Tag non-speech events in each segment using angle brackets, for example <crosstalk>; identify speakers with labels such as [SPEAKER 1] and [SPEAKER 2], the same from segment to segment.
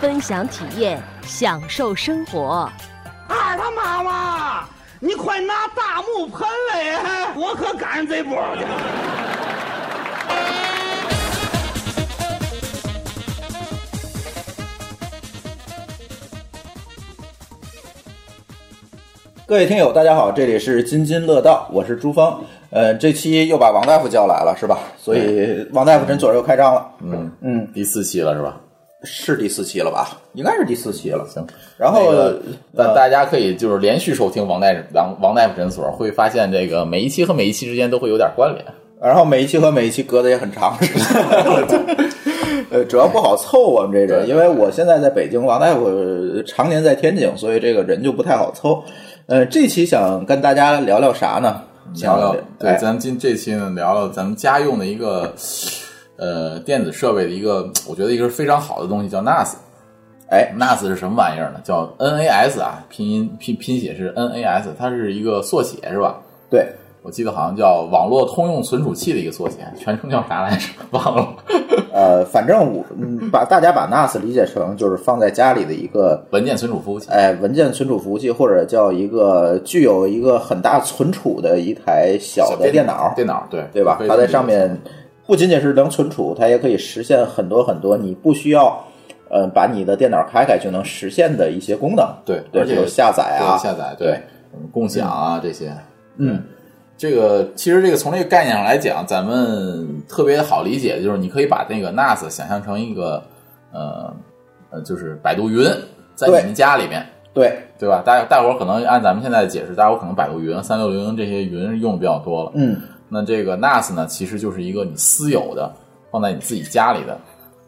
[SPEAKER 1] 分享体验，享受生活。
[SPEAKER 2] 二他妈妈，你快拿大木盆来，我可赶上这波去。
[SPEAKER 3] 各位听友，大家好，这里是津津乐道，我是朱峰。呃，这期又把王大夫叫来了，是吧？所以王大夫诊所又开张了，
[SPEAKER 4] 嗯，
[SPEAKER 3] 嗯，
[SPEAKER 4] 第四期了是吧？
[SPEAKER 3] 是第四期了吧？应该是第四期了。
[SPEAKER 4] 行，
[SPEAKER 3] 然后
[SPEAKER 4] 那个大
[SPEAKER 3] 呃
[SPEAKER 4] 大家可以就是连续收听王大夫王王大夫诊所，会发现这个每一期和每一期之间都会有点关联。
[SPEAKER 3] 然后每一期和每一期隔得也很长， <laughs> 是吧呃，主要不好凑我们这人，因为我现在在北京，王大夫呃常年在天津，所以这个人就不太好凑。呃，这期想跟大家聊聊啥呢？
[SPEAKER 4] 聊聊对，
[SPEAKER 3] 哎
[SPEAKER 4] 咱们今这期呢聊聊咱们家用的一个呃电子设备的一个，我觉得一个非常好的东西叫 NAS。
[SPEAKER 3] 哎
[SPEAKER 4] NAS 是什么玩意儿呢？叫 NAS 啊，拼音拼拼写是 NAS，它是一个缩写是吧？
[SPEAKER 3] 对，
[SPEAKER 4] 我记得好像叫网络通用存储器的一个缩写，全称叫啥来着？ <laughs> 忘了。
[SPEAKER 3] 呃，反正我
[SPEAKER 4] <laughs>
[SPEAKER 3] 嗯，把大家把 NAS 理解成就是放在家里的一个
[SPEAKER 4] 文件存储服务器。
[SPEAKER 3] 哎文件存储服务器，或者叫一个具有一个很大存储的一台小的电脑，
[SPEAKER 4] 电脑对
[SPEAKER 3] 对吧？
[SPEAKER 4] 非
[SPEAKER 3] 它在
[SPEAKER 4] 常
[SPEAKER 3] 上面不仅仅是能存储，它也可以实现很多很多你不需要呃把你的电脑开开就能实现的一些功能，
[SPEAKER 4] 对，
[SPEAKER 3] 对
[SPEAKER 4] 而且
[SPEAKER 3] 有下载啊
[SPEAKER 4] 对下载
[SPEAKER 3] 对
[SPEAKER 4] 对，嗯共享啊这些，
[SPEAKER 3] 嗯。
[SPEAKER 4] 这个其实这个从这个概念上来讲，咱们特别好理解，就是你可以把那个 NAS 想象成一个呃呃，就是百度云在你
[SPEAKER 3] 对
[SPEAKER 4] 们家里面，
[SPEAKER 3] 对，
[SPEAKER 4] 对吧？大大伙儿可能按咱们现在的解释，大伙儿可能百度云、三六零这些云用的比较多了。
[SPEAKER 3] 嗯，
[SPEAKER 4] 那这个 NAS 呢，其实就是一个你私有的，放在你自己家里的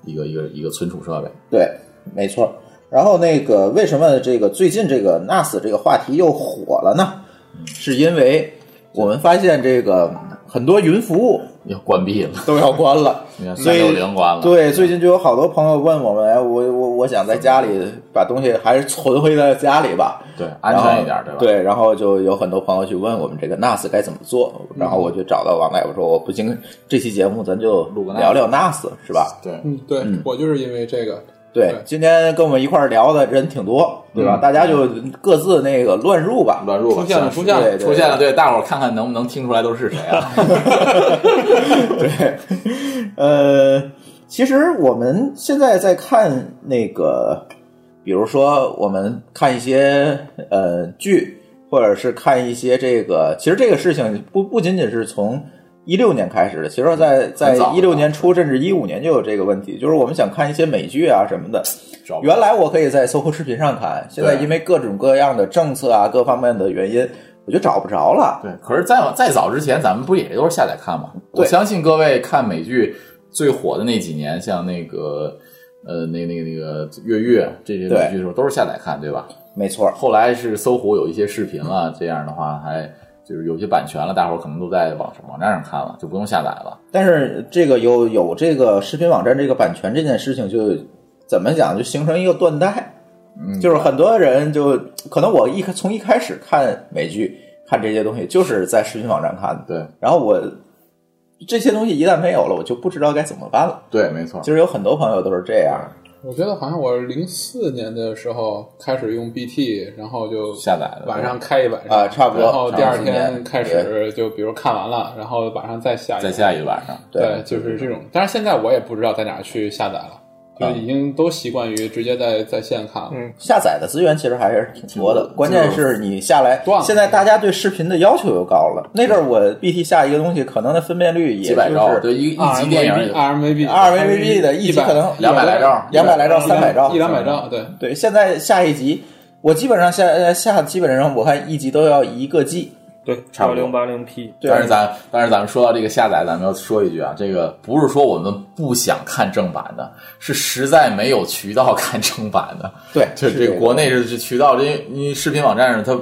[SPEAKER 4] 一个一个一个存储设备。
[SPEAKER 3] 对，没错。然后那个为什么这个最近这个 NAS 这个话题又火了呢？嗯是因为我们发现这个很多云服务
[SPEAKER 4] 要关闭了，，
[SPEAKER 3] 都要关了所
[SPEAKER 4] 三
[SPEAKER 3] 以
[SPEAKER 4] 六零关了，
[SPEAKER 3] 对，最近就有好多朋友问我们，哎，我我我想在家里把东西还是存回到家里吧，
[SPEAKER 4] 对，安
[SPEAKER 3] 然后
[SPEAKER 4] 全一点，对吧？
[SPEAKER 3] 对，然后就有很多朋友去问我们这个 NAS 该怎么做，然
[SPEAKER 4] 嗯
[SPEAKER 3] 后我就找到王大夫说，我不行，这期节目咱就
[SPEAKER 4] 录个 NAS
[SPEAKER 3] 聊聊 NAS 是吧？
[SPEAKER 4] 对，
[SPEAKER 5] 嗯，对我就是因为这个，
[SPEAKER 3] 对
[SPEAKER 5] 对，
[SPEAKER 3] 今天跟我们一块儿聊的人挺多，对吧？
[SPEAKER 4] 嗯
[SPEAKER 3] 大家就各自那个乱入吧。
[SPEAKER 4] 乱入吧，
[SPEAKER 5] 出现了
[SPEAKER 4] 行
[SPEAKER 5] 出现了
[SPEAKER 4] 对对出现了，对，大伙儿看看能不能听出来都是谁啊？
[SPEAKER 3] <laughs> 对，呃，其实我们现在在看那个，比如说我们看一些呃剧，或者是看一些这个，其实这个事情不不仅仅是从。一六年开始的，其实在，在
[SPEAKER 4] 很早
[SPEAKER 3] 一六年初甚至一五年就有这个问题，就是我们想看一些美剧啊什么
[SPEAKER 4] <laughs>
[SPEAKER 3] 的，
[SPEAKER 4] <laughs> 找不着
[SPEAKER 3] 原来我可以在搜狐视频上看，现在
[SPEAKER 4] 对
[SPEAKER 3] 因为各种各样的政策啊、各方面的原因，我就找不着了。
[SPEAKER 4] 对，可是再往再早之前，咱们不也都是下载看吗？
[SPEAKER 3] 对
[SPEAKER 4] 我相信各位看美剧最火的那几年，像那个呃，那那个那个越狱这些美剧的时候，都是下载看，对吧？
[SPEAKER 3] 没错，
[SPEAKER 4] 后来是搜狐有一些视频了，这样的话还就是有些版权了，大伙儿可能都在网上网站上看了，就不用下载了。
[SPEAKER 3] 但是这个有有这个视频网站这个版权这件事情就，怎么讲，就形成一个断代。
[SPEAKER 4] 嗯
[SPEAKER 3] 就是很多人就可能我一开从一开始看美剧看这些东西，就是在视频网站看的，
[SPEAKER 4] 对
[SPEAKER 3] 然后我这些东西一旦没有了，我就不知道该怎么办了。
[SPEAKER 4] 对，没错，
[SPEAKER 3] 其实有很多朋友都是这样，
[SPEAKER 5] 我觉得好像我零四年的时候开始用 BT，然后就
[SPEAKER 4] 下载了
[SPEAKER 5] 晚上开一晚上
[SPEAKER 3] 啊差不多
[SPEAKER 5] 然后第二
[SPEAKER 3] 差不多
[SPEAKER 5] 天开始就比如看完了，然后晚上再下一
[SPEAKER 4] 再下一个晚上。
[SPEAKER 5] 对，就是这种。但是现在我也不知道在哪儿去下载
[SPEAKER 3] 啊
[SPEAKER 5] 了，就已经都习惯于直接在在线看了。
[SPEAKER 6] 嗯，
[SPEAKER 3] 下载的资源其实还是挺多的
[SPEAKER 4] 挺，多
[SPEAKER 3] 关键是你下来
[SPEAKER 5] 断，了
[SPEAKER 3] 现在大家对视频的要求又高了。那阵儿我 BT 下一个东西，可能的分辨率也
[SPEAKER 4] 几百
[SPEAKER 3] 就
[SPEAKER 4] 兆，
[SPEAKER 3] 是啊
[SPEAKER 4] 对一一集电影也
[SPEAKER 5] RMB RMB
[SPEAKER 3] 2MB 的一集可能
[SPEAKER 4] 两百来兆
[SPEAKER 3] 两百来兆、三百兆、
[SPEAKER 5] 一两百兆，对，
[SPEAKER 3] 对，现在下一集，我基本上下呃下基本上我看一集都要一个 G，
[SPEAKER 6] 对，
[SPEAKER 4] 差
[SPEAKER 6] 幺
[SPEAKER 4] 不多
[SPEAKER 6] 零八零 P，
[SPEAKER 3] 对啊
[SPEAKER 4] 但是咱但是咱们说到这个下载，咱们要说一句啊，这个不是说我们不想看正版的，是实在没有渠道看正版
[SPEAKER 3] <laughs>
[SPEAKER 4] 的。
[SPEAKER 3] 对，
[SPEAKER 4] 就是
[SPEAKER 3] 这
[SPEAKER 4] <laughs> 这
[SPEAKER 3] 个
[SPEAKER 4] 国内这这渠道，这你视频网站上它，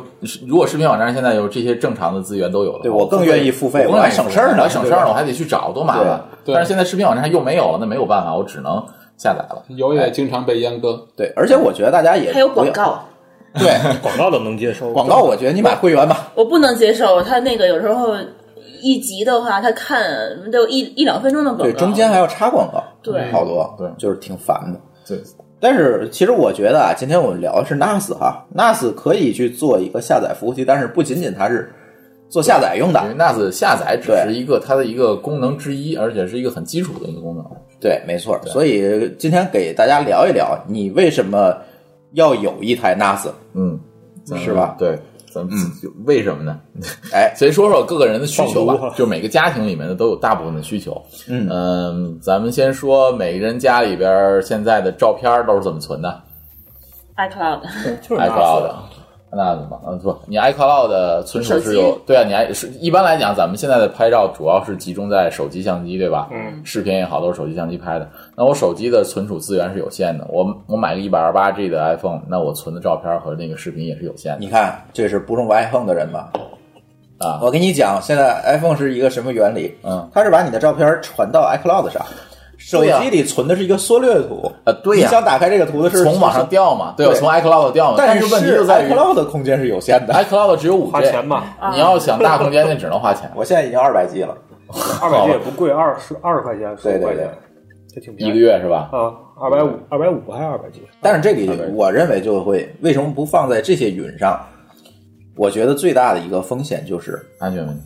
[SPEAKER 4] 如果视频网站上现在有这些正常的资源都有了，
[SPEAKER 3] 对我更愿意付费我
[SPEAKER 4] 我更
[SPEAKER 3] 还
[SPEAKER 4] 愿意付
[SPEAKER 3] 省事儿呢
[SPEAKER 4] 我还省事儿
[SPEAKER 3] 对
[SPEAKER 4] 呢，
[SPEAKER 3] 吧
[SPEAKER 4] 我还得去找，多麻烦。
[SPEAKER 5] 对
[SPEAKER 4] 但是现在视频网站上又没有了，那没有办法，我只能下载了。
[SPEAKER 5] 有也经常被阉割。
[SPEAKER 3] 对，而且我觉得大家也
[SPEAKER 7] 还有
[SPEAKER 3] 不
[SPEAKER 7] 广
[SPEAKER 3] 要，
[SPEAKER 7] 告，
[SPEAKER 3] 对
[SPEAKER 4] <laughs>
[SPEAKER 6] 广告都能接收。
[SPEAKER 3] 广告，我觉得你买会员吧，
[SPEAKER 7] 我不能接受他那个有时候一集的话，他看都有一一两分钟的广告，
[SPEAKER 3] 对，中间还要插广告，
[SPEAKER 7] 对
[SPEAKER 3] 好多，
[SPEAKER 4] 对
[SPEAKER 3] 就是挺烦的。
[SPEAKER 4] 对，
[SPEAKER 3] 但是其实我觉得啊，今天我们聊的是 NAS 哈，NAS 可以去做一个下载服务器，但是不仅仅它是做下载用的
[SPEAKER 4] 因，为 NAS 下载只
[SPEAKER 3] 对
[SPEAKER 4] 是一个它的一个功能之一，而且是一个很基础的一个功能。
[SPEAKER 3] 对，没错。所以今天给大家聊一聊，你为什么要有一台 NAS？
[SPEAKER 4] 嗯，咱们
[SPEAKER 3] 是吧嗯
[SPEAKER 4] 对，咱们为什么呢？
[SPEAKER 3] 哎，
[SPEAKER 4] <laughs>
[SPEAKER 3] 啊
[SPEAKER 4] 先说说各个人的需求
[SPEAKER 6] 放
[SPEAKER 4] 吧
[SPEAKER 6] 毒，
[SPEAKER 4] 就每个家庭里面的都有大部分的需求。
[SPEAKER 3] 嗯
[SPEAKER 4] 嗯，咱们先说每个人家里边儿现在的照片儿都是怎么存的
[SPEAKER 7] iCloud
[SPEAKER 3] 就是
[SPEAKER 4] ？iCloud
[SPEAKER 3] NAS。
[SPEAKER 4] 的。那怎么？嗯，不，你 iCloud 的存储是有
[SPEAKER 7] 手机
[SPEAKER 4] 对啊，你还是一般来讲，咱们现在的拍照主要是集中在手机相机，对吧？
[SPEAKER 6] 嗯，
[SPEAKER 4] 视频也好，都是手机相机拍的。那我手机的存储资源是有限的，我我买个一百二八 G 的 iPhone，那我存的照片儿和那个视频也是有限的
[SPEAKER 3] 你看，这是不中 iPhone 的人吧？
[SPEAKER 4] 啊。
[SPEAKER 3] 我跟你讲，现在 iPhone 是一个什么原理？
[SPEAKER 4] 嗯，
[SPEAKER 3] 它是把你的照片传到 iCloud 上，手
[SPEAKER 4] 对呀
[SPEAKER 3] 机里存的是一个缩略图。
[SPEAKER 4] 啊，对呀、
[SPEAKER 3] 你想打开这个图的是
[SPEAKER 4] 从网上，调嘛，对，
[SPEAKER 3] 对
[SPEAKER 4] 从 iCloud 调嘛。
[SPEAKER 3] 但
[SPEAKER 4] 是
[SPEAKER 3] 是
[SPEAKER 4] 问题就在于哎
[SPEAKER 3] iCloud 的空间是有限的。。
[SPEAKER 4] iCloud 只有五 G，
[SPEAKER 6] 花钱吧，
[SPEAKER 7] 啊
[SPEAKER 4] 你要想大空间，那只能花钱
[SPEAKER 3] 我现在已经二百 G 了，
[SPEAKER 6] 二百 G 也不贵，二十二十块钱，十
[SPEAKER 3] 对
[SPEAKER 6] 五
[SPEAKER 3] 对
[SPEAKER 6] 块
[SPEAKER 3] 对
[SPEAKER 6] 钱，这挺
[SPEAKER 4] <laughs>
[SPEAKER 6] 便宜
[SPEAKER 4] 一个月是吧？
[SPEAKER 6] 啊，二百五，二百五还是二百 G？
[SPEAKER 3] 但是这
[SPEAKER 4] 啊
[SPEAKER 3] 里我认为就会为什么不放在这些云上？我觉得最大的一个风险就是，
[SPEAKER 4] 安全问题，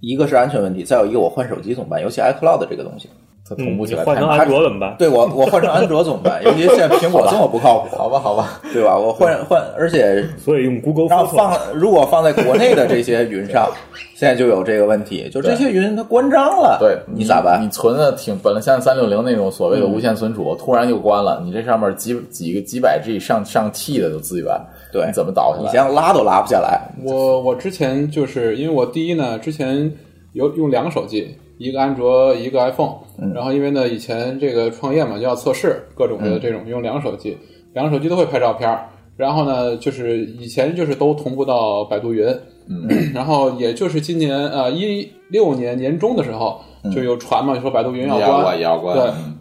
[SPEAKER 3] 一个是安全问题，再有一个我换手机怎么办？尤其 iCloud 这个东西，
[SPEAKER 4] 它同
[SPEAKER 6] 嗯，
[SPEAKER 4] 步起
[SPEAKER 6] 你
[SPEAKER 4] 来
[SPEAKER 6] 换
[SPEAKER 4] 太
[SPEAKER 6] 成
[SPEAKER 4] 麻
[SPEAKER 6] 安卓怎么办？
[SPEAKER 3] 对我我换成安卓怎么
[SPEAKER 4] <laughs>
[SPEAKER 3] 办？尤其现在苹果这么不靠谱，
[SPEAKER 4] 好吧，好吧，
[SPEAKER 3] 对吧？我换换，而且
[SPEAKER 6] 所以用 Google
[SPEAKER 3] 然后
[SPEAKER 6] Photo
[SPEAKER 3] 放如果放在国内的这些云
[SPEAKER 4] <laughs>
[SPEAKER 3] 上，现在就有这个问题，就这些云它关张了，
[SPEAKER 4] 对
[SPEAKER 3] 你咋办
[SPEAKER 4] 你？嗯存的挺本来像三六零那种所谓的无线存储，突然就关了，你这上面几几个几百 G 上上 T 的资源，
[SPEAKER 3] 对
[SPEAKER 4] 你怎么倒
[SPEAKER 3] 你
[SPEAKER 4] 下来？
[SPEAKER 3] 想想拉都拉不下来，
[SPEAKER 5] 嗯我我之前就是因为我第一呢，之前有用两个手机，一个安卓，一个 iPhone，、然后因为呢以前这个创业嘛，就要测试各种的这种、用两个手机，两个手机都会拍照片儿，然后呢就是以前就是都同步到百度云，嗯， <clears throat> 然后也就是今年呃一六年年中的时候就有传嘛，说百度云要
[SPEAKER 3] 哎
[SPEAKER 5] 关，
[SPEAKER 4] 也要关，
[SPEAKER 5] 对
[SPEAKER 4] 嗯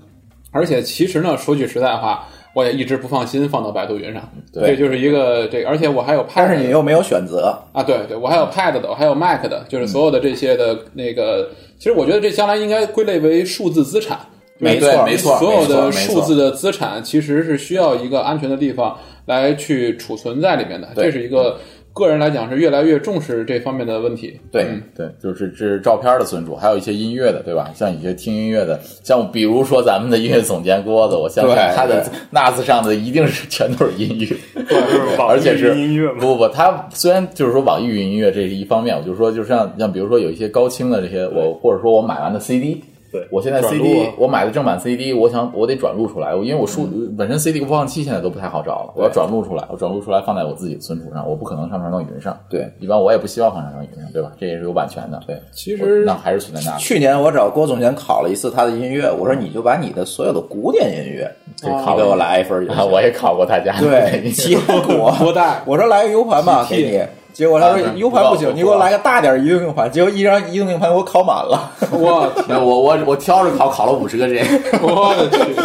[SPEAKER 5] 而且其实呢，说句实在话，我也一直不放心放到百度云上，
[SPEAKER 4] 对
[SPEAKER 5] 这就是一个这个，而且我还有 Pad，
[SPEAKER 3] 但是你又没有选择，
[SPEAKER 5] 啊，对对，我还有
[SPEAKER 4] 嗯
[SPEAKER 5] Pad 的，我还有 Mac 的，就是所有的这些的那个，其实我觉得这将来应该归类为数字资产。就是
[SPEAKER 3] 没错
[SPEAKER 4] 对没错，
[SPEAKER 5] 所有的
[SPEAKER 4] 没错
[SPEAKER 5] 数字，的资产其实是需要一个安全的地方来去储存在里面的，
[SPEAKER 3] 对
[SPEAKER 5] 这是一
[SPEAKER 4] 嗯
[SPEAKER 5] 个个人来讲是越来越重视这方面的问题。
[SPEAKER 3] 对
[SPEAKER 5] 嗯
[SPEAKER 4] 没错对，就是这是照片的存储，还有一些音乐的，对吧？像一些听音乐的，像比如说咱们的音乐总监郭子，我相信
[SPEAKER 3] 对
[SPEAKER 4] 他的 NAS 上的一定是全都是音乐。
[SPEAKER 6] 就是网
[SPEAKER 4] 而且
[SPEAKER 6] 易
[SPEAKER 4] 是
[SPEAKER 6] 云音乐嘛，
[SPEAKER 4] 不不不，它虽然就是说网易云音乐这是一方面，我就说就是像像比如说有一些高清的这些，我或者说我买完的 CD。
[SPEAKER 6] 对
[SPEAKER 4] 我现在
[SPEAKER 6] 转录
[SPEAKER 4] CD，
[SPEAKER 6] 啊
[SPEAKER 4] 我买的正版 CD，我想我得转录出来，因为我数
[SPEAKER 6] 嗯
[SPEAKER 4] 本身 CD 播放器现在都不太好找了，我要转录出来，我转录出来放在我自己的存储上，我不可能上传到云上。
[SPEAKER 3] 对，
[SPEAKER 4] 一般我也不希望放上到云上，对吧？这也是有版权的。对，
[SPEAKER 5] 其实
[SPEAKER 4] 那还是存在那里，
[SPEAKER 3] 去年我找郭总监考了一次他的音乐，我说你就把你的所有的古典音乐，
[SPEAKER 4] 这考
[SPEAKER 3] 你给
[SPEAKER 4] 了
[SPEAKER 3] 我来一份儿就
[SPEAKER 4] 啊，
[SPEAKER 3] 行。
[SPEAKER 4] <laughs> 我也考过他家
[SPEAKER 3] <laughs>
[SPEAKER 4] 的那
[SPEAKER 3] 对，
[SPEAKER 4] 个 <laughs>
[SPEAKER 3] 齐他果，
[SPEAKER 5] 多大
[SPEAKER 3] 我说来个 U 盘吧，给你。结果他说
[SPEAKER 4] 啊对
[SPEAKER 3] U 盘不
[SPEAKER 4] 不知道
[SPEAKER 3] 行，你给我来个大点儿移动硬盘。结果一张移动硬盘给我拷满了，
[SPEAKER 5] 我
[SPEAKER 4] 那我我我挑着考，考了五十个这， <laughs>
[SPEAKER 5] 我的去，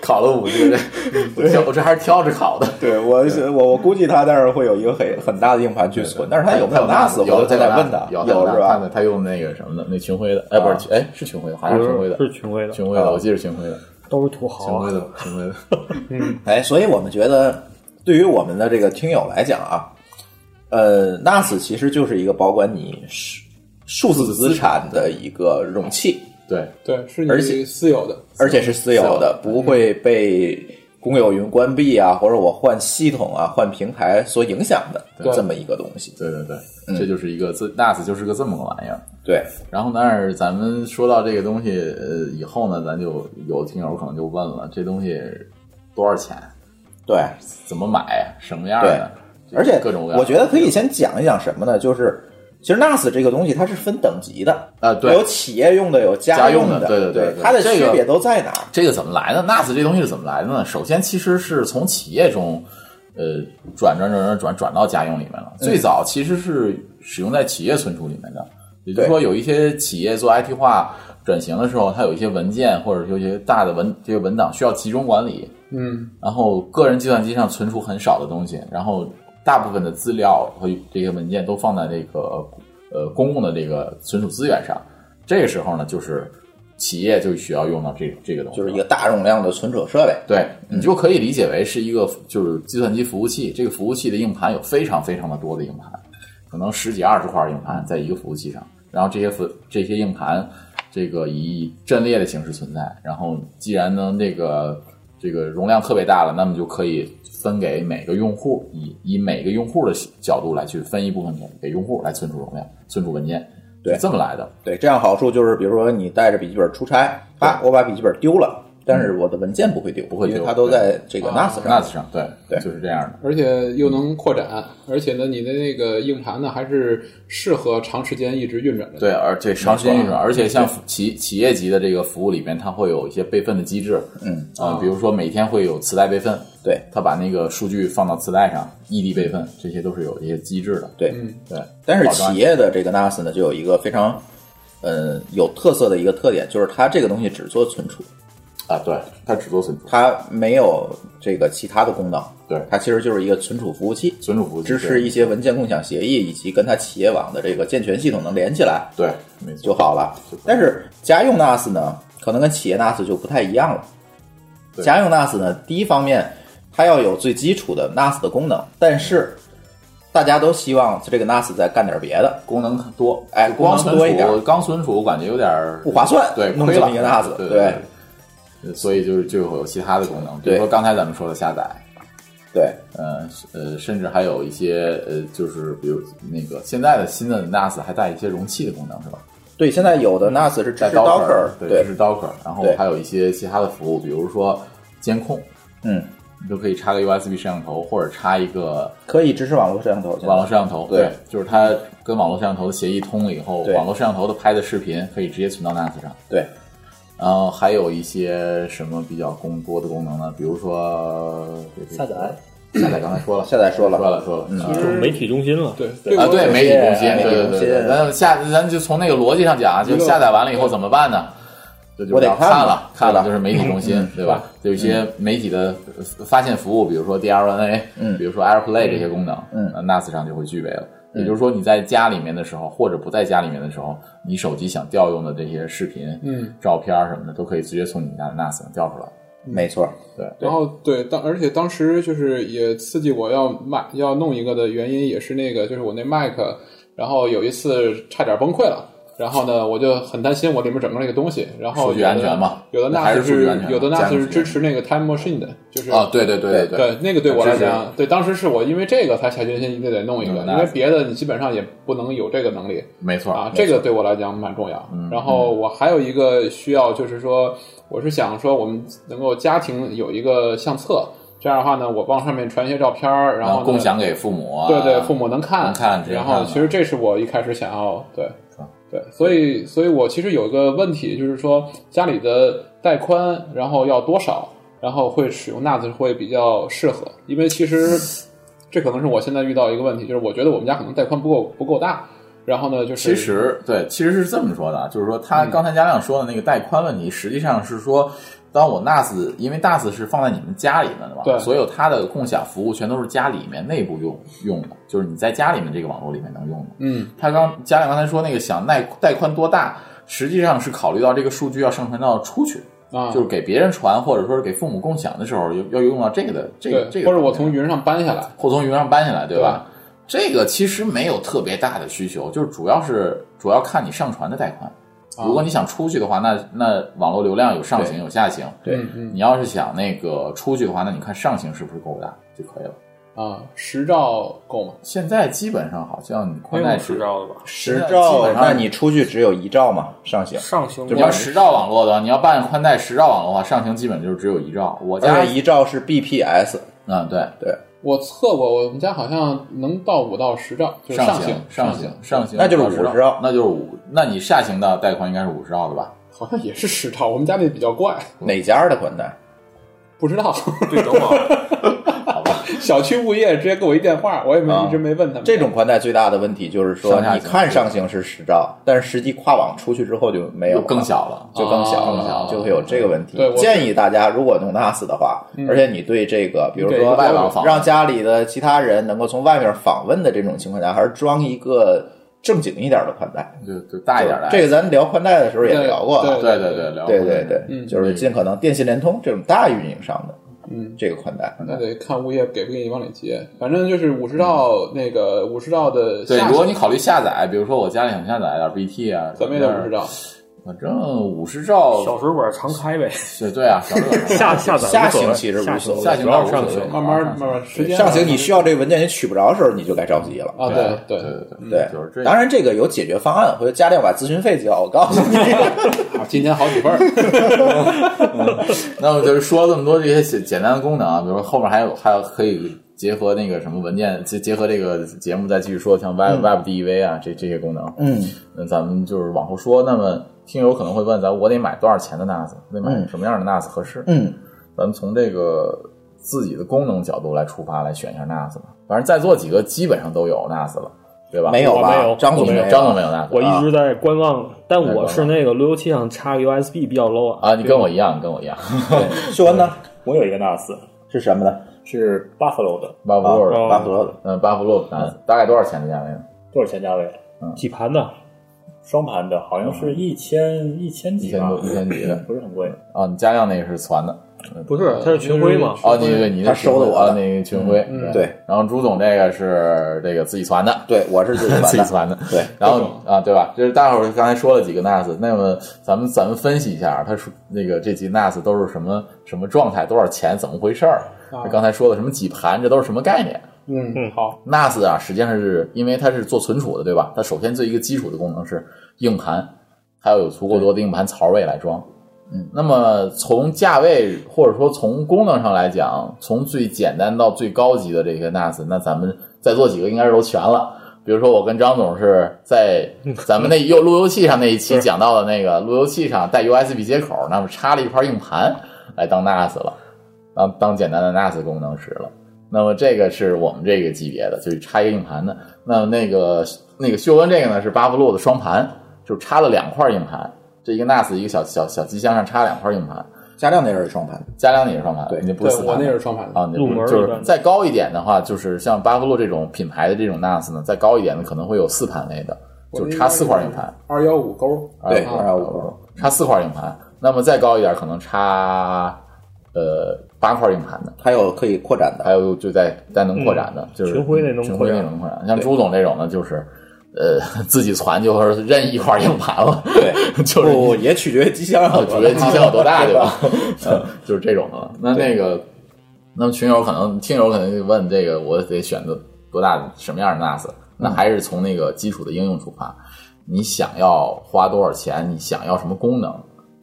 [SPEAKER 4] 考了五十个这，我挑我这还是挑着考的。
[SPEAKER 3] 对我我我估计他那儿会有一个很很大的硬盘去存，但是他有没有 NAS，
[SPEAKER 4] 有
[SPEAKER 3] 我再来问他，
[SPEAKER 4] 有
[SPEAKER 3] 是吧？啊
[SPEAKER 4] 他用那个什么的，那群晖的，哎，不是，哎，是群晖的，好像是群晖的，
[SPEAKER 6] 是群晖的，
[SPEAKER 4] 群晖
[SPEAKER 3] 哦
[SPEAKER 4] 的，我记得是群晖的，
[SPEAKER 6] 都是土
[SPEAKER 4] 群
[SPEAKER 6] 豪啊
[SPEAKER 4] 晖。的，
[SPEAKER 3] <laughs>
[SPEAKER 4] 群晖的。
[SPEAKER 3] 哎，所以我们觉得，对于我们的这个听友来讲啊，呃，NAS 其实就是一个保管你数数字资产的一个容器，
[SPEAKER 4] 对，
[SPEAKER 5] 对，是
[SPEAKER 3] 而且
[SPEAKER 5] 你私有的，
[SPEAKER 3] 而且是私有的，不会
[SPEAKER 4] 嗯
[SPEAKER 3] 被公有云关闭啊，或者我换系统啊、换平台所影响的
[SPEAKER 5] 对
[SPEAKER 3] 这么一个东西。
[SPEAKER 4] 对对
[SPEAKER 3] 嗯
[SPEAKER 4] 对，这就是一个这 NAS 就是个这么个玩意儿。
[SPEAKER 3] 对，
[SPEAKER 4] 然后，但是咱们说到这个东西，呃，以后呢，咱就有听友可能就问了，这东西多少钱？
[SPEAKER 3] 对，
[SPEAKER 4] 怎么买？什么样的？
[SPEAKER 3] 而且
[SPEAKER 4] 各种各样。
[SPEAKER 3] 我觉得可以先讲一讲什么呢？就是其实 NAS 这个东西它是分等级的，
[SPEAKER 4] 啊，
[SPEAKER 3] 有
[SPEAKER 4] 对，
[SPEAKER 3] 企业用的，有家
[SPEAKER 4] 用的
[SPEAKER 3] 的，
[SPEAKER 4] 对对对
[SPEAKER 3] 对
[SPEAKER 4] 对
[SPEAKER 3] 它的
[SPEAKER 4] 这
[SPEAKER 3] 区
[SPEAKER 4] 个
[SPEAKER 3] 别都在哪儿？
[SPEAKER 4] 这个怎么来的？NAS 这东西是怎么来的呢？首先，其实是从企业中，呃，转转转转转转到家用里面了。
[SPEAKER 3] 嗯
[SPEAKER 4] 最早其实是使用在企业存储里面的，也就是说，有一些企业做 IT 化转型的时候，它有一些文件或者有一些大的文这个文档需要集中管理，
[SPEAKER 5] 嗯，
[SPEAKER 4] 然后个人计算机上存储很少的东西，然后大部分的资料和这些文件都放在这个呃公共的这个存储资源上。这个时候呢，就是企业就需要用到这这个东西
[SPEAKER 3] 就
[SPEAKER 4] 了，
[SPEAKER 3] 是一个大容量的存储设备。
[SPEAKER 4] 对
[SPEAKER 3] 嗯
[SPEAKER 4] 你就可以理解为是一个就是计算机服务器，这个服务器的硬盘有非常非常的多的硬盘，可能十几二十块硬盘在一个服务器上，然后这些服这些硬盘这个以阵列的形式存在，然后既然呢这个这个容量特别大了，那么就可以分给每个用户，以以每个用户的角度来去分一部分给给用户来存储容量、存储文件，
[SPEAKER 3] 对
[SPEAKER 4] 是这么来的。
[SPEAKER 3] 对，这样好处就是，比如说你带着笔记本出差，啪，我把笔记本丢了，但是我的文件不会丢，不
[SPEAKER 4] 嗯会丢啊
[SPEAKER 3] 因为它都在这个
[SPEAKER 5] 对
[SPEAKER 3] NAS 上。
[SPEAKER 4] NAS 上对
[SPEAKER 3] 对
[SPEAKER 4] 就是这样的。
[SPEAKER 5] 而且又能扩展，而且呢，你的那个硬盘呢还是适合长时间一直运转的。
[SPEAKER 4] 对，，而且长时间运转，而且像企企业级的这个服务里面，它会有一些备份的机制，
[SPEAKER 3] 嗯
[SPEAKER 4] 啊、比如说每天会有磁带备份，
[SPEAKER 3] 对
[SPEAKER 4] 它把那个数据放到磁带上，异地备份，这些都是有一些机制的。
[SPEAKER 3] 对，
[SPEAKER 5] 嗯，
[SPEAKER 4] 对，
[SPEAKER 3] 但是
[SPEAKER 4] 保障
[SPEAKER 3] 企业的这个 NAS 呢，就有一个非常呃有特色的一个特点，就是它这个东西只做存储，
[SPEAKER 4] 啊，对，它只做存储，
[SPEAKER 3] 它没有这个其他的功能。
[SPEAKER 4] 对
[SPEAKER 3] 它其实就是一个存储服务器，
[SPEAKER 4] 存储服务器
[SPEAKER 3] 支持
[SPEAKER 4] 对
[SPEAKER 3] 一些文件共享协议以及跟它企业网的这个健全系统能连起来
[SPEAKER 4] 对，没错，
[SPEAKER 3] 就好了
[SPEAKER 4] 就可以。
[SPEAKER 3] 但是家用 NAS 呢，可能跟企业 NAS 就不太一样了。
[SPEAKER 4] 对
[SPEAKER 3] 家用 NAS 呢，第一方面它要有最基础的 NAS 的功能，但是大家都希望这个 NAS 再干点别的，
[SPEAKER 4] 功能多，
[SPEAKER 3] 哎功
[SPEAKER 4] 光
[SPEAKER 3] 能
[SPEAKER 4] 存
[SPEAKER 3] 多一
[SPEAKER 4] 储
[SPEAKER 3] 点
[SPEAKER 4] 刚存储我感觉有点儿
[SPEAKER 3] 不划算
[SPEAKER 4] 对，
[SPEAKER 3] 弄
[SPEAKER 4] 亏
[SPEAKER 3] 这
[SPEAKER 4] 了
[SPEAKER 3] 么一个 NAS
[SPEAKER 4] 对
[SPEAKER 3] 对
[SPEAKER 4] 对，所以就是就有其他的功能，比如
[SPEAKER 3] 对
[SPEAKER 4] 说刚才咱们说的下载，
[SPEAKER 3] 对，
[SPEAKER 4] 呃呃，甚至还有一些呃，就是比如那个现在的新的 NAS 还带一些容器的功能是吧？
[SPEAKER 3] 对，现在有
[SPEAKER 4] 嗯
[SPEAKER 3] 的 NAS 是支
[SPEAKER 4] 带
[SPEAKER 3] 持 Docker，
[SPEAKER 4] 对，支持 Docker，然后
[SPEAKER 3] 对
[SPEAKER 4] 还有一些其他的服务，比如说监控，
[SPEAKER 3] 嗯，
[SPEAKER 4] 你就可以插个 USB 摄像头或者插一个
[SPEAKER 3] 可以支持网络摄像头。
[SPEAKER 4] 网络摄像头，
[SPEAKER 3] 对
[SPEAKER 4] 就是它跟网络摄像头的协议通了以后，
[SPEAKER 3] 对
[SPEAKER 4] 网络摄像头的拍的视频可以直接存到 NAS 上。
[SPEAKER 3] 对，
[SPEAKER 4] 然后还有一些什么比较功多的功能呢？比如说下载，下载刚才说了，
[SPEAKER 3] 下载说了
[SPEAKER 4] 说了说了，嗯
[SPEAKER 6] 就是媒体中心了。
[SPEAKER 5] 对，这个
[SPEAKER 4] 啊，对，媒体中心，
[SPEAKER 3] 媒体
[SPEAKER 4] 对对
[SPEAKER 3] 中
[SPEAKER 4] 对对。
[SPEAKER 3] 心
[SPEAKER 4] 咱下，咱就从那个逻辑上讲啊，就
[SPEAKER 5] 一个
[SPEAKER 4] 下载完了以后怎么办呢？这就
[SPEAKER 3] 我得
[SPEAKER 4] 要
[SPEAKER 3] 看
[SPEAKER 4] 看了
[SPEAKER 3] 了，
[SPEAKER 4] 看了
[SPEAKER 3] 对吧
[SPEAKER 4] 就是媒体中心，对吧？有一些媒体的呃发现服务，比如说 DLNA，
[SPEAKER 3] 嗯
[SPEAKER 4] 比如说 AirPlay 这些功能，
[SPEAKER 3] 嗯
[SPEAKER 4] 呃，NAS 上就会具备了。也就是说，你在家里面的时候，或者不在家里面的时候，你手机想调用的这些视频、
[SPEAKER 5] 嗯，
[SPEAKER 4] 照片什么的，都可以直接从你家的 NAS 上调出来。
[SPEAKER 3] 没错，
[SPEAKER 5] 然后对，当而且当时就是也刺激我要买要弄一个的原因也是那个，就是我那 Mac，然后有一次差点崩溃了。然后呢，我就很担心我里面整个那个东西，然后
[SPEAKER 4] 数据
[SPEAKER 5] 有的
[SPEAKER 4] 安全嘛
[SPEAKER 5] 有的
[SPEAKER 4] 还是
[SPEAKER 5] NAS
[SPEAKER 4] 数据安全嘛
[SPEAKER 5] 有的
[SPEAKER 4] 家
[SPEAKER 5] NAS
[SPEAKER 4] 庭
[SPEAKER 5] 是
[SPEAKER 4] 数据
[SPEAKER 5] 支持那个 Time Machine 的，就是
[SPEAKER 4] 啊，对对对对
[SPEAKER 5] 对，那个对我来
[SPEAKER 4] 支持
[SPEAKER 5] 讲，对当时是我因为这个才下决心一定得弄一个，
[SPEAKER 4] 嗯
[SPEAKER 5] 因为别的你基本上也不能有这个能力
[SPEAKER 4] 没错
[SPEAKER 5] 啊。
[SPEAKER 4] 没
[SPEAKER 5] 这
[SPEAKER 4] 错嗯
[SPEAKER 5] 个对我来讲蛮重要。然后我还有一个需要，就是说，我是想说我们能够家庭有一个相册，这样的话呢，我往上面传一些照片儿，
[SPEAKER 4] 然
[SPEAKER 5] 后
[SPEAKER 4] 后
[SPEAKER 5] 呢
[SPEAKER 4] 共享。给父母啊，
[SPEAKER 5] 对对，父母能看，
[SPEAKER 4] 能看直接
[SPEAKER 5] 然
[SPEAKER 4] 看
[SPEAKER 5] 后
[SPEAKER 4] 了
[SPEAKER 5] 其实这是我一开始想要对
[SPEAKER 4] 啊，
[SPEAKER 5] 对，所以所以我其实有一个问题，就是说家里的带宽，然后要多少，然后会使用 NAS 会比较适合，因为
[SPEAKER 4] <laughs>
[SPEAKER 5] 其实这可能是我现在遇到一个问题，就是我觉得我们家可能带宽不够不够大，然后呢就是
[SPEAKER 4] 其实对，其实是这么说的啊，就是说
[SPEAKER 5] 嗯
[SPEAKER 4] 他刚才家亮说的那个带宽问题，实际上是说，当我 NAS 因为 NAS 是放在你们家里面的嘛，
[SPEAKER 5] 对
[SPEAKER 4] 所有它的共享服务全都是家里面内部用用的，就是你在家里面这个网络里面能用的。
[SPEAKER 5] 嗯
[SPEAKER 4] 他刚家亮刚才说那个想带带宽多大，实际上是考虑到这个数据要上传到出去，
[SPEAKER 5] 啊
[SPEAKER 4] 就是给别人传或者说是给父母共享的时候，要要用到这个的这个这
[SPEAKER 5] 对，
[SPEAKER 4] 个
[SPEAKER 5] 或
[SPEAKER 4] 方面，
[SPEAKER 5] 者我从云上搬下来，
[SPEAKER 4] 或从云上搬下来，对吧？这个其实没有特别大的需求，就是主要是主要看你上传的带宽。
[SPEAKER 5] 啊
[SPEAKER 4] 如果你想出去的话，那那网络流量有上行有下行。
[SPEAKER 3] 对
[SPEAKER 5] 嗯嗯
[SPEAKER 4] 你要是想那个出去的话，那你看上行是不是够大就可以了。
[SPEAKER 5] 啊，十兆够吗？
[SPEAKER 4] 现在基本上好像你宽带
[SPEAKER 6] 用
[SPEAKER 4] 只
[SPEAKER 6] 十兆的吧？
[SPEAKER 3] 十
[SPEAKER 4] 基
[SPEAKER 3] 兆，啊
[SPEAKER 4] 本上
[SPEAKER 3] 那你出去只有一兆嘛？上行，
[SPEAKER 6] 上行
[SPEAKER 4] 你要十兆网络的，你要办宽带十兆网络的话，上行基本就是只有一兆。我
[SPEAKER 3] 而
[SPEAKER 4] 家
[SPEAKER 3] 且一兆是 BPS，
[SPEAKER 4] 嗯对
[SPEAKER 3] 对，
[SPEAKER 5] 我测过，我们家好像能到五到十兆，就是
[SPEAKER 4] 上
[SPEAKER 5] 行
[SPEAKER 4] 上
[SPEAKER 5] 行，
[SPEAKER 4] 上行，
[SPEAKER 3] 那就是
[SPEAKER 4] 50
[SPEAKER 3] 50兆
[SPEAKER 4] 那就是五，那你下行的带宽应该是五十兆的吧？
[SPEAKER 5] 好像也是十兆。我们家那比较怪， <laughs>
[SPEAKER 3] 哪家的宽带？
[SPEAKER 5] 不知道。
[SPEAKER 8] 对，等
[SPEAKER 4] 啊
[SPEAKER 5] <laughs>
[SPEAKER 8] 会儿，
[SPEAKER 5] 小区物业直接给我一电话，我也没、
[SPEAKER 4] 啊
[SPEAKER 5] 一直没问他们。
[SPEAKER 3] 这种宽带最大的问题就是说
[SPEAKER 4] 上下，
[SPEAKER 3] 你
[SPEAKER 4] 行
[SPEAKER 3] 看上行是十兆，但是实际跨网出去之后就没有
[SPEAKER 4] 又
[SPEAKER 3] 了
[SPEAKER 4] 更小哦了，
[SPEAKER 3] 就更小
[SPEAKER 5] 啊更小
[SPEAKER 3] 了
[SPEAKER 5] 了，
[SPEAKER 3] 就会有这个问题
[SPEAKER 5] 对。我嗯
[SPEAKER 3] 建议大家，如果弄 NAS 的话，而且你对这个，比如
[SPEAKER 5] 对
[SPEAKER 3] 说
[SPEAKER 5] 外
[SPEAKER 4] 网访问
[SPEAKER 3] 让家里的其他人能够从外面访问的这种情况下，还是装一个正经一点的宽带。
[SPEAKER 4] 就就大一点的。
[SPEAKER 3] 这个咱聊宽带的时候也聊过了，
[SPEAKER 5] 对
[SPEAKER 4] 对对对，聊
[SPEAKER 3] 对对对，
[SPEAKER 5] 嗯
[SPEAKER 3] 就是尽可能电信联通这种大运营商的
[SPEAKER 5] 嗯，
[SPEAKER 3] 这个宽带，
[SPEAKER 5] 那得看物业给不给你往里接。反正就是五十兆那个五十兆的
[SPEAKER 4] 对，
[SPEAKER 5] 下
[SPEAKER 4] 如果
[SPEAKER 5] 行，
[SPEAKER 4] 你考虑下载，比如说我家里想下载点 BT 啊，
[SPEAKER 5] 怎么也得五十，兆。
[SPEAKER 4] 反正五十兆
[SPEAKER 6] 小，水管常开呗，
[SPEAKER 4] 对对啊，小时候
[SPEAKER 6] <laughs> 下下载
[SPEAKER 3] 下
[SPEAKER 6] 无所
[SPEAKER 3] 行
[SPEAKER 6] 谓
[SPEAKER 3] 其实
[SPEAKER 6] 下
[SPEAKER 3] 无
[SPEAKER 6] 行
[SPEAKER 3] 所
[SPEAKER 4] 下
[SPEAKER 3] 谓。
[SPEAKER 4] 行
[SPEAKER 8] 主
[SPEAKER 4] 倒
[SPEAKER 8] 要
[SPEAKER 4] 无
[SPEAKER 8] 是
[SPEAKER 4] 所
[SPEAKER 8] 上
[SPEAKER 4] 谓
[SPEAKER 8] 行
[SPEAKER 5] 慢慢
[SPEAKER 4] 啊
[SPEAKER 5] 慢慢，时间
[SPEAKER 3] 上行你需要这个文件你取不着的时候，你就该着急了。
[SPEAKER 5] 啊，对
[SPEAKER 4] 对
[SPEAKER 5] 对
[SPEAKER 4] 对对
[SPEAKER 3] 对
[SPEAKER 4] 就是这，
[SPEAKER 3] 当
[SPEAKER 4] 样。
[SPEAKER 3] 然这个有解决方案，回头家长把咨询费交，我告诉你。
[SPEAKER 5] 啊，今年好几份儿。
[SPEAKER 4] 那么就是说这么多这些简简单的功能啊，比如说后面还有还有可以结合那个什么文件，结结合这个节目再继续说，像 Web、Web DEV 啊这这些功能，
[SPEAKER 3] <laughs> 嗯，
[SPEAKER 4] 那咱们就是往后说。那么听友可能会问，咱我得买多少钱的 NAS？我得买
[SPEAKER 3] 嗯
[SPEAKER 4] 什么样的 NAS 合适？
[SPEAKER 3] 嗯，
[SPEAKER 4] 咱们从这个自己的功能角度来出发来选一下 NAS 吧。反正在座几个基本上都有 NAS 了，对吧？
[SPEAKER 3] 没有吧？
[SPEAKER 6] 我没有
[SPEAKER 3] 张总
[SPEAKER 6] 我没有
[SPEAKER 4] 张总没有 NAS，
[SPEAKER 6] 我一直
[SPEAKER 4] 啊
[SPEAKER 6] 在观望，但
[SPEAKER 4] 在观
[SPEAKER 6] 我
[SPEAKER 4] 望
[SPEAKER 6] 是那个路由器上插 USB 比较 low 啊。
[SPEAKER 4] 啊，你跟我一样，你跟我一样，
[SPEAKER 3] 秀恩呢？
[SPEAKER 8] 我有一个 NAS
[SPEAKER 3] 是什么呢？
[SPEAKER 8] 是 Buffalo 的，
[SPEAKER 4] 巴甫洛
[SPEAKER 6] 哦
[SPEAKER 4] 的，
[SPEAKER 3] 巴甫洛的
[SPEAKER 4] 嗯，巴甫洛的 NAS 大概多少钱的价位呢？
[SPEAKER 8] 多少钱价位？
[SPEAKER 4] 啊
[SPEAKER 6] 几盘的？
[SPEAKER 8] 双盘的，好像是一千一千
[SPEAKER 4] 一
[SPEAKER 8] 几
[SPEAKER 4] 千
[SPEAKER 8] 吧
[SPEAKER 4] 多，，一千几的
[SPEAKER 8] 不是很贵。
[SPEAKER 4] 啊。你家亮那个是传的，
[SPEAKER 6] 不是，它是群晖嘛？
[SPEAKER 4] 哦，你对，你那
[SPEAKER 3] 他收的
[SPEAKER 4] 群晖
[SPEAKER 3] 我的
[SPEAKER 4] 啊那个群晖，
[SPEAKER 5] 嗯嗯
[SPEAKER 3] 对。
[SPEAKER 4] 然后朱总这个是这个自己传的，
[SPEAKER 3] 对，我 <laughs> 是自己
[SPEAKER 4] 自己
[SPEAKER 3] 办的。
[SPEAKER 4] 传的，
[SPEAKER 3] 对，
[SPEAKER 4] <laughs> 然后啊，对吧？就是大伙儿刚才说了几个 NAS，那么咱们咱们分析一下，啊他说那个这几 NAS 都是什么什么状态，多少钱，怎么回事儿？刚才说的什么几盘，这都是什么概念
[SPEAKER 5] 嗯，好，
[SPEAKER 4] ？NAS 啊，实际上是因为它是做存储的，对吧？它首先最一个基础的功能是硬盘，它要有足够多的硬盘槽位来装。嗯，那么从价位或者说从功能上来讲，从最简单到最高级的这些 NAS，那咱们在座几个应该是都全了。比如说，我跟张总是在 <laughs> 咱们那又路由器上那一期讲到的那个路由器上带 USB 接口，那么插了一块硬盘来当 NAS 了，当当简单的 NAS 功能使了。那么这个是我们这个级别的，就是插一个硬盘的。那么那个那个秀恩这个呢是巴布洛的双盘，就是插了两块硬盘，这一个 NAS 一个小小小机箱上插两块硬盘。
[SPEAKER 3] 家亮那是双盘，
[SPEAKER 4] 加量你是双盘，
[SPEAKER 3] 对
[SPEAKER 4] 你不
[SPEAKER 5] 对
[SPEAKER 4] 是四盘，
[SPEAKER 5] 我那是双盘的。
[SPEAKER 4] 啊，那
[SPEAKER 6] 入门儿
[SPEAKER 4] 就
[SPEAKER 6] 一
[SPEAKER 4] 是
[SPEAKER 6] 般的
[SPEAKER 4] 再高一点的话，就是像巴夫洛这种品牌的这种 NAS 呢，再高一点的可能会有四盘位的，
[SPEAKER 5] 我
[SPEAKER 4] 就
[SPEAKER 5] 那
[SPEAKER 4] 是插四块硬盘，
[SPEAKER 5] 二幺五勾，
[SPEAKER 3] 对，
[SPEAKER 4] 啊
[SPEAKER 3] 我让我
[SPEAKER 4] 插四块硬盘。那么再高一点，可能插呃八块硬盘的，
[SPEAKER 3] 还有可以扩展的，
[SPEAKER 4] 还有就在单能扩展的，就是
[SPEAKER 6] 嗯群晖那能
[SPEAKER 4] 群
[SPEAKER 6] 扩
[SPEAKER 4] 晖
[SPEAKER 6] 展
[SPEAKER 4] 那能扩展。像朱总这种呢，就是呃 <laughs> 自己传就是任意一块硬盘了，
[SPEAKER 3] 对，
[SPEAKER 4] 就是
[SPEAKER 3] 不也哦取决于机箱
[SPEAKER 4] 啊，
[SPEAKER 3] 有
[SPEAKER 4] 主
[SPEAKER 3] 多
[SPEAKER 4] 角
[SPEAKER 3] 大
[SPEAKER 4] 机箱有多大，
[SPEAKER 3] <laughs>
[SPEAKER 4] 对吧？呃就是这种的。那那个，那么群友可能听友可能就问这个，我得选择多大的什么样的 NAS？那还是从那个基础的应用出发，你想要花多少钱，你想要什么功能，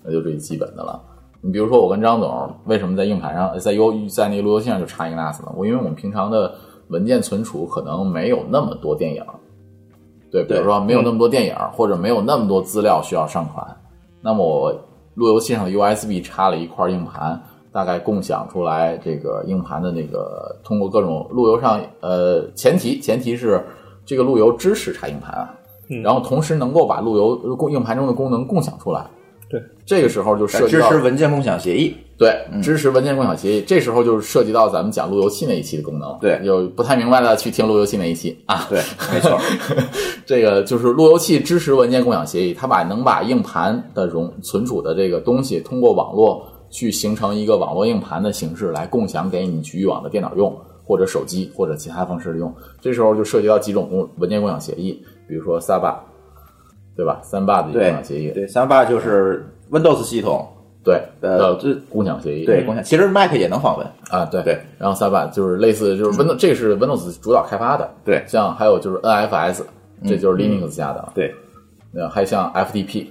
[SPEAKER 4] 那就最基本的了。你比如说，我跟张总为什么在硬盘上，在 U 在那个路由器上就插一个 NAS 呢？我因为我们平常的文件存储可能没有那么多电影，对，比如
[SPEAKER 3] 对
[SPEAKER 4] 说没有那么多电影，或者没有那么多资料需要上传，那么我路由器上的 USB 插了一块硬盘，大概共享出来这个硬盘的那个通过各种路由上，呃，前提前提是这个路由支持插硬盘啊，然后同时能够把路由呃供硬盘中的功能共享出来。
[SPEAKER 6] 对，
[SPEAKER 4] 这个时候就涉及
[SPEAKER 3] 支
[SPEAKER 4] 到
[SPEAKER 3] 持文件共享协议，
[SPEAKER 4] 对，
[SPEAKER 3] 嗯
[SPEAKER 4] 支持文件共享协议，这时候就是涉及到咱们讲路由器那一期的功能。
[SPEAKER 3] 对
[SPEAKER 4] 有不太明白的去听路由器那一期啊。
[SPEAKER 3] 对，没错，
[SPEAKER 4] <laughs> 这个就是路由器支持文件共享协议，它把能把硬盘的容存储的这个东西通过网络去形成一个网络硬盘的形式来共享给你局域网的电脑用，或者手机或者其他方式用。这时候就涉及到几种共文件共享协议，比如说 Saba，对吧？三坝的共
[SPEAKER 3] 对
[SPEAKER 4] 享协议，
[SPEAKER 3] 对，三八就是 Windows 系统，嗯
[SPEAKER 4] 对
[SPEAKER 3] 呃
[SPEAKER 4] 呃
[SPEAKER 3] 这
[SPEAKER 4] 共享协议，
[SPEAKER 3] 对共享，其实 Mac 也能访问，
[SPEAKER 4] 啊，对
[SPEAKER 3] 对。嗯
[SPEAKER 4] 然后三版就是类似，就是 Windows，、这个是 Windows 主导开发的，
[SPEAKER 3] 对嗯
[SPEAKER 4] 像还有就是 NFS，这就是 Linux 下的，
[SPEAKER 3] 对
[SPEAKER 4] 呃，还像 FTP，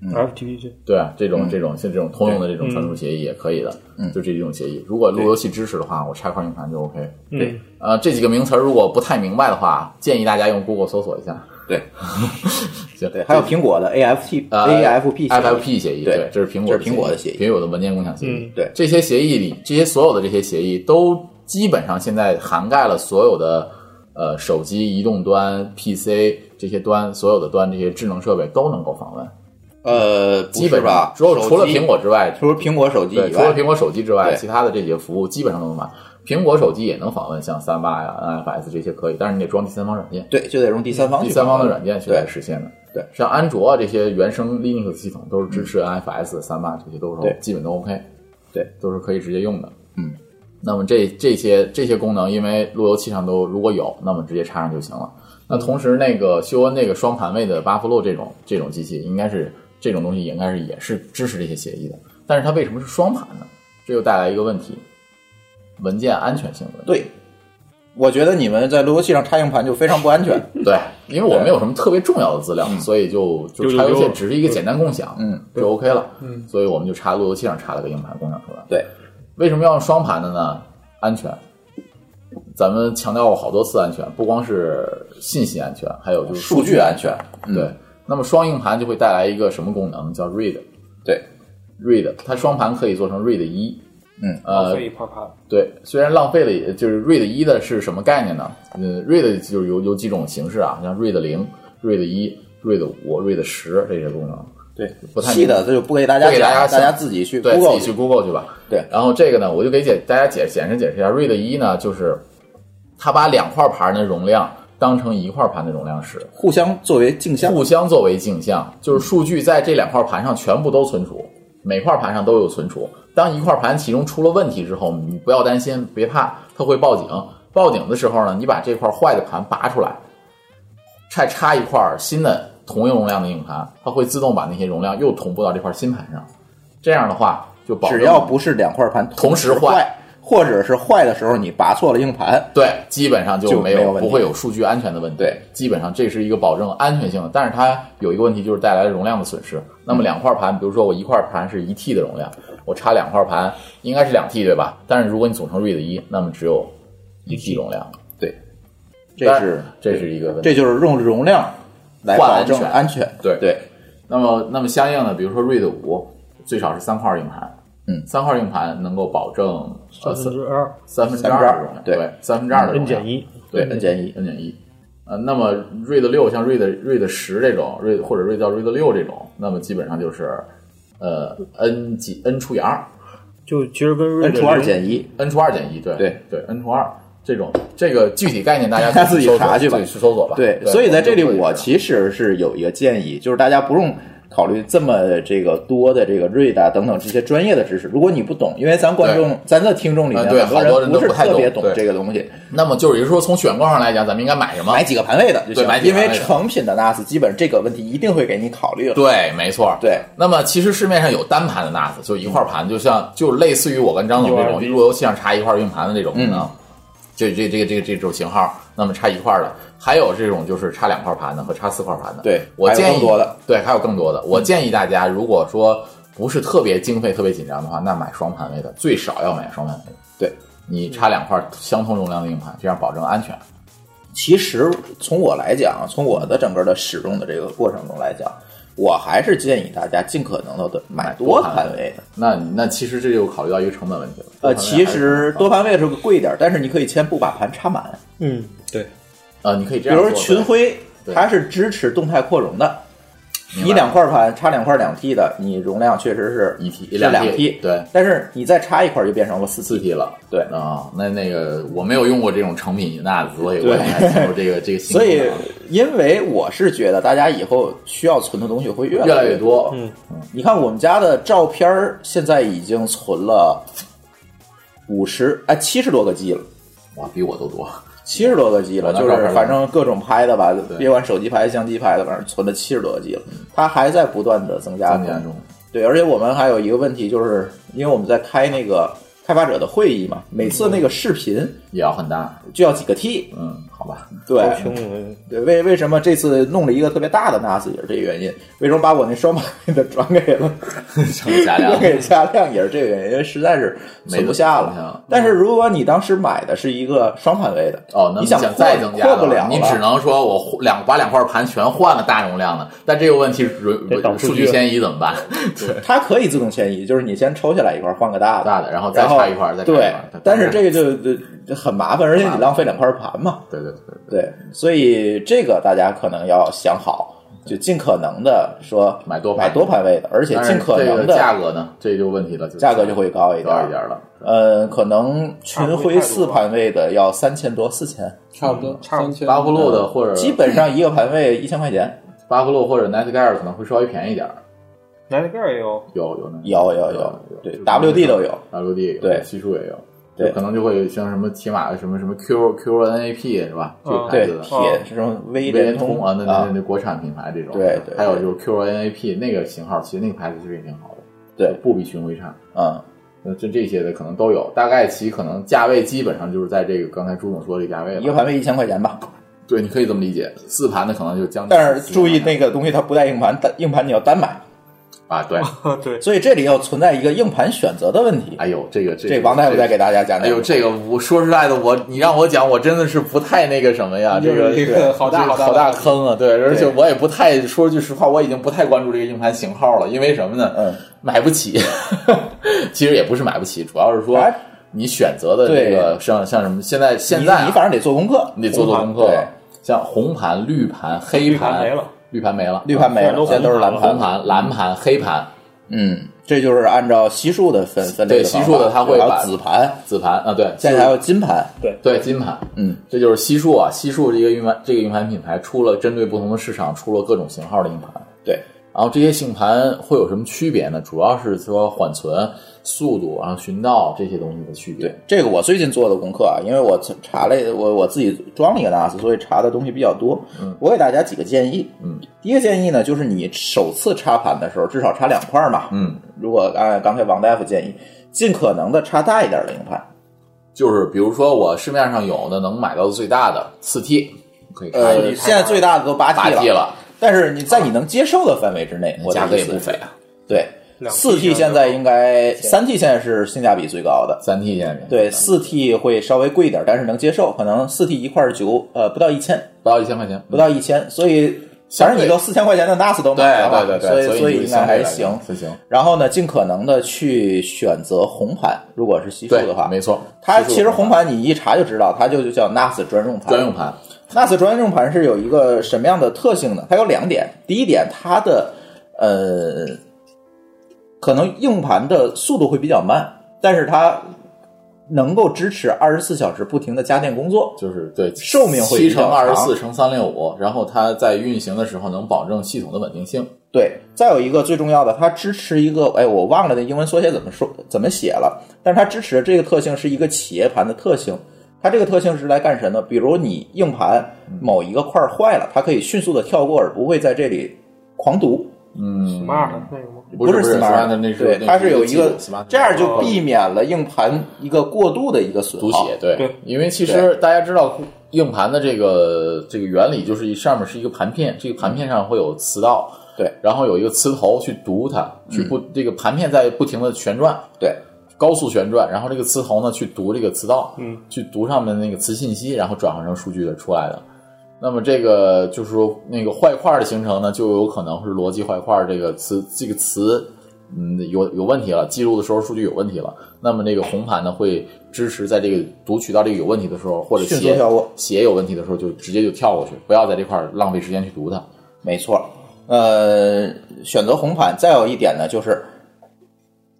[SPEAKER 6] 嗯 FTP
[SPEAKER 4] 对啊，这种这种像这种通用的这种传输协议也可以的，
[SPEAKER 3] 嗯
[SPEAKER 4] 就这几种协议。如果路由器支持的话，我插块硬盘就 OK。
[SPEAKER 6] 对，
[SPEAKER 4] 呃，这几个名词儿如果不太明白的话，建议大家用 Google 搜索一下。
[SPEAKER 3] 对，
[SPEAKER 4] <laughs> 行，
[SPEAKER 3] 对，还有苹果的 AFT
[SPEAKER 4] 呃
[SPEAKER 3] AFP 协议
[SPEAKER 4] FFP 协议，
[SPEAKER 3] 对
[SPEAKER 4] 对，这是苹果
[SPEAKER 3] 这是苹果的协议
[SPEAKER 4] 苹果的文件共享协议
[SPEAKER 6] 嗯。
[SPEAKER 3] 对
[SPEAKER 4] 这些协议里，这些所有的这些协议都基本上现在涵盖了所有的呃手机、移动端、PC 这些端，所有的端这些智能设备都能够访问，
[SPEAKER 3] 呃，不
[SPEAKER 4] 基
[SPEAKER 3] 是
[SPEAKER 4] 本
[SPEAKER 3] 吧
[SPEAKER 4] 上？除了
[SPEAKER 3] 手机
[SPEAKER 4] 除了苹，果之外，
[SPEAKER 3] 除了苹果手机
[SPEAKER 4] 对，
[SPEAKER 3] 以
[SPEAKER 4] 除了
[SPEAKER 3] 外，
[SPEAKER 4] 苹果手机之外，
[SPEAKER 3] 对
[SPEAKER 4] 其他的这些服务基本上都能买。苹果手机也能访问，像三八呀、NFS 这些可以，但是你得装第三方软件，
[SPEAKER 3] 对，就得用第三方
[SPEAKER 4] 第
[SPEAKER 3] 去
[SPEAKER 4] 三
[SPEAKER 3] 访
[SPEAKER 4] 方
[SPEAKER 3] 问
[SPEAKER 4] 的软件去来实现的。
[SPEAKER 3] 对，
[SPEAKER 4] 像安卓啊这些原生 Linux 系统都是支持 NFS、三八这些都
[SPEAKER 3] 对
[SPEAKER 4] 是基本都 OK，
[SPEAKER 3] 对，
[SPEAKER 4] 都是可以直接用的。
[SPEAKER 3] 嗯，
[SPEAKER 4] 那么这这些这些功能，因为路由器上都如果有，那么直接插上就行了。那同时，那个修恩那个双盘位的巴夫洛这种这种机器，应该是这种东西，应该是也是支持这些协议的。但是它为什么是双盘呢？这又带来一个问题，文件安全性的问题。
[SPEAKER 3] 对，我觉得你们在路由器上插硬盘就非常不安
[SPEAKER 4] <laughs>
[SPEAKER 3] 全。
[SPEAKER 4] 对，因为我没有什么特别重要的资料，所以就就插游
[SPEAKER 6] 有有
[SPEAKER 4] 戏
[SPEAKER 6] 有
[SPEAKER 4] 只是一个简单共享，
[SPEAKER 3] 嗯，
[SPEAKER 4] 就 OK 了。
[SPEAKER 5] 嗯
[SPEAKER 4] 所以我们就插路由器上插了个硬盘共享出来。
[SPEAKER 3] 对，
[SPEAKER 4] 为什么要用双盘的呢？安全。咱们强调过好多次安全，不光是信息安全，还有就是
[SPEAKER 3] 数
[SPEAKER 4] 据
[SPEAKER 3] 据安全，嗯
[SPEAKER 4] 对，那么双硬盘就会带来一个什么功能？叫 read。
[SPEAKER 3] 对
[SPEAKER 4] ，read，它双盘可以做成 read 一。
[SPEAKER 3] 嗯，
[SPEAKER 4] 呃，
[SPEAKER 6] 一块盘，
[SPEAKER 4] 对，虽然浪费了，就是 RAID 一的是什么概念呢？嗯，RAID 就是有有几种形式啊，像 RAID 零、RAID 一、RAID 五、RAID 十这些功能。
[SPEAKER 3] 对，
[SPEAKER 4] 不太
[SPEAKER 3] 细的这就不给大家
[SPEAKER 4] 不给
[SPEAKER 3] 讲，
[SPEAKER 4] 大
[SPEAKER 3] 大
[SPEAKER 4] 家讲
[SPEAKER 3] 家自己去
[SPEAKER 4] 对
[SPEAKER 3] Google
[SPEAKER 4] 自己去 Google 去吧。
[SPEAKER 3] 对
[SPEAKER 4] 然后这个呢，我就给解大家解简单解释一下，RAID 一呢，就是它把两块盘的容量当成一块盘的容量使，
[SPEAKER 3] 互相作为镜像。
[SPEAKER 4] 互相作为镜像，就是数据在这两块盘上全部都存储，每块盘上都有存储。当一块盘其中出了问题之后，你不要担心，别怕，它会报警。报警的时候呢，你把这块坏的盘拔出来，再插一块新的同一容量的硬盘，它会自动把那些容量又同步到这块新盘上。这样的话，就保证
[SPEAKER 3] 只要不是两块盘
[SPEAKER 4] 同时
[SPEAKER 3] 时
[SPEAKER 4] 坏
[SPEAKER 3] 坏，或者是坏的时候你拔错了硬盘，
[SPEAKER 4] 对，基本上
[SPEAKER 3] 就
[SPEAKER 4] 就没
[SPEAKER 3] 没有
[SPEAKER 4] 有
[SPEAKER 3] 问题
[SPEAKER 4] 不会有数据安全的问题。
[SPEAKER 3] 对，
[SPEAKER 4] 基本上这是一个保证安全性的，但是它有一个问题就是带来容量的损失。那么两块盘，比如说我一块盘是一 T 的容量，我插两块盘应该是两 T 对吧？但是如果你总成 read 一，那么只有一 T 容量，
[SPEAKER 3] 这是
[SPEAKER 4] 这是一个问题。
[SPEAKER 3] 这就是用容量来
[SPEAKER 4] 换
[SPEAKER 3] 保
[SPEAKER 4] 安
[SPEAKER 3] 证
[SPEAKER 4] 全
[SPEAKER 3] 安全。
[SPEAKER 4] 对
[SPEAKER 3] 对，
[SPEAKER 4] 那么那么相应的，比如说 read 五最少是三块硬盘，
[SPEAKER 3] 嗯
[SPEAKER 4] 三块硬盘能够保证呃
[SPEAKER 6] 三分之二
[SPEAKER 4] 三分之
[SPEAKER 3] 三分之
[SPEAKER 4] 二
[SPEAKER 3] 二
[SPEAKER 4] 的容量，
[SPEAKER 3] 对
[SPEAKER 4] 对，三分之二的容
[SPEAKER 6] ，N
[SPEAKER 4] 量
[SPEAKER 6] 减一，
[SPEAKER 4] 对
[SPEAKER 3] ，N 减一
[SPEAKER 4] ，N 减一。呃，那么 RAID 六像 RAID RAID 十这种，RAID 或者 RAID 到 RAID 六这种，那么基本上就是呃 N 几 N 除以二
[SPEAKER 6] 就哎其实跟
[SPEAKER 3] n
[SPEAKER 6] Read
[SPEAKER 3] 除二减一，
[SPEAKER 4] ，N 除二减一，对
[SPEAKER 3] 对
[SPEAKER 4] 对，N 除二这种这个具体概念大家
[SPEAKER 3] 大家 <laughs> 自己
[SPEAKER 4] 搜索
[SPEAKER 3] 查去吧
[SPEAKER 4] 自己去搜索吧。
[SPEAKER 3] 对，所以在这里我
[SPEAKER 4] 其
[SPEAKER 3] 其实是有一个建议，就是大家不用考虑这么这个多的这个瑞达等等这些专业的知识。如果你不懂，因为咱观众、咱的听众里面
[SPEAKER 4] 啊对
[SPEAKER 3] 很
[SPEAKER 4] 好
[SPEAKER 3] 多
[SPEAKER 4] 多
[SPEAKER 3] 人
[SPEAKER 4] 人
[SPEAKER 3] 不
[SPEAKER 4] 都
[SPEAKER 3] 是
[SPEAKER 4] 不太
[SPEAKER 3] 特别
[SPEAKER 4] 懂
[SPEAKER 3] 懂
[SPEAKER 4] 对
[SPEAKER 3] 这个东西，
[SPEAKER 4] 那么就是说从选购上来讲，咱们应该买什么
[SPEAKER 3] 买？几个盘位的就
[SPEAKER 4] 对
[SPEAKER 3] 行
[SPEAKER 4] 买
[SPEAKER 3] 了，
[SPEAKER 4] 几
[SPEAKER 3] 因
[SPEAKER 4] 个盘位
[SPEAKER 3] 为
[SPEAKER 4] 的
[SPEAKER 3] 成品的 NAS 基本这个问题一定会给你考虑了。
[SPEAKER 4] 对，没错，
[SPEAKER 3] 对
[SPEAKER 4] 那么其实市面上有单盘的 NAS，就一块盘，就像就类似于我跟张总这种
[SPEAKER 6] USB
[SPEAKER 4] 路由器上插一块硬盘的这种功能
[SPEAKER 3] 嗯，
[SPEAKER 4] 这这这个这个这种型号，那么插一块的，还有这种就是插两块盘的和插四块盘的。
[SPEAKER 3] 对
[SPEAKER 4] 我
[SPEAKER 3] 还有
[SPEAKER 4] 建议
[SPEAKER 3] 更多的，
[SPEAKER 4] 对，还有更多的。我建议大家，如果说不是特别经费特别紧张的话，那买双盘位的，最少要买双盘位的。
[SPEAKER 3] 对，
[SPEAKER 4] 你插两块相同容量的硬盘，这样保证安全。
[SPEAKER 3] 其实从我来讲，从我的整个的使用的这个过程中来讲，我还是建议大家尽可能的买多盘位的。
[SPEAKER 4] 那那其实这就考虑到一个成本问题了。
[SPEAKER 3] 呃，
[SPEAKER 4] 多盘位
[SPEAKER 3] 其
[SPEAKER 4] 还是
[SPEAKER 3] 实
[SPEAKER 4] 很
[SPEAKER 3] 多盘位是贵一点，但是你可以先不把盘插满。
[SPEAKER 6] 嗯，
[SPEAKER 4] 呃，你可以这
[SPEAKER 3] 比
[SPEAKER 4] 样
[SPEAKER 3] 如
[SPEAKER 4] 做，
[SPEAKER 3] 说群晖
[SPEAKER 4] 对，
[SPEAKER 3] 它是支持动态扩容的。
[SPEAKER 4] 明白
[SPEAKER 3] 你两块盘插两块两 T 的，你容量确实是
[SPEAKER 4] 一 T
[SPEAKER 3] 是两
[SPEAKER 4] T，对。
[SPEAKER 3] 但是你再插一块就变成了四
[SPEAKER 4] 四四 T 了，
[SPEAKER 3] 对
[SPEAKER 4] 啊、那那个我没有用过这种成品 NAS，所以
[SPEAKER 3] 对
[SPEAKER 4] 我也还进入这个这
[SPEAKER 3] <laughs>
[SPEAKER 4] 个啊新
[SPEAKER 3] 所
[SPEAKER 4] 功能
[SPEAKER 3] 以，因为我是觉得大家以后需要存的东西会越
[SPEAKER 4] 越来
[SPEAKER 3] 越
[SPEAKER 4] 越。多，
[SPEAKER 6] 嗯
[SPEAKER 3] 你看我们家的照片儿现在已经存了五十哎七十多个 G 了，
[SPEAKER 4] 哇，比我都多，
[SPEAKER 3] 七十多个 G 了，
[SPEAKER 4] 我那
[SPEAKER 3] 就
[SPEAKER 4] 照片
[SPEAKER 3] 是
[SPEAKER 4] 儿
[SPEAKER 3] 反正各种拍的吧，
[SPEAKER 4] 对嗯
[SPEAKER 3] 别管手机拍、相机拍的，反正存了七十多个 G 了，它还在不断的增加
[SPEAKER 4] 增加中，
[SPEAKER 3] 对，而且我们还有一个问题，就是因为我们在开那个开发者的会议嘛，每次那个视频
[SPEAKER 4] 也要很大，
[SPEAKER 3] 就要几个 T，
[SPEAKER 4] 嗯，好
[SPEAKER 3] <laughs>
[SPEAKER 4] 吧，
[SPEAKER 3] 对，
[SPEAKER 6] 好汹涌，
[SPEAKER 3] 对，为为什么这次弄了一个特别大的 NAS 也是这个原因？为什么把我那双板的转给了
[SPEAKER 4] 成加量
[SPEAKER 3] 转 <laughs> 给加量也是这个原因，因为实在是存不下
[SPEAKER 4] 没得存不下
[SPEAKER 3] 了。但是如果你当时买的是一个双盘位的，
[SPEAKER 4] 哦，那
[SPEAKER 3] 你
[SPEAKER 4] 你
[SPEAKER 3] 想
[SPEAKER 4] 想再增加
[SPEAKER 3] 扩不了
[SPEAKER 4] 你只能说我换两把两块盘全换了大容量的，但这个问题
[SPEAKER 6] 得
[SPEAKER 4] 容
[SPEAKER 6] 导数
[SPEAKER 4] 数
[SPEAKER 6] 据
[SPEAKER 4] 据迁移怎
[SPEAKER 3] <laughs>
[SPEAKER 4] 么办？对，
[SPEAKER 3] 它可以自动迁移，就是你先抽下来一块儿换个大的，
[SPEAKER 4] 大的，然后再
[SPEAKER 3] 然后
[SPEAKER 4] 插一块儿，再插一
[SPEAKER 3] 对
[SPEAKER 4] 块儿。再插一块儿，
[SPEAKER 3] 但是这个就就就很麻烦，而且你浪费两块盘嘛。
[SPEAKER 4] 对对对对，
[SPEAKER 3] 对，所以这个大家可能要想好，就尽可能的说
[SPEAKER 4] 买多盘
[SPEAKER 3] 买多盘位的，而且
[SPEAKER 4] 但是
[SPEAKER 3] 尽可
[SPEAKER 4] 这
[SPEAKER 3] 能
[SPEAKER 4] 个
[SPEAKER 3] 的
[SPEAKER 4] 价格呢，这就问题了，就
[SPEAKER 3] 价格就会高一点
[SPEAKER 4] 高
[SPEAKER 3] 儿
[SPEAKER 4] 一点了。
[SPEAKER 3] 呃，可能群晖四盘位的要三千多、四千，
[SPEAKER 5] 差不多
[SPEAKER 6] 差不
[SPEAKER 5] 三千
[SPEAKER 4] 巴夫洛的或者
[SPEAKER 3] 嗯基本上一个盘位一千块钱。
[SPEAKER 4] 巴夫洛或者 NetGear 可能会稍微便宜点儿，
[SPEAKER 6] 南盖儿也有， <laughs>
[SPEAKER 4] 有有那个
[SPEAKER 3] 有有有，
[SPEAKER 4] 呃
[SPEAKER 3] 对，WD 都有。
[SPEAKER 4] WD 也有
[SPEAKER 3] 对
[SPEAKER 4] 西数也有，
[SPEAKER 3] 对
[SPEAKER 4] 就可能就会像什么起码什么什么 Q QNAP 是吧？这个牌
[SPEAKER 3] 对
[SPEAKER 4] 子的，。
[SPEAKER 3] 铁是什么微
[SPEAKER 4] 威廉
[SPEAKER 3] 联
[SPEAKER 4] 通
[SPEAKER 3] 通
[SPEAKER 4] 啊，那那那那国产品牌这种，
[SPEAKER 3] 对对
[SPEAKER 4] 还有就是 QNAP 那个型号，其实那个牌子其实也挺好的，
[SPEAKER 3] 对
[SPEAKER 4] 不比巡回差。
[SPEAKER 3] 嗯，
[SPEAKER 4] 那这这些的可能都有，大概其可能价位基本上就是在这个刚才朱总说的这个价位了。
[SPEAKER 3] 一个盘位一千块钱吧。
[SPEAKER 4] 对，你可以这么理解，四盘的可能就将近40万
[SPEAKER 3] 但
[SPEAKER 4] 了，
[SPEAKER 3] 是注意那个东西它不带硬盘，但硬盘你要单买，
[SPEAKER 4] 啊，对，
[SPEAKER 6] 对，
[SPEAKER 3] 所以这里要存在一个硬盘选择的问题。
[SPEAKER 4] 哎呦，这个这
[SPEAKER 3] 这王大夫再给大家讲讲。
[SPEAKER 4] 哎呦，这个我说实在的，我你让我讲，我真的是不太那个什么呀，这个
[SPEAKER 5] 一
[SPEAKER 3] 对
[SPEAKER 5] 个好大
[SPEAKER 4] 好
[SPEAKER 5] 大
[SPEAKER 4] 大
[SPEAKER 5] 大
[SPEAKER 4] 坑啊！对，而且
[SPEAKER 3] 对
[SPEAKER 4] 我也不太说句实话，我已经不太关注这个硬盘型号了，因为什么呢？
[SPEAKER 3] 嗯，
[SPEAKER 4] 买不起。 <laughs> 其实也不是买不起，主要是说
[SPEAKER 3] 哎
[SPEAKER 4] 你选择的这个像像什么，现在现
[SPEAKER 3] 你
[SPEAKER 4] 在啊
[SPEAKER 3] 你反正得做功课，
[SPEAKER 4] 你得做做功课
[SPEAKER 3] 对
[SPEAKER 4] 了。像红盘、绿盘、黑
[SPEAKER 6] 绿盘没了，
[SPEAKER 4] 绿盘没了，
[SPEAKER 3] 绿盘没了，
[SPEAKER 6] 现在都
[SPEAKER 3] 现在都是蓝
[SPEAKER 4] 红盘、蓝盘、黑盘、
[SPEAKER 3] 嗯，这就是按照悉数的分分类
[SPEAKER 4] 对
[SPEAKER 3] 的嗯方法
[SPEAKER 4] 悉数的它会
[SPEAKER 3] 还有
[SPEAKER 4] 把
[SPEAKER 3] 紫盘，
[SPEAKER 4] 紫盘啊，对，
[SPEAKER 3] 现在还有金盘，
[SPEAKER 4] 对金盘，
[SPEAKER 3] 嗯，
[SPEAKER 4] 这就是西数啊，西数这个硬盘这个硬盘品牌出了针对不同的市场，出了各种型号的硬盘。
[SPEAKER 3] 对，
[SPEAKER 4] 然后这些硬盘会有什么区别呢？主要是说缓存、速度，然后寻道这些东西的区别
[SPEAKER 3] 对。，这个我最近做的功课啊，因为我查了我我自己装了一个 NAS，所以查的东西比较多。
[SPEAKER 4] 嗯
[SPEAKER 3] 我给大家几个建议。
[SPEAKER 4] 嗯，
[SPEAKER 3] 第一个建议呢，就是你首次插盘的时候，至少插两块嘛。
[SPEAKER 4] 嗯，
[SPEAKER 3] 如果按刚才王大夫建议，尽可能的插大一点的硬盘。
[SPEAKER 4] 就是比如说我市面上有的能买到的最大的四 T，可以看一下
[SPEAKER 3] 呃，现在最大的都八 T
[SPEAKER 4] 八 T 了，
[SPEAKER 3] 但是你在你能接受的范围之内，我的
[SPEAKER 4] 价格也
[SPEAKER 3] 意思
[SPEAKER 4] 不菲啊，
[SPEAKER 3] 对，
[SPEAKER 6] 两啊 T
[SPEAKER 3] 四 T 现在应该三 T 现在是性价比最高的，
[SPEAKER 4] 三 T 现在
[SPEAKER 3] 对，四 T 会稍微贵一点，但是能接受，可能四 T 一块儿九，呃，不到一千，
[SPEAKER 4] 不到一千块钱，
[SPEAKER 3] 不到一千，所以
[SPEAKER 4] 相
[SPEAKER 3] 反
[SPEAKER 4] 对
[SPEAKER 3] 正你都四千块钱的 NAS 都
[SPEAKER 4] 对
[SPEAKER 3] 买了嘛，
[SPEAKER 4] 对对
[SPEAKER 3] 所
[SPEAKER 4] 对，
[SPEAKER 3] 以
[SPEAKER 4] 所
[SPEAKER 3] 以
[SPEAKER 4] 就
[SPEAKER 3] 应该
[SPEAKER 4] 相对
[SPEAKER 3] 还
[SPEAKER 4] 来
[SPEAKER 3] 行
[SPEAKER 4] 讲。还行，
[SPEAKER 3] 然后呢，尽可能的去选择红盘，如果是西数
[SPEAKER 4] 对
[SPEAKER 3] 的话，，
[SPEAKER 4] 没错。
[SPEAKER 3] 它
[SPEAKER 4] 西数
[SPEAKER 3] 其实红盘你一查就知道，它就就叫 NAS 专用盘。
[SPEAKER 4] 专用盘，
[SPEAKER 3] NAS 专用盘是有一个什么样的特性呢？它有两点，第一点，它的呃，可能硬盘的速度会比较慢，但是它能够支持二十四小时不停的家电工作。
[SPEAKER 4] 就是对
[SPEAKER 3] 寿命会
[SPEAKER 4] 七
[SPEAKER 3] 比较
[SPEAKER 4] 乘二十
[SPEAKER 3] 长
[SPEAKER 4] 四乘三六五，然后它在运行的时候能保证系统的稳定性。
[SPEAKER 3] 对，再有一个最重要的，它支持一个，哎，我忘了那英文缩写怎么说怎么写了，但是它支持的这个特性是一个企业盘的特性。它这个特性是来干什么？比如你硬盘某一个块儿坏了，它可以迅速的跳过，而不会在这里狂读。
[SPEAKER 4] 嗯
[SPEAKER 6] smart 那个吗？
[SPEAKER 4] 不
[SPEAKER 3] 是
[SPEAKER 4] 不是
[SPEAKER 3] smart，
[SPEAKER 4] 的，那是
[SPEAKER 3] 对，
[SPEAKER 4] 那
[SPEAKER 3] 它是有
[SPEAKER 4] 一
[SPEAKER 3] 一个
[SPEAKER 4] 系统 smart
[SPEAKER 3] 这样就
[SPEAKER 6] 哦
[SPEAKER 3] 避免了硬盘一个过度的一个损
[SPEAKER 4] 读
[SPEAKER 3] 耗
[SPEAKER 4] 写，。对
[SPEAKER 6] 对
[SPEAKER 4] 因为其实大家知道硬盘的这个这个原理就是一上面是一个盘片，这个盘片上会有磁道，
[SPEAKER 3] 对，嗯
[SPEAKER 4] 然后有一个磁头去读它，去不、这个盘片在不停的旋转，
[SPEAKER 3] 对，
[SPEAKER 4] 高速旋转，然后这个磁头呢去读这个磁道，
[SPEAKER 6] 嗯，
[SPEAKER 4] 去读上面的那个磁信息，然后转换成数据的出来的。那么这个就是说，那个坏块儿的形成呢，就有可能是逻辑坏块，儿，这个词这个词，嗯，有有问题了，记录的时候数据有问题了。那么这个红盘呢，会支持在这个读取到这个有问题的时候，或者
[SPEAKER 3] 迅速
[SPEAKER 4] 写
[SPEAKER 3] 跳过
[SPEAKER 4] 写有问题的时候，就直接就跳过去，不要在这块儿浪费时间去读它。
[SPEAKER 3] 没错。呃，选择红盘，再有一点呢，就是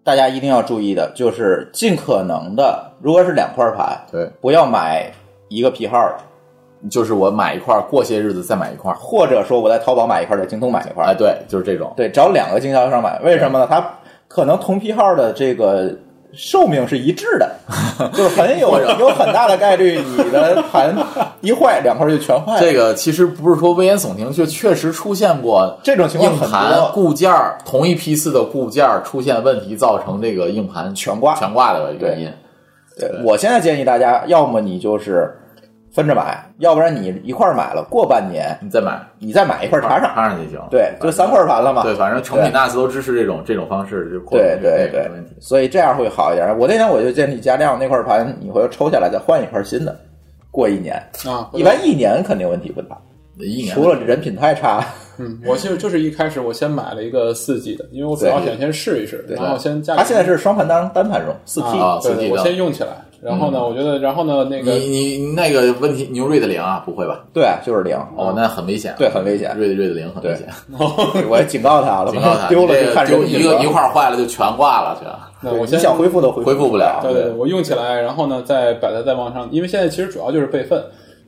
[SPEAKER 3] 大家一定要注意的，就是尽可能的，如果是两块盘，
[SPEAKER 4] 对，
[SPEAKER 3] 不要买一个批号的，
[SPEAKER 4] 就是我买一块儿，过些日子再买一块儿。
[SPEAKER 3] 或者说我在淘宝买一块，在京东买一块，
[SPEAKER 4] 哎哎，对，就是这种。
[SPEAKER 3] 对，找两个经销商买，为什么呢？它可能同批号的这个寿命是一致的，就是很
[SPEAKER 4] <laughs>
[SPEAKER 3] 有有很大的概率你的盘一坏，两块就全坏了。
[SPEAKER 4] 这个其实不是说危言耸听，就确实出现过
[SPEAKER 3] 这种情况
[SPEAKER 4] 硬
[SPEAKER 3] 很
[SPEAKER 4] 盘
[SPEAKER 3] 多，
[SPEAKER 4] 固件儿同一批次的固件儿出现问题，造成这个硬盘
[SPEAKER 3] 全挂
[SPEAKER 4] 全挂的原因。
[SPEAKER 3] 对我现在建议大家，要么你就是分着买，要不然你一块儿买了，过半年
[SPEAKER 4] 你再买
[SPEAKER 3] 你再买一块儿插上，
[SPEAKER 4] 插上就行。
[SPEAKER 3] 对，就三块盘了嘛。
[SPEAKER 4] 对，反正成品大 a 都支持这种这种方式，就扩
[SPEAKER 3] 对
[SPEAKER 4] 充这
[SPEAKER 3] 对
[SPEAKER 4] 个
[SPEAKER 3] 对
[SPEAKER 4] 没问题。，
[SPEAKER 3] 所以这样会好一点。我那天我就建议加量那块盘，你回头抽下来再换一块新的，过一年，
[SPEAKER 5] 啊，
[SPEAKER 3] 一般一年肯定问题不大，
[SPEAKER 4] 一年
[SPEAKER 3] 除了人品太差，
[SPEAKER 5] 嗯，我就就是一开始我先买了一个四 G 的，因为我主要想先试一试，
[SPEAKER 3] 对
[SPEAKER 5] 然后先价格。
[SPEAKER 3] 他现在是双盘当单盘用，四 T，、
[SPEAKER 5] 啊，对
[SPEAKER 4] 4G
[SPEAKER 5] 对，
[SPEAKER 4] 的
[SPEAKER 5] 我先用起来。然后呢，我觉得，然后呢，那
[SPEAKER 4] 你
[SPEAKER 5] 个
[SPEAKER 4] 你你那个问题，你用瑞的零啊？不会吧？
[SPEAKER 3] 对，就是零。
[SPEAKER 4] 哦，那很危险啊。
[SPEAKER 3] 嗯对很危险
[SPEAKER 4] 瑞瑞的零很危险，
[SPEAKER 3] 我警告他了，
[SPEAKER 4] 警告他
[SPEAKER 3] 丢了
[SPEAKER 4] 这
[SPEAKER 3] 就
[SPEAKER 4] 个
[SPEAKER 3] 看人
[SPEAKER 4] 丢
[SPEAKER 3] 品
[SPEAKER 4] 一个
[SPEAKER 3] 了
[SPEAKER 4] 一块儿坏了就全挂了，这
[SPEAKER 5] 那我
[SPEAKER 3] 你
[SPEAKER 5] 先
[SPEAKER 3] 想恢复都恢
[SPEAKER 4] 恢复不了
[SPEAKER 5] 啊对对对，我用起来，然后呢，再把它再往上，因为现在其实主要就是备份，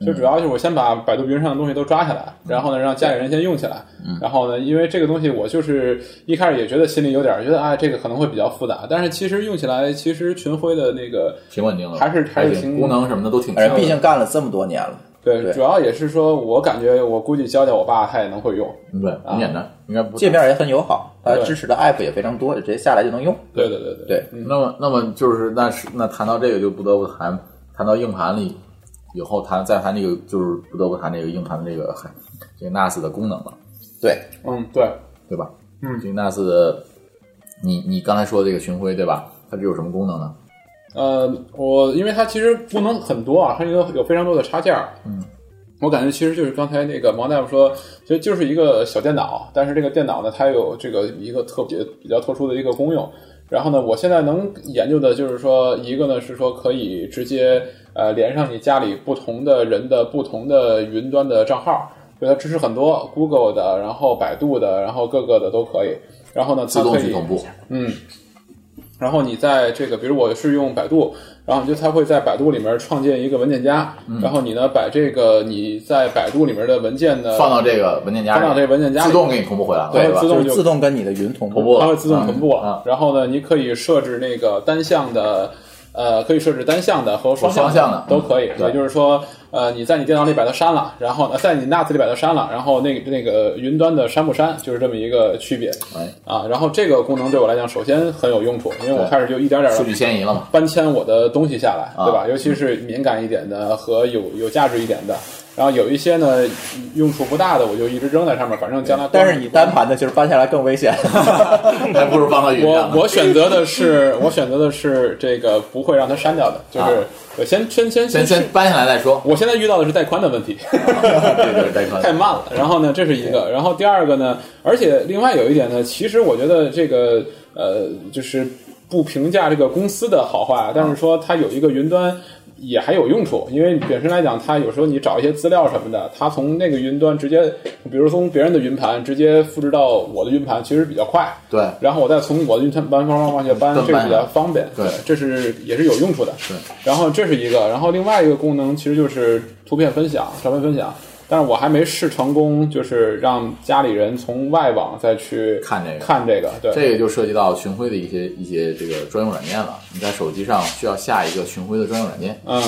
[SPEAKER 5] 就主要就是我先把百度云上的东西都抓下来，然后呢，让家里人先用起来，然后呢，因为这个东西我就是一开始也觉得心里有点儿觉得啊、哎，这个可能会比较复杂，但是其实用起来，其实群晖的那个
[SPEAKER 4] 挺稳定的，
[SPEAKER 5] 还是还
[SPEAKER 4] 还
[SPEAKER 5] 是
[SPEAKER 4] 挺
[SPEAKER 5] 挺
[SPEAKER 4] 功能什么的都挺
[SPEAKER 3] 而且
[SPEAKER 4] 强的。
[SPEAKER 3] 哎毕竟干了这么多年了，
[SPEAKER 5] 对，
[SPEAKER 3] 对
[SPEAKER 5] 主要也是说我感觉我估计教教我爸他也能会用，
[SPEAKER 4] 嗯对，很简单，应该不
[SPEAKER 3] 啊界面也很友好，它
[SPEAKER 5] 对
[SPEAKER 3] 支持的 app 也非常多，就直接下来就能用。
[SPEAKER 5] 对对对对
[SPEAKER 3] 对
[SPEAKER 4] 那么，那么就是那是那谈到这个，就不得不谈谈到硬盘里以后谈再谈这个，就是不得不谈这个硬盘的这个这个 NAS 的功能了，
[SPEAKER 3] 对，
[SPEAKER 5] 嗯对，
[SPEAKER 4] 对吧？
[SPEAKER 5] 嗯
[SPEAKER 4] 这个 NAS 的，你你刚才说的这个巡回对吧？它是有什么功能呢？
[SPEAKER 5] 呃，我因为它其实功能很多啊，它有有非常多的插件嗯，我感觉其实就是刚才那个毛大夫说，其实就是一个小电脑，但是这个电脑呢，它有这个一个特别比较特殊的一个功用。然后呢，我现在能研究的就是说，一个呢是说可以直接呃连上你家里不同的人的不同的云端的账号，所以它支持很多 Google 的，然后百度的，然后各个的都可以。然后呢，它
[SPEAKER 4] 自动
[SPEAKER 5] 可
[SPEAKER 4] 去
[SPEAKER 5] 以
[SPEAKER 4] 同步，
[SPEAKER 5] 嗯，然后你在这个，比如我是用百度，然后你就它会在百度里面创建一个文件夹，
[SPEAKER 4] 嗯
[SPEAKER 5] 然后你呢把这个你在百度里面的文件呢
[SPEAKER 4] 放到这个文件夹里，
[SPEAKER 5] 放到这个文件夹里
[SPEAKER 4] 自动给你同步回来了，
[SPEAKER 5] 对
[SPEAKER 4] 吧
[SPEAKER 5] 自？动
[SPEAKER 3] 就
[SPEAKER 5] 就是
[SPEAKER 3] 自动跟你的云同
[SPEAKER 4] 同
[SPEAKER 3] 步。
[SPEAKER 4] 步了
[SPEAKER 5] 它会自动同步了。
[SPEAKER 4] 啊
[SPEAKER 5] 然后呢，你可以设置那个单向的，呃，可以设置单向的和双
[SPEAKER 4] 双向的嗯
[SPEAKER 5] 都可以。
[SPEAKER 4] 对
[SPEAKER 5] 也就是说，呃，你在你电脑里把它删了，然后呢，在你 NAS 里把它删了，然后那个那个云端的删不删，就是这么一个区别。
[SPEAKER 4] 哎
[SPEAKER 5] 啊，然后这个功能对我来讲，首先很有用处，因为我
[SPEAKER 4] 对
[SPEAKER 5] 开始就一点点
[SPEAKER 4] 数
[SPEAKER 5] 的
[SPEAKER 4] 据迁移了嘛？
[SPEAKER 5] 搬迁我的东西下来，
[SPEAKER 4] 啊
[SPEAKER 5] 对吧？尤其是敏感一点的和有有价值一点的，然后有一些呢用处不大的，我就一直扔在上面，反正将来
[SPEAKER 3] 但是你单盘的其实搬下来更危险，
[SPEAKER 4] <laughs> 还不如放到云
[SPEAKER 5] 我
[SPEAKER 4] 上呢。
[SPEAKER 5] 我选择的是我选择的是这个不会让它删掉的，就是
[SPEAKER 4] 啊
[SPEAKER 5] 我先先先
[SPEAKER 4] 先
[SPEAKER 5] 试，
[SPEAKER 4] 先搬下来再说
[SPEAKER 5] 我现在遇到的是带宽的问题，
[SPEAKER 4] 这就是带宽
[SPEAKER 5] 太慢了。然后呢，这是一个。然后第二个呢，而且另外有一点呢，其实我觉得这个呃，就是不评价这个公司的好坏，啊但是说它有一个云端。也还有用处，因为本身来讲，它有时候你找一些资料什么的，它从那个云端直接，比如从别人的云盘直接复制到我的云盘，其实比较快。
[SPEAKER 4] 对。
[SPEAKER 5] 然后我再从我的云端搬方往下搬
[SPEAKER 4] 搬，
[SPEAKER 5] 这个比较方便。
[SPEAKER 4] 对
[SPEAKER 5] 这是也是有用处的。
[SPEAKER 4] 对，
[SPEAKER 5] 然后这是一个，然后另外一个功能其实就是图片分享、照片分享。但是我还没试成功，就是让家里人从外网再去
[SPEAKER 4] 看这个
[SPEAKER 5] 看这个，对，
[SPEAKER 4] 这个就涉及到巡回的一些一些这个专用软件了。你在手机上需要下一个巡回的专用软件，
[SPEAKER 5] 嗯，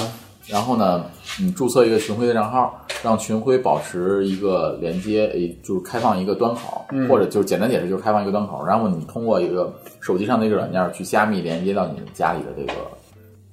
[SPEAKER 4] 然后呢，你注册一个群晖的账号，让群晖保持一个连接，诶就是开放一个端口，
[SPEAKER 3] 嗯
[SPEAKER 4] 或者就是简单解释就是开放一个端口，然后你通过一个手机上的一个软件去加密连接到你家里的这个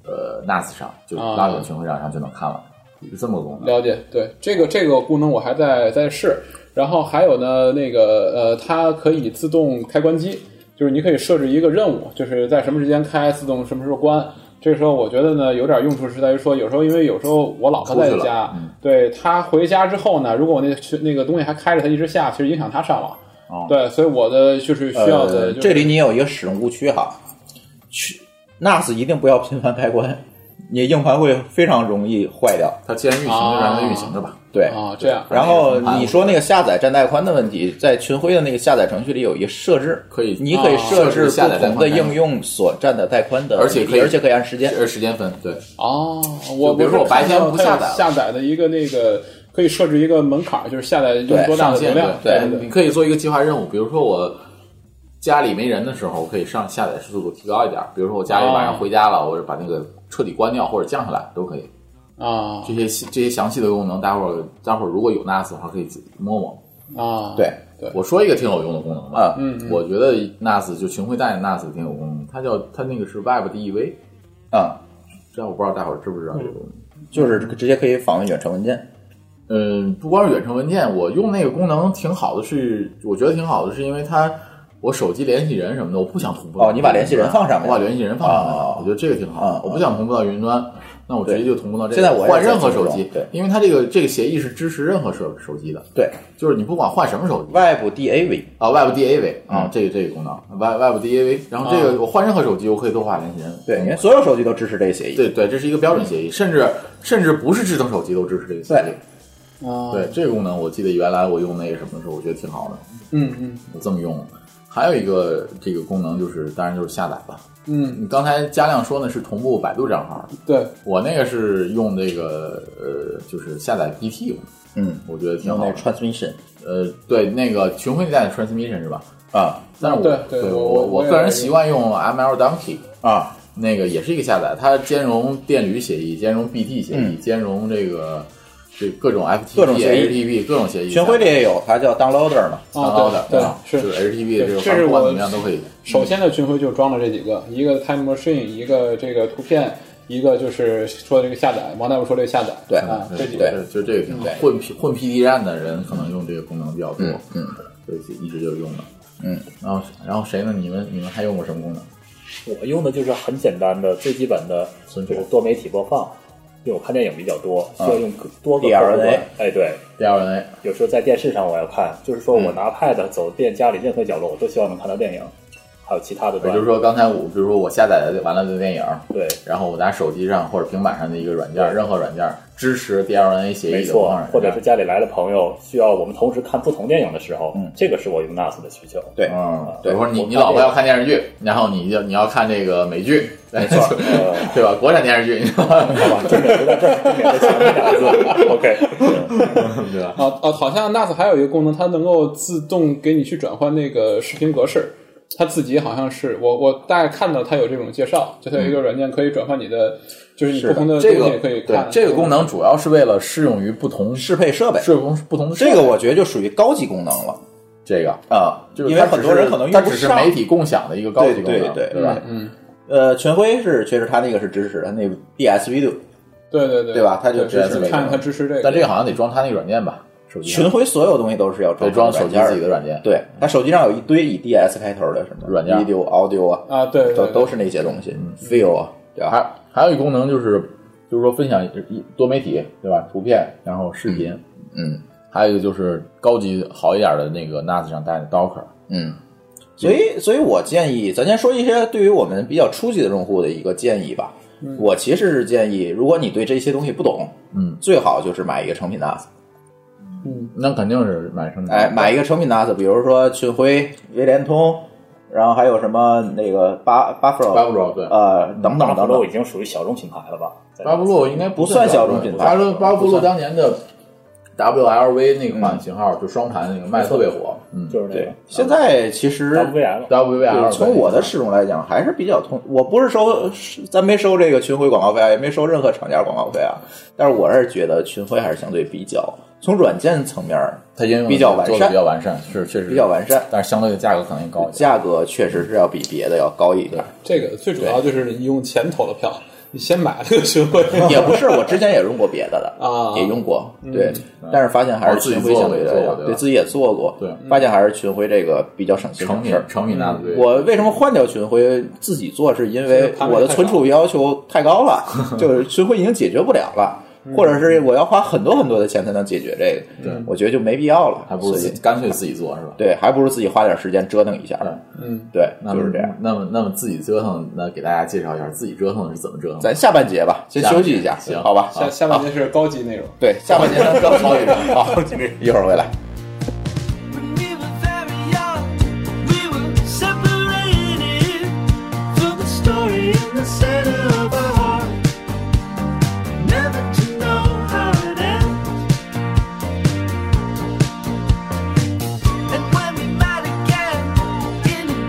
[SPEAKER 4] 呃 NAS 上，就
[SPEAKER 5] 啊
[SPEAKER 4] 拉到群晖上，然后就能看了，是这么个功能。
[SPEAKER 5] 了解，对这个这个功能我还在在试，然后还有呢，那个呃，它可以自动开关机，就是你可以设置一个任务，就是在什么时间开，自动什么时候关。这时候我觉得呢，有点用处是在于说，有时候因为有时候我老婆在
[SPEAKER 4] 出去
[SPEAKER 5] 家
[SPEAKER 4] 了，嗯
[SPEAKER 5] 对她回家之后呢，如果我那个群那个东西还开着，它一直下，其实影响她上网。
[SPEAKER 4] 哦
[SPEAKER 5] 对，所以我的就是需要的、
[SPEAKER 3] 呃
[SPEAKER 5] 就是
[SPEAKER 3] 这里你有一个使用误区哈，去 NAS 一定不要频繁开关， <laughs> 你硬盘会非常容易坏掉。
[SPEAKER 4] 它既然运行，就让它运行着吧。
[SPEAKER 3] 对，
[SPEAKER 5] 啊这样
[SPEAKER 3] 然后你说那个下载占带宽的问题，在群晖的那个下载程序里有一个设置，
[SPEAKER 4] 可以啊
[SPEAKER 3] 你可以
[SPEAKER 5] 哦
[SPEAKER 3] 啊设
[SPEAKER 4] 设置
[SPEAKER 3] 置
[SPEAKER 4] 下载
[SPEAKER 3] 不
[SPEAKER 4] 带
[SPEAKER 3] 同
[SPEAKER 4] 宽
[SPEAKER 3] 的
[SPEAKER 4] 单元
[SPEAKER 3] 应用所占的带宽的比例，
[SPEAKER 4] 而且可以
[SPEAKER 3] 而且可以按时间。
[SPEAKER 4] 呃，时间分对，
[SPEAKER 5] 哦，我
[SPEAKER 4] 就比如说我
[SPEAKER 5] 我是
[SPEAKER 4] 白天
[SPEAKER 5] 看到
[SPEAKER 4] 不
[SPEAKER 5] 它有
[SPEAKER 4] 下载了
[SPEAKER 5] 下载的一个那个可以设置一个门槛儿，就是下载用
[SPEAKER 3] 对
[SPEAKER 5] 多大
[SPEAKER 4] 上
[SPEAKER 5] 的流
[SPEAKER 4] 线
[SPEAKER 5] 量，
[SPEAKER 3] 对
[SPEAKER 5] 对
[SPEAKER 4] 你可以做一个计划任务，比如说我家里没人的时候，我可以上下载速度提高一点儿。比如说我家里晚上回家了，我就把那个彻底关掉或者降下来都
[SPEAKER 5] 哦
[SPEAKER 4] 可以。
[SPEAKER 5] 啊
[SPEAKER 4] 这些细这些详细的功能，待会儿待会儿如果有 NAS 的话，可以摸摸。
[SPEAKER 5] 啊，
[SPEAKER 3] 对，
[SPEAKER 4] 我说一个挺有用的功能吧，
[SPEAKER 3] 啊
[SPEAKER 5] 嗯，嗯
[SPEAKER 4] 我觉得 NAS 就群晖带 NAS 挺有功能，它叫它那个是 Web DEV，
[SPEAKER 3] 啊，
[SPEAKER 4] 这我不知道大伙儿知不知道这
[SPEAKER 5] 嗯
[SPEAKER 4] 个功能。
[SPEAKER 3] 就是直接可以访问远程文件。
[SPEAKER 4] 嗯，不光是远程文件，我用那个功能挺好的是，我觉得挺好的是因为它我手机联系人什么的，我不想同步到
[SPEAKER 3] 哦你把联系人放上面
[SPEAKER 4] 我把联系人放上面，
[SPEAKER 3] 哦
[SPEAKER 4] 我觉得这个挺好的
[SPEAKER 3] 哦哦
[SPEAKER 4] 我不想同步到云端，那我直接
[SPEAKER 3] 对
[SPEAKER 4] 就同步到这
[SPEAKER 3] 现
[SPEAKER 4] 个。
[SPEAKER 3] 在我也
[SPEAKER 4] 换
[SPEAKER 3] 在
[SPEAKER 4] 任何
[SPEAKER 3] 这
[SPEAKER 4] 手
[SPEAKER 3] 种
[SPEAKER 4] 机，
[SPEAKER 3] 对
[SPEAKER 4] 因为它这个这个协议是支持任何手手机的，
[SPEAKER 3] 对
[SPEAKER 4] 就是你不管换什么手机。
[SPEAKER 3] ，Web DAV
[SPEAKER 4] 啊，Web DAV 啊
[SPEAKER 3] 嗯，
[SPEAKER 4] 这个这个功能，Web Web DAV，然后这个我换任何手机，我可以多画联系人。
[SPEAKER 3] 对，因为所有手机都支持这个协议。
[SPEAKER 4] 对对，这是一个标准协议，甚至甚至不是智能手机都支持这个协议
[SPEAKER 3] 对。
[SPEAKER 5] 啊，
[SPEAKER 4] 对，这个功能，我记得原来我用那个什么的时候，我觉得挺好的，
[SPEAKER 5] 嗯嗯
[SPEAKER 4] 我这么用。还有一个这个功能就是，当然就是下载了。
[SPEAKER 5] 嗯，
[SPEAKER 4] 你刚才嘉亮说呢是同步百度账号，
[SPEAKER 5] 对，
[SPEAKER 4] 我那个是用这个呃，就是下载 BT 嘛，
[SPEAKER 3] 嗯，
[SPEAKER 4] 我觉得挺
[SPEAKER 3] 用
[SPEAKER 4] 好
[SPEAKER 3] 那
[SPEAKER 4] 的
[SPEAKER 3] 个。transmission
[SPEAKER 4] 呃，对，那个群晖带的 Transmission 是吧？
[SPEAKER 3] 啊
[SPEAKER 4] 但是我
[SPEAKER 5] 对对我
[SPEAKER 4] 我
[SPEAKER 5] 我我也
[SPEAKER 4] 个人习惯用 ML Donkey，
[SPEAKER 3] 啊，
[SPEAKER 4] 那个也是一个下载，它兼容电驴协议、兼容 BT 协议、
[SPEAKER 3] 嗯
[SPEAKER 4] 兼容这个这各种 FTP、
[SPEAKER 3] 各种协议
[SPEAKER 4] HTTP 各种协议。
[SPEAKER 3] 全辉里也有，它叫 downloader 嘛。
[SPEAKER 4] 高
[SPEAKER 5] 啊
[SPEAKER 4] 的，
[SPEAKER 5] 对
[SPEAKER 4] 吧
[SPEAKER 5] 对。
[SPEAKER 4] 就是 HTTP 的这个
[SPEAKER 5] 这
[SPEAKER 4] 发
[SPEAKER 5] 是
[SPEAKER 4] 布
[SPEAKER 5] 我
[SPEAKER 4] 怎么样都可以。
[SPEAKER 5] 首先的群晖就装了这几个，一个 Time Machine，一个这个图片，一个就是说的这个下载，王大夫说这个下载，
[SPEAKER 3] 对
[SPEAKER 5] 啊，这几
[SPEAKER 4] 嗯对
[SPEAKER 5] 个，
[SPEAKER 4] 对，就这个挺好
[SPEAKER 3] 对。
[SPEAKER 4] 混 P 混 PD 站的人可能用这个功能比较多，
[SPEAKER 3] 嗯嗯，
[SPEAKER 4] 所以就一直就用了。
[SPEAKER 3] 嗯，
[SPEAKER 4] 然后然后谁呢？你们你们还用过什么功能？
[SPEAKER 8] 我用的就是很简单的、最基本的，就是多媒体播放。因为我看电影比较多，需要用个多个
[SPEAKER 3] DRNA
[SPEAKER 8] 客户端哎，对，
[SPEAKER 4] 第二位，
[SPEAKER 8] 有时候在电视上我要看，就是说我
[SPEAKER 3] 嗯
[SPEAKER 8] 拿 Pad 走遍家里任何角落，我都希望能看到电影，还有其他的
[SPEAKER 4] 也
[SPEAKER 8] 端。
[SPEAKER 4] 就是说刚才我比如说我下载完了的电影，
[SPEAKER 8] 对，
[SPEAKER 4] 然后我拿手机上或者平板上的一个软件，任何软件支持 DLNA 协
[SPEAKER 8] 没
[SPEAKER 4] 议的播
[SPEAKER 8] 错
[SPEAKER 4] 放软，件，
[SPEAKER 8] 或者是家里来了朋友，需要我们同时看不同电影的时候，
[SPEAKER 3] 嗯
[SPEAKER 8] 这个是我用 NAS 的需求。
[SPEAKER 3] 对，
[SPEAKER 4] 嗯，
[SPEAKER 3] 对
[SPEAKER 4] 比如说你
[SPEAKER 8] 我
[SPEAKER 4] 你
[SPEAKER 8] 看
[SPEAKER 4] 老
[SPEAKER 8] 这
[SPEAKER 4] 婆
[SPEAKER 8] 个
[SPEAKER 4] 要看电视剧，然后你就你要看这个美剧，没错，
[SPEAKER 8] 呃，
[SPEAKER 4] <laughs> 对吧？国产电视剧，你知道吧？
[SPEAKER 8] 好 <laughs> 吧，重点不在这儿，重点在前面俩字。OK，
[SPEAKER 4] <laughs> 对吧？
[SPEAKER 5] 哦哦，好像 NAS 还有一个功能，它能够自动给你去转换那个视频格式。它自己好像是我我大概看到它有这种介绍，就它有一个软件可以转换你的，就是你不同的东
[SPEAKER 4] 这
[SPEAKER 5] 西
[SPEAKER 4] 个
[SPEAKER 5] 可以
[SPEAKER 4] 对
[SPEAKER 5] 看。
[SPEAKER 4] 这个功能主要是为了适用于不同
[SPEAKER 3] 啊适配设备，
[SPEAKER 4] 适用于不同的设备
[SPEAKER 3] 这个我觉得就属于高级功能了
[SPEAKER 4] 这个。
[SPEAKER 3] 啊，
[SPEAKER 4] 就是
[SPEAKER 3] 因为
[SPEAKER 4] 它只
[SPEAKER 3] 很多人
[SPEAKER 4] 是
[SPEAKER 3] 可能
[SPEAKER 4] 它
[SPEAKER 3] 用不
[SPEAKER 4] 只是
[SPEAKER 3] 上。
[SPEAKER 4] 媒体共享的一个高级功
[SPEAKER 3] 对
[SPEAKER 4] 能，
[SPEAKER 3] 对对
[SPEAKER 4] 对吧？
[SPEAKER 5] 嗯，
[SPEAKER 3] 呃，全辉是确实它那个是支持的，它那 DS Video
[SPEAKER 5] 对对对，
[SPEAKER 3] 对吧它就
[SPEAKER 5] 支
[SPEAKER 3] 支
[SPEAKER 4] 持
[SPEAKER 5] 持
[SPEAKER 4] 这个
[SPEAKER 5] 看它支持这个，
[SPEAKER 4] 但这个好像得装它那个软件吧，手机上
[SPEAKER 3] 群晖所有东西都是要
[SPEAKER 4] 得
[SPEAKER 3] 装
[SPEAKER 4] 装手
[SPEAKER 3] 软
[SPEAKER 4] 机
[SPEAKER 3] 件儿
[SPEAKER 4] 自己的软件。
[SPEAKER 3] 对，它手机上有一堆以 DS 开头的什么
[SPEAKER 4] 软件
[SPEAKER 3] video、audio 啊，
[SPEAKER 5] 啊，对对
[SPEAKER 3] 都
[SPEAKER 5] 对
[SPEAKER 3] 都是那些东西，feel
[SPEAKER 4] 嗯
[SPEAKER 3] 啊，对吧？
[SPEAKER 4] 还还有一个功能就是，就是说分享一多媒体，对吧？图片，然后视频，
[SPEAKER 3] 嗯
[SPEAKER 4] 还有一个就是高级好一点的那个 NAS 上带的 Docker，
[SPEAKER 3] 嗯。所以，所以我建议，咱先说一些对于我们比较初级的用户的一个建议吧。我其实是建议，如果你对这些东西不懂，
[SPEAKER 4] 嗯，
[SPEAKER 3] 最好就是买一个成品 NAS，
[SPEAKER 4] 那肯定是买生产
[SPEAKER 3] 哎，买一个成品 NAS，比如说群晖、微联通，然后还有什么那个巴巴 f r
[SPEAKER 4] 巴
[SPEAKER 3] o
[SPEAKER 4] 布洛，对，
[SPEAKER 3] 呃，等
[SPEAKER 8] 巴布
[SPEAKER 3] 等等
[SPEAKER 8] 洛
[SPEAKER 3] 等
[SPEAKER 8] 已，经属于小众品牌了吧？在
[SPEAKER 4] 巴布洛应该
[SPEAKER 3] 不算小众品牌
[SPEAKER 4] 巴布巴
[SPEAKER 3] 不
[SPEAKER 4] 布洛
[SPEAKER 3] 算
[SPEAKER 4] 当年的 WLV 那
[SPEAKER 3] 嗯
[SPEAKER 4] 款型号就双盘那个卖的特别火，嗯
[SPEAKER 8] 就是那
[SPEAKER 3] 对
[SPEAKER 8] 个，啊
[SPEAKER 3] 现在其实
[SPEAKER 8] WVM，
[SPEAKER 4] ，WVL
[SPEAKER 3] 对，从我的使用来讲，还是比较通。我不是收，是咱没收这个群晖广告费啊，也没收任何厂家广告费啊。但是我是觉得群晖还是相对比较，从软件层面儿
[SPEAKER 4] 它应用
[SPEAKER 3] 比较完
[SPEAKER 4] 做得
[SPEAKER 3] 善
[SPEAKER 4] 比较完善，是确实
[SPEAKER 3] 比较完善，
[SPEAKER 4] 但是相对的价格可能也高一点。
[SPEAKER 3] 价格确实是要比别的要高一点。
[SPEAKER 5] 这个最主要就是你用钱投的票，你先买这个学会
[SPEAKER 3] <laughs> 也不是，我之前也用过别的的
[SPEAKER 5] 啊
[SPEAKER 3] 也用过，对，但是发现还
[SPEAKER 4] 嗯哦
[SPEAKER 3] 是
[SPEAKER 4] 自己
[SPEAKER 3] 群晖
[SPEAKER 4] 做
[SPEAKER 3] 相
[SPEAKER 4] 过
[SPEAKER 3] 对
[SPEAKER 4] 也
[SPEAKER 3] 来
[SPEAKER 4] 做过
[SPEAKER 3] 讲，
[SPEAKER 4] 对吧
[SPEAKER 3] 对自己也做过，
[SPEAKER 4] 对，
[SPEAKER 3] 发现还是群晖这个比较省心
[SPEAKER 4] 成
[SPEAKER 3] 省
[SPEAKER 4] 品
[SPEAKER 3] 事儿。
[SPEAKER 4] 成品纳粹，
[SPEAKER 3] 嗯我为什么换掉群晖自己做，是因为我的存储要求太高
[SPEAKER 4] <laughs>
[SPEAKER 3] 了，就是群晖已经解决不了了，
[SPEAKER 4] 嗯
[SPEAKER 3] 或者是我要花很多很多的钱才能解决这个，对，我觉得就没必要了，
[SPEAKER 4] 还不如
[SPEAKER 3] 所
[SPEAKER 4] 自
[SPEAKER 3] 以
[SPEAKER 4] 己干脆自己做是吧？
[SPEAKER 3] 对，还不如自己花点时间折腾一下，
[SPEAKER 5] 嗯，
[SPEAKER 3] 对，
[SPEAKER 4] 那
[SPEAKER 3] 就是
[SPEAKER 4] 么
[SPEAKER 3] 这样。。
[SPEAKER 4] 那么那么自己折腾，那给大家介绍一下自己折腾是怎么折腾的。
[SPEAKER 3] 咱下半节吧，先休息一下，
[SPEAKER 4] 下半节行
[SPEAKER 3] 好吧？
[SPEAKER 5] 下下半节是高级内容。
[SPEAKER 3] 对，下半节咱
[SPEAKER 4] <laughs>
[SPEAKER 3] 高潮一点，好，一会儿回来。
[SPEAKER 9] And when we met again in a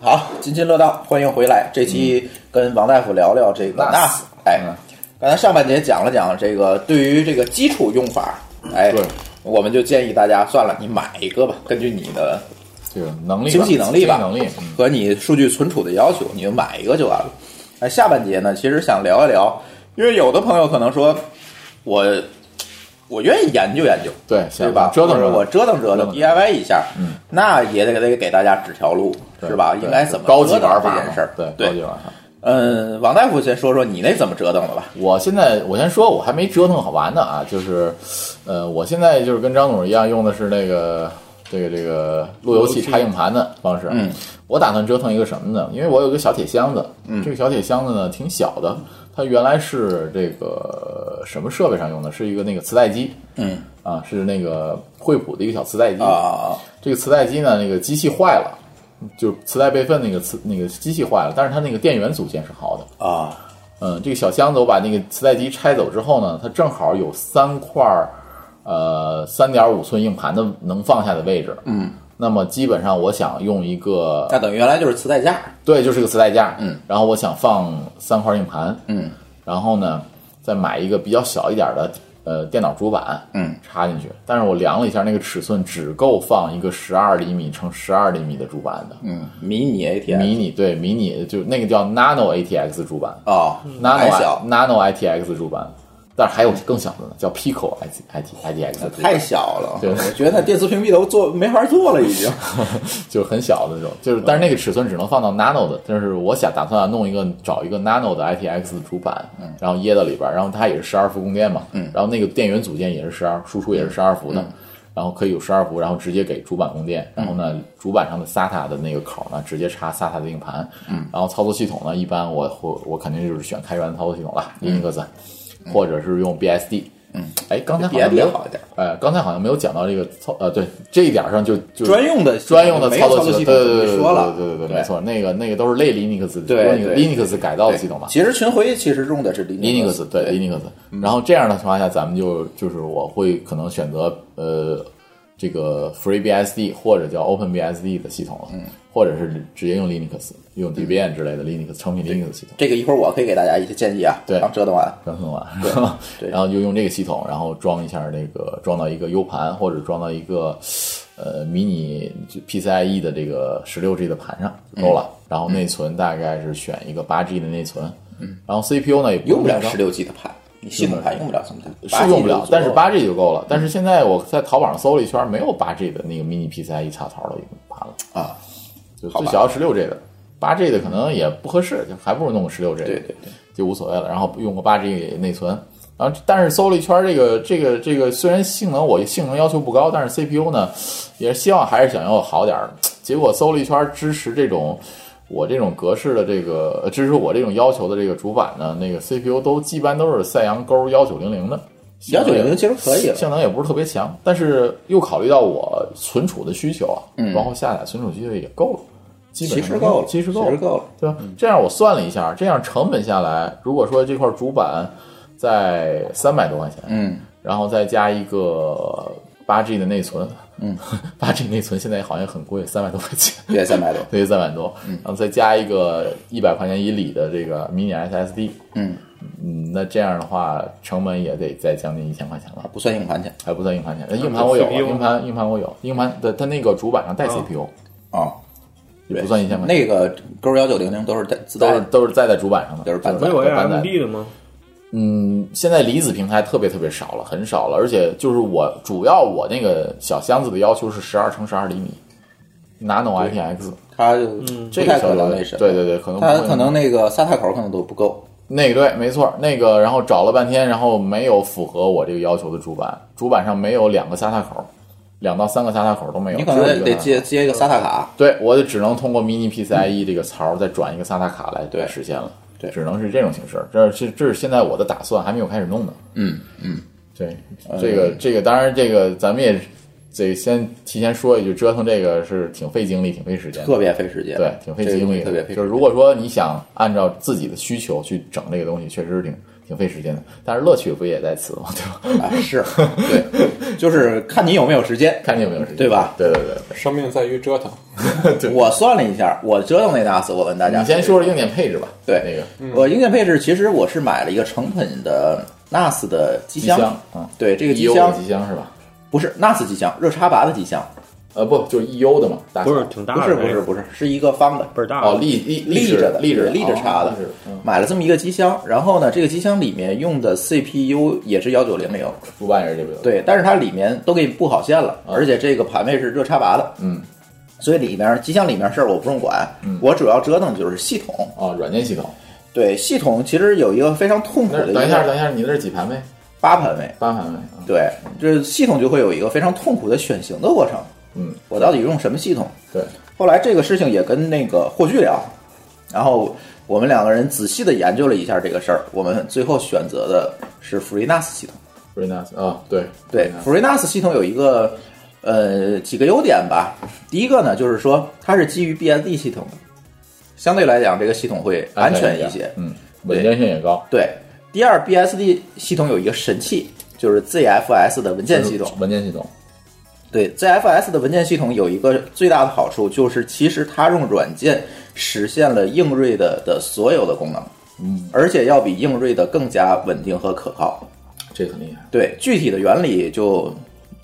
[SPEAKER 9] 好，津津乐道，欢迎回来。这
[SPEAKER 4] 嗯
[SPEAKER 9] 期跟王大夫聊聊这个 NAS。哎，刚才上半节讲了讲这个对于这个基础用法，哎
[SPEAKER 4] 对，
[SPEAKER 9] 我们就建议大家算了，你买一个吧，根据你的
[SPEAKER 4] 这个能力吧，
[SPEAKER 9] 经济能力吧，
[SPEAKER 4] 经济能力，嗯
[SPEAKER 9] 和你数据存储的要求，你就买一个就完了。那下半节呢，其实想聊一聊，因为有的朋友可能说，我我愿意研究研究，
[SPEAKER 4] 对，
[SPEAKER 9] 对
[SPEAKER 4] 行
[SPEAKER 9] 吧？
[SPEAKER 4] 折腾
[SPEAKER 9] 或
[SPEAKER 4] 折腾
[SPEAKER 9] 者我折腾
[SPEAKER 4] 折
[SPEAKER 9] 折腾
[SPEAKER 4] 腾
[SPEAKER 9] DIY 一下，
[SPEAKER 4] 嗯，
[SPEAKER 9] 那也得得给大家指条路，
[SPEAKER 4] 对
[SPEAKER 9] 是吧？
[SPEAKER 4] 对
[SPEAKER 9] 应该怎么
[SPEAKER 4] 高级
[SPEAKER 9] 折腾
[SPEAKER 4] 玩法
[SPEAKER 9] 这
[SPEAKER 4] 嘛
[SPEAKER 9] 件事儿？
[SPEAKER 4] 对，高级
[SPEAKER 9] 对，
[SPEAKER 4] 玩法。
[SPEAKER 9] 嗯，王大夫先说说你那怎么折腾的吧？
[SPEAKER 4] 我现在我先说，我还没折腾好完呢啊，就是，呃，我现在就是跟张总一样，用的是那个这个这个路由器插硬盘的方式。
[SPEAKER 9] 嗯，
[SPEAKER 4] 我打算折腾一个什么呢？因为我有一个小铁箱子，
[SPEAKER 9] 嗯
[SPEAKER 4] 这个小铁箱子呢挺小的，它原来是这个什么设备上用的？是一个那个磁带机
[SPEAKER 9] 嗯
[SPEAKER 4] 啊，是那个惠普的一个小磁带机
[SPEAKER 9] 啊，
[SPEAKER 4] 这个磁带机呢，那个机器坏了，就是磁带备份那个磁那个机器坏了，但是它那个电源组件是好的。
[SPEAKER 9] 啊
[SPEAKER 4] 嗯，这个小箱子我把那个磁带机拆走之后呢，它正好有三块儿，呃，三点五寸硬盘的能放下的位置。
[SPEAKER 9] 嗯，
[SPEAKER 4] 那么基本上我想用一个，
[SPEAKER 9] 那等于原来就是磁带架，
[SPEAKER 4] 对，就是个磁带架。
[SPEAKER 9] 嗯，
[SPEAKER 4] 然后我想放三块硬盘，
[SPEAKER 9] 嗯
[SPEAKER 4] 然后呢，再买一个比较小一点的呃电脑主板
[SPEAKER 9] 嗯
[SPEAKER 4] 插进去。但是我量了一下，那个尺寸只够放一个十二厘米乘十二厘米的主板的。
[SPEAKER 9] 嗯，迷你 ATM
[SPEAKER 4] 迷你对迷你就那个叫 Nano ATX 主板，
[SPEAKER 9] 啊，
[SPEAKER 4] nano
[SPEAKER 9] 还小，
[SPEAKER 4] nano ITX 主板，但是还有更小的呢，叫 Pico IT IT ITX 主
[SPEAKER 9] 太
[SPEAKER 4] 板，
[SPEAKER 9] 小了，
[SPEAKER 4] 对
[SPEAKER 9] 我觉得那电磁屏蔽都做没法做了，已经。
[SPEAKER 4] 就是很小的那种，就是但是那个尺寸只能放到 nano 的，但是我想打算弄一个找一个 nano 的 ITX 主板，然后掖到里边儿，然后它也是十二伏供电嘛，
[SPEAKER 9] 嗯
[SPEAKER 4] 然后那个电源组件也是十二，输出也是十二伏的。然后可以有十二伏，然后直接给主板供电。然后
[SPEAKER 9] 嗯
[SPEAKER 4] 呢，主板上的 SATA 的那个口呢，直接插 SATA 的硬盘。嗯。然后操作系统呢，一般我会我肯定就是选开源的操作系统了，Linux，或
[SPEAKER 9] 嗯
[SPEAKER 4] 者是用 BSD。嗯。哎，刚才好像没有
[SPEAKER 9] BSD 好一点。
[SPEAKER 4] 哎，刚才好像没有讲到这个操呃，对这一点上就就
[SPEAKER 9] 专用的
[SPEAKER 4] 专用的
[SPEAKER 9] 没有
[SPEAKER 4] 作
[SPEAKER 9] 操作
[SPEAKER 4] 系
[SPEAKER 9] 系
[SPEAKER 4] 统，
[SPEAKER 9] 统
[SPEAKER 4] 对对对
[SPEAKER 9] 就没说了
[SPEAKER 4] 对对对对，
[SPEAKER 9] 对
[SPEAKER 4] 没错，那个那个都是类 Linux
[SPEAKER 9] 对
[SPEAKER 4] 用那个
[SPEAKER 9] 对
[SPEAKER 4] Linux 改造的系统嘛
[SPEAKER 9] 其实群晖其实用的是 Linux，嗯
[SPEAKER 4] ，Linux 对 Linux。然后这样的情况下，咱们就就是我会可能选择呃这个 FreeBSD 或者叫 OpenBSD 的系统了，嗯，或者是直接用 Linux、用
[SPEAKER 9] 嗯
[SPEAKER 4] Debian 之类的 Linux 成品 Linux 系统，
[SPEAKER 3] 这个一会儿我可以给大家一些建议啊，
[SPEAKER 4] 对
[SPEAKER 3] 刚折腾完，
[SPEAKER 4] 刚弄完，
[SPEAKER 3] 对
[SPEAKER 4] 然后就用这个系统，然后装一下那个装到一个 U 盘或者装到一个呃迷你就 PCIe E 的这个十六 G 的盘上就够了。然后内存大概是选一个八 G 的内存，嗯，然后 CPU 呢也不
[SPEAKER 3] 用不了
[SPEAKER 4] 太高
[SPEAKER 3] 十六 G 的盘，你系统盘用不了这么大，
[SPEAKER 4] 是用不了，但是八
[SPEAKER 3] 八
[SPEAKER 4] G 就够了。但是现在我在淘宝上搜了一圈，没有八 G 的那个 mini PCIe E 插槽的一个盘了，
[SPEAKER 3] 啊，
[SPEAKER 4] 就
[SPEAKER 3] 好
[SPEAKER 4] 最
[SPEAKER 3] 吧
[SPEAKER 4] 小十六 G 的，八 G 的可能也不合适，就还不如弄个十六 G 的，
[SPEAKER 3] 对对对，
[SPEAKER 4] 就无所谓了。然后用个八 G 内存，然后但是搜了一圈，这个这个这个虽然性能我性能要求不高，但是 CPU 呢也是希望还是想要好点儿。结果搜了一圈，支持这种。我这种格式的这个呃支持我这种要求的这个主板呢，那个 CPU 都一般都是赛扬勾幺九零零的，
[SPEAKER 3] 幺九零零其实可以了，
[SPEAKER 4] 性能也不是特别强，但是又考虑到我存储的需求啊，
[SPEAKER 3] 嗯
[SPEAKER 4] 然后下载存储需求也够了，基
[SPEAKER 3] 其
[SPEAKER 4] 本
[SPEAKER 3] 实
[SPEAKER 4] 上
[SPEAKER 3] 够了，
[SPEAKER 4] 其实够
[SPEAKER 3] 其实，
[SPEAKER 4] 了
[SPEAKER 3] 够了，嗯
[SPEAKER 4] 对吧？这样我算了一下，这样成本下来，如果说这块主板在三百多块钱，
[SPEAKER 3] 嗯，
[SPEAKER 4] 然后再加一个八 G 的内存，嗯，八 <laughs> G 内存现在好像很贵，三百多块钱，
[SPEAKER 3] 也三百多，
[SPEAKER 4] 对，三百多，
[SPEAKER 3] 嗯
[SPEAKER 4] 然后再加一个一百块钱以里的这个 mini SSD，
[SPEAKER 3] 嗯，
[SPEAKER 4] 嗯，那这样的话成本也得再将近一千块钱了。
[SPEAKER 3] 啊不算硬盘钱
[SPEAKER 4] 还不算硬盘钱，那硬盘我有啊，
[SPEAKER 6] CPU
[SPEAKER 4] 硬盘硬盘我有，硬盘的它那个主板上带
[SPEAKER 6] 啊
[SPEAKER 4] CPU，
[SPEAKER 3] 啊，
[SPEAKER 4] 也不算一千块钱，
[SPEAKER 3] 那个勾幺九零零都是带自带
[SPEAKER 4] 都是
[SPEAKER 3] 的，
[SPEAKER 4] 都是载在主板上的，
[SPEAKER 3] 都是半
[SPEAKER 6] 没
[SPEAKER 3] 载
[SPEAKER 6] 有
[SPEAKER 4] 对搬
[SPEAKER 6] AMD 的吗？
[SPEAKER 4] 嗯，现在离子平台特别特别少了，很少了，而且就是我主要我那个小箱子的要求是十二乘十二厘米，Nano IPX
[SPEAKER 3] 它就
[SPEAKER 4] 嗯这
[SPEAKER 3] 不
[SPEAKER 4] 个
[SPEAKER 3] 太
[SPEAKER 4] 小
[SPEAKER 3] 可能
[SPEAKER 4] 的
[SPEAKER 3] 那什么，
[SPEAKER 4] 对对对，可能不
[SPEAKER 3] 它
[SPEAKER 4] 会
[SPEAKER 3] 可能那个仨大口可能都不够，
[SPEAKER 4] 那个对，没错，那个然后找了半天，然后没有符合我这个要求的主板，主板上没有两个 SATA 口，两到三个 SATA 口都没有，
[SPEAKER 3] 你可
[SPEAKER 4] 只有一
[SPEAKER 3] 能
[SPEAKER 4] 个
[SPEAKER 3] 得
[SPEAKER 4] SATA
[SPEAKER 3] 接接一个 SATA 卡，
[SPEAKER 4] 对我只能通过 mini PCIe E 这个槽儿再转一个 SATA 卡来
[SPEAKER 3] 嗯对
[SPEAKER 4] 实现了，
[SPEAKER 3] 对
[SPEAKER 4] 只能是这种形式。这是这是现在我的打算，还没有开始弄呢。
[SPEAKER 3] 嗯
[SPEAKER 4] 嗯，对，这
[SPEAKER 3] 哎
[SPEAKER 4] 个这个当然这个咱们也得先提前说一句，折腾这个是挺费精力、挺费时间的，
[SPEAKER 3] 特别费时间，
[SPEAKER 4] 对，挺费
[SPEAKER 3] 这个
[SPEAKER 4] 精
[SPEAKER 3] 东
[SPEAKER 4] 力
[SPEAKER 3] 西
[SPEAKER 4] 的，
[SPEAKER 3] 特别费时间，
[SPEAKER 4] 就是如果说你想按照自己的需求去整这个东西，确实是挺挺费时间的，但是乐趣不也在此吗？ <laughs> 对吧？
[SPEAKER 3] 啊 <laughs> 是，对，就是看你有没有时间。
[SPEAKER 4] 看你有没有时间，
[SPEAKER 3] 对吧？
[SPEAKER 4] 对对对对。
[SPEAKER 5] 生命在于折腾。
[SPEAKER 3] 我算了一下，我折腾那大次，我问大家，
[SPEAKER 4] 你先说说硬件配置吧，
[SPEAKER 3] 对
[SPEAKER 4] 那个
[SPEAKER 3] 我硬件配置，其实我是买了一个成品的 NAS 的机
[SPEAKER 4] 机
[SPEAKER 3] 箱，，E
[SPEAKER 4] 啊，
[SPEAKER 3] 对这个机
[SPEAKER 4] EO
[SPEAKER 3] 箱
[SPEAKER 4] 的机箱是吧？
[SPEAKER 3] 不是 NAS 机箱，热插拔的机箱，
[SPEAKER 4] 呃，不，就是 EU 的嘛，大小
[SPEAKER 6] 不是挺大
[SPEAKER 3] 不
[SPEAKER 6] 的，
[SPEAKER 3] 是不是
[SPEAKER 6] 是
[SPEAKER 3] 不是，是一个方的，
[SPEAKER 6] 倍儿大的
[SPEAKER 4] 哦，立立
[SPEAKER 3] 啊立
[SPEAKER 4] 着
[SPEAKER 3] 着的，
[SPEAKER 4] 立着
[SPEAKER 3] 对立着插的
[SPEAKER 4] 哦立着嗯，
[SPEAKER 3] 买了这么一个机箱，然后呢，这个机箱里面用的 CPU 也是幺九零零，
[SPEAKER 4] 主板也是这个，，
[SPEAKER 3] 对，但是它里面都给你布好线了，而且这个盘位是热插拔的，
[SPEAKER 4] 嗯，
[SPEAKER 3] 所以里面机箱里面事儿我不用管，我主要折腾就是系统，
[SPEAKER 4] 哦，软件系统。
[SPEAKER 3] 对系统其实有一个非常痛苦
[SPEAKER 4] 那
[SPEAKER 3] 的
[SPEAKER 4] 是
[SPEAKER 3] 一
[SPEAKER 4] 等一下，等
[SPEAKER 3] 个
[SPEAKER 4] 一下，你那是几盘位？
[SPEAKER 3] 八盘位。
[SPEAKER 4] 八盘位啊。
[SPEAKER 3] 对，这系统就会有一个非常痛苦的选型的过程。
[SPEAKER 4] 嗯，
[SPEAKER 3] 我到底用什么系统？
[SPEAKER 4] 对，
[SPEAKER 3] 后来这个事情也跟那个霍炬聊，然后我们两个人仔细的研究了一下这个事儿，我们最后选择的是 FreeNAS 系统。
[SPEAKER 4] FreeNAS 啊，对
[SPEAKER 3] 对
[SPEAKER 4] FreeNAS
[SPEAKER 3] ，FreeNAS 系统有一个呃几个优点吧。第一个呢，就是说它是基于 BSD 系统的，相对来讲这个系统会安全一
[SPEAKER 4] 点
[SPEAKER 3] 些。
[SPEAKER 4] 嗯，稳健性也高，
[SPEAKER 3] 对，第二 BSD 系统有一个神器，就是 ZFS 的文件系统。
[SPEAKER 4] 文件系统，
[SPEAKER 3] 对，ZFS 的文件系统有一个最大的好处，就是其实它用软件实现了硬锐的的所有的功能，
[SPEAKER 4] 嗯，
[SPEAKER 3] 而且要比硬锐的更加稳定和可靠。
[SPEAKER 4] 这很厉害。
[SPEAKER 3] 对，具体的原理就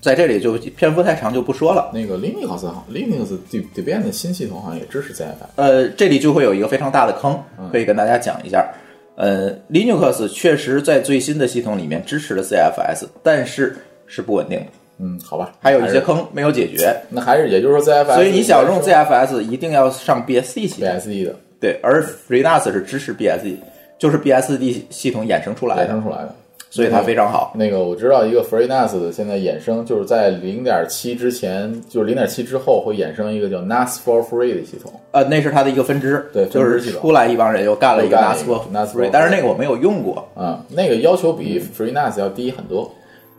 [SPEAKER 3] 在这里就篇幅太长就不说了。
[SPEAKER 4] 那个 Linux 好像 Linux De- Debian 的新系统好像也支持 ZFS，
[SPEAKER 3] 呃，这里就会有一个非常大的坑，
[SPEAKER 4] 嗯
[SPEAKER 3] 可以跟大家讲一下。呃，Linux 确实在最新的系统里面支持了 ZFS，但是是不稳定的，
[SPEAKER 4] 嗯，好吧，
[SPEAKER 3] 还有一些
[SPEAKER 4] 是，
[SPEAKER 3] 坑没有解决。
[SPEAKER 4] 那还是也就是说 ZFS，
[SPEAKER 3] 所以你想用 ZFS，一定要上 BSD 系统。
[SPEAKER 4] BSD E 的
[SPEAKER 3] 对，而 FreeNAS 是支持 BSD，就是 BSD 系统衍生出来
[SPEAKER 4] 衍
[SPEAKER 3] 的，
[SPEAKER 4] 生出来的。嗯
[SPEAKER 3] 所以它非常好。
[SPEAKER 4] 那个我知道一个 FreeNAS 的现在衍生就是在零点七之前，就是零点七之后会衍生一个叫 NAS for Free 的系统。
[SPEAKER 3] 呃，那是它的一个分支，
[SPEAKER 4] 对
[SPEAKER 3] 就
[SPEAKER 4] 分
[SPEAKER 3] 是
[SPEAKER 4] 支系统
[SPEAKER 3] 出来一帮人又干了一个
[SPEAKER 4] 又干
[SPEAKER 3] NAS
[SPEAKER 4] 了一个
[SPEAKER 3] for
[SPEAKER 4] NAS for
[SPEAKER 3] free，但是那个我没有用过。
[SPEAKER 4] 啊、那个要求
[SPEAKER 3] 嗯
[SPEAKER 4] 比 FreeNAS 要低很多。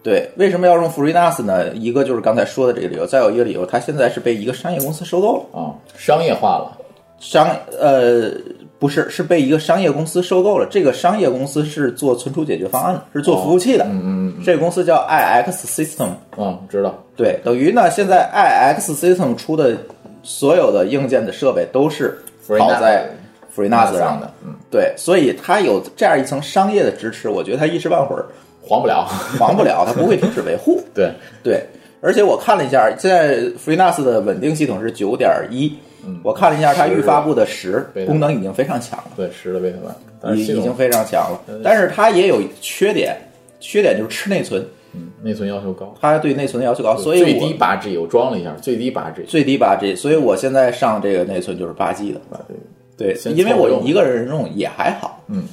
[SPEAKER 3] 对，为什么要用 FreeNAS 呢？一个就是刚才说的这个理由，再有一个理
[SPEAKER 4] 啊
[SPEAKER 3] 由，它现在是被一个商业公司收购了。
[SPEAKER 4] 啊、商业化了，
[SPEAKER 3] 商呃，不是，是被一个商业公司收购了。这个商业公司是做存储解决方案的，是做服务器的。
[SPEAKER 4] 嗯嗯嗯
[SPEAKER 3] 这个公司叫 iX System。
[SPEAKER 4] 嗯，知道。
[SPEAKER 3] 对，等于呢，现在 iX System 出的所有的硬件的设备都是
[SPEAKER 4] Freenas
[SPEAKER 3] 跑在 Freenas
[SPEAKER 4] 上
[SPEAKER 3] 上
[SPEAKER 4] 的
[SPEAKER 3] 的。，
[SPEAKER 4] 嗯，
[SPEAKER 3] 对，所以它有这样一层商业的支持，我觉得它一时半会儿
[SPEAKER 4] 黄
[SPEAKER 3] <laughs>
[SPEAKER 4] 不了。
[SPEAKER 3] 防不
[SPEAKER 4] <laughs>
[SPEAKER 3] 了，它不会停止维护。
[SPEAKER 4] 对，
[SPEAKER 3] 对，而且我看了一下，现在 FreeNAS 的稳定系统是九点一，
[SPEAKER 4] 嗯
[SPEAKER 3] 我看了一下它预发布的十
[SPEAKER 4] 对，的
[SPEAKER 3] 功能已经非常强
[SPEAKER 4] 对，十的贝塔版，但
[SPEAKER 3] 了，
[SPEAKER 4] 是
[SPEAKER 3] 已
[SPEAKER 4] 系
[SPEAKER 3] 已经
[SPEAKER 4] 统呃
[SPEAKER 3] 非常强了。但是它也有缺点，缺点就是吃内存，
[SPEAKER 4] 嗯内存要求高，
[SPEAKER 3] 它对内存的要求高，所以
[SPEAKER 4] 最
[SPEAKER 3] 我
[SPEAKER 4] 低八 G，我装了一下，最低八 G。
[SPEAKER 3] 最低八 G，所以我现在上这个内存就是八 G 的。对，
[SPEAKER 4] 啊先
[SPEAKER 3] 因为
[SPEAKER 4] 凑合
[SPEAKER 3] 我
[SPEAKER 4] 用
[SPEAKER 3] 一个人用也还好。
[SPEAKER 4] 嗯，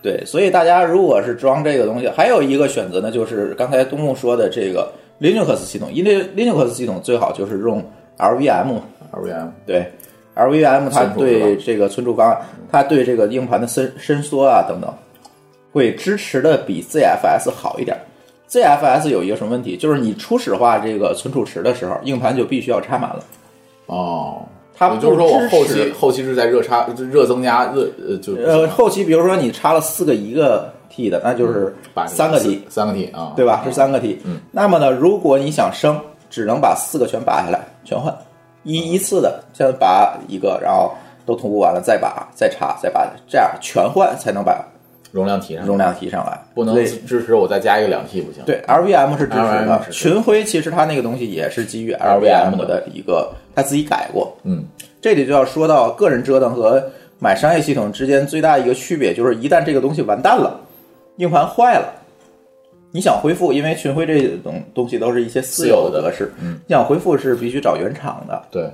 [SPEAKER 3] 对，所以大家如果是装这个东西，还有一个选择呢，就是刚才东木说的这个 Linux 系统，因为 Linux 系统最好就是用 LVM。
[SPEAKER 4] LVM
[SPEAKER 3] 对，LVM 它
[SPEAKER 4] 存储是
[SPEAKER 3] 对
[SPEAKER 4] 吧
[SPEAKER 3] 这个存储方案，它对这个硬盘的伸伸缩啊等等，会支持的比 ZFS 好一点。ZFS 有一个什么问题，就是你初始化这个存储池的时候，硬盘就必须要插满了。
[SPEAKER 4] 哦，
[SPEAKER 3] 它
[SPEAKER 4] 也就是说我
[SPEAKER 3] 不支
[SPEAKER 4] 后期
[SPEAKER 3] 持
[SPEAKER 4] 后期是在热插热增加热呃就
[SPEAKER 3] 呃，后期比如说你插了四个一个 T 的，那就是
[SPEAKER 4] 把
[SPEAKER 3] 三个 T，
[SPEAKER 4] 三个 T 啊，
[SPEAKER 3] 对吧？是三个 T。
[SPEAKER 4] 嗯
[SPEAKER 3] 那么呢，如果你想升，只能把四个全拔下来，全换，
[SPEAKER 4] 嗯
[SPEAKER 3] 一依次的先拔一个，然后都同步完了，再拔，再插，再拔，这样全换才能把
[SPEAKER 4] 容量提上，
[SPEAKER 3] 容量提上来。
[SPEAKER 4] 不能
[SPEAKER 3] 所以
[SPEAKER 4] 支持我再加一个两 T 不行。
[SPEAKER 3] 对 LVM 是支持
[SPEAKER 4] LVM
[SPEAKER 3] 的
[SPEAKER 4] 是，
[SPEAKER 3] 群晖其实它那个东西也是基于 LVM 的一个，它自己改过。
[SPEAKER 4] 嗯，
[SPEAKER 3] 这里就要说到个人折腾和买商业系统之间最大一个区别，就是一旦这个东西完蛋了，硬盘坏了，你想恢复，因为群晖这种东西都是一些私有
[SPEAKER 4] 私有的
[SPEAKER 3] 格式，
[SPEAKER 4] 嗯
[SPEAKER 3] 你想恢复是必须找原厂的。
[SPEAKER 4] 对，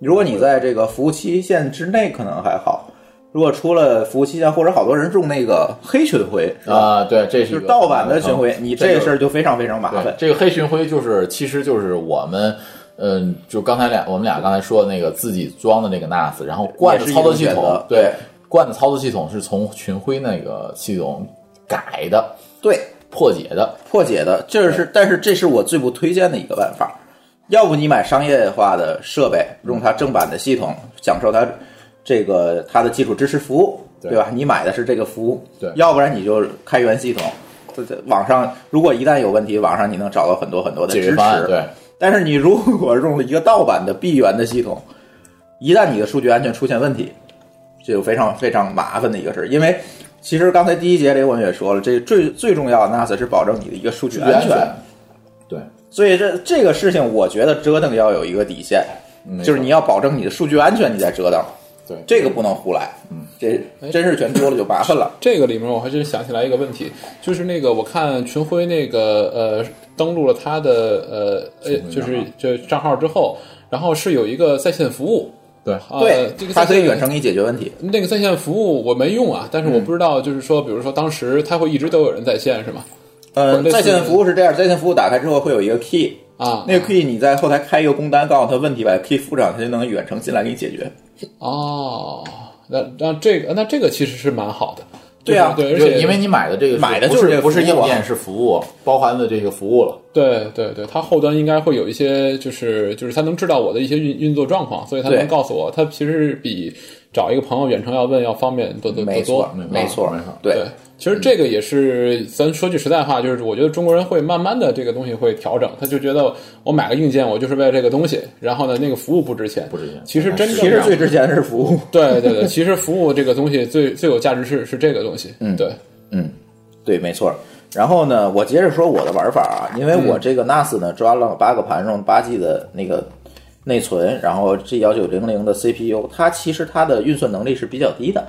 [SPEAKER 3] 如果你在这个服务期限之内可能还好，如果出了服务期限，或者好多人用那个黑群晖是吧？
[SPEAKER 4] 啊，对，这是
[SPEAKER 3] 就是
[SPEAKER 4] 一个
[SPEAKER 3] 盗版的巡回，
[SPEAKER 4] 嗯
[SPEAKER 3] 你这
[SPEAKER 4] 个
[SPEAKER 3] 事儿就非常非常麻
[SPEAKER 4] 对
[SPEAKER 3] 烦，。
[SPEAKER 4] 这个黑巡回就是，其实就是我们，嗯，就刚才俩我们俩刚才说的那个自己装的那个 NAS，然后惯的操作系
[SPEAKER 3] 也是一种选
[SPEAKER 4] 统
[SPEAKER 3] 择，
[SPEAKER 4] 对
[SPEAKER 3] 对，
[SPEAKER 4] 惯的操作系统是从群晖那个系统改的、
[SPEAKER 3] 对，
[SPEAKER 4] 破解的，
[SPEAKER 3] 破解的，这是，但是这是我最不推荐的一个办法。要不你买商业化的设备，用它正版的系统，享受它这个它的基础支持服务，
[SPEAKER 4] 对
[SPEAKER 3] 对吧？你买的是这个服务，
[SPEAKER 4] 对
[SPEAKER 3] 要不然你就开源系统。这这网上如果一旦有问题，网上你能找到很多很多的
[SPEAKER 4] 解
[SPEAKER 3] 支
[SPEAKER 4] 决
[SPEAKER 3] 持。
[SPEAKER 4] 方案，对，
[SPEAKER 3] 但是你如果用了一个盗版的闭源的系统，一旦你的数据安全出现问题，这就非常非常麻烦的一个事儿。因为其实刚才第一节里我们也说了，这最最重要的 NAS 是保证你的一个数据安
[SPEAKER 4] 全，对，
[SPEAKER 3] 所以这这个事情，我觉得折腾要有一个底线，
[SPEAKER 4] 嗯
[SPEAKER 3] 就是你要保证你的数据安全，你再折腾，
[SPEAKER 4] 对
[SPEAKER 3] 这个不能胡来。嗯，这
[SPEAKER 5] 哎
[SPEAKER 3] 真是全多了就麻烦了。
[SPEAKER 5] 这个里面我还真想起来一个问题，就是那个我看群晖那个呃登录了他的呃呃
[SPEAKER 4] 群晖
[SPEAKER 5] 就是
[SPEAKER 4] 账号
[SPEAKER 5] 这账号之后，然后是有一个在线服务，
[SPEAKER 4] 对
[SPEAKER 5] 呃、
[SPEAKER 3] 对
[SPEAKER 5] 这个，
[SPEAKER 3] 它
[SPEAKER 5] 在
[SPEAKER 3] 可以
[SPEAKER 5] 线
[SPEAKER 3] 远程给你解决问题。
[SPEAKER 5] 那个在线服务我没用啊，但是我不知道就是说，比如说当时他会一直都有人在线是吗？
[SPEAKER 3] 呃，
[SPEAKER 5] 类似于
[SPEAKER 3] 在线服务是这样，在线服务打开之后会有一个 key，
[SPEAKER 5] 啊，
[SPEAKER 3] 那个 key 你在后台开一个工单，告诉他问题，把 key 附上，他就能远程进来给你解决。
[SPEAKER 5] 哦，那那这个那这个其实是蛮好的，
[SPEAKER 3] 对啊
[SPEAKER 5] 对，而
[SPEAKER 4] 就
[SPEAKER 5] 且
[SPEAKER 4] 因为你买的这个
[SPEAKER 3] 买的
[SPEAKER 4] 不
[SPEAKER 3] 就是这
[SPEAKER 4] 是
[SPEAKER 3] 个
[SPEAKER 4] 不是
[SPEAKER 3] 服务
[SPEAKER 4] 硬
[SPEAKER 3] 啊
[SPEAKER 4] 件是服务，包含的这个服务了，
[SPEAKER 5] 对对对，它后端应该会有一些，就是就是它能知道我的一些运运作状况，所以它
[SPEAKER 3] 对
[SPEAKER 5] 能告诉我，它其实比找一个朋友远程要问要方便多多多
[SPEAKER 3] 没错，，
[SPEAKER 5] 多啊
[SPEAKER 3] 没错
[SPEAKER 4] 没错，
[SPEAKER 3] 对。
[SPEAKER 5] 其实这个也是，咱说句实在话，就是我觉得中国人会慢慢的这个东西会调整，他就觉得我买个硬件，我就是为了这个东西，然后呢，那个服务不值钱，
[SPEAKER 4] 不值钱
[SPEAKER 5] 其实真正
[SPEAKER 3] 嗯其实最值钱的是服务。
[SPEAKER 5] 对对对，其实服务这个东西最最有价值是是这个东西，
[SPEAKER 3] 嗯
[SPEAKER 5] 对，
[SPEAKER 3] 嗯，对，没错。然后呢，我接着说我的玩法啊，因为我这个 NAS 呢装了八个盘，用八 G 的那个内存，然后 G 幺九零零的 CPU，它其实它的运算能力是比较低的。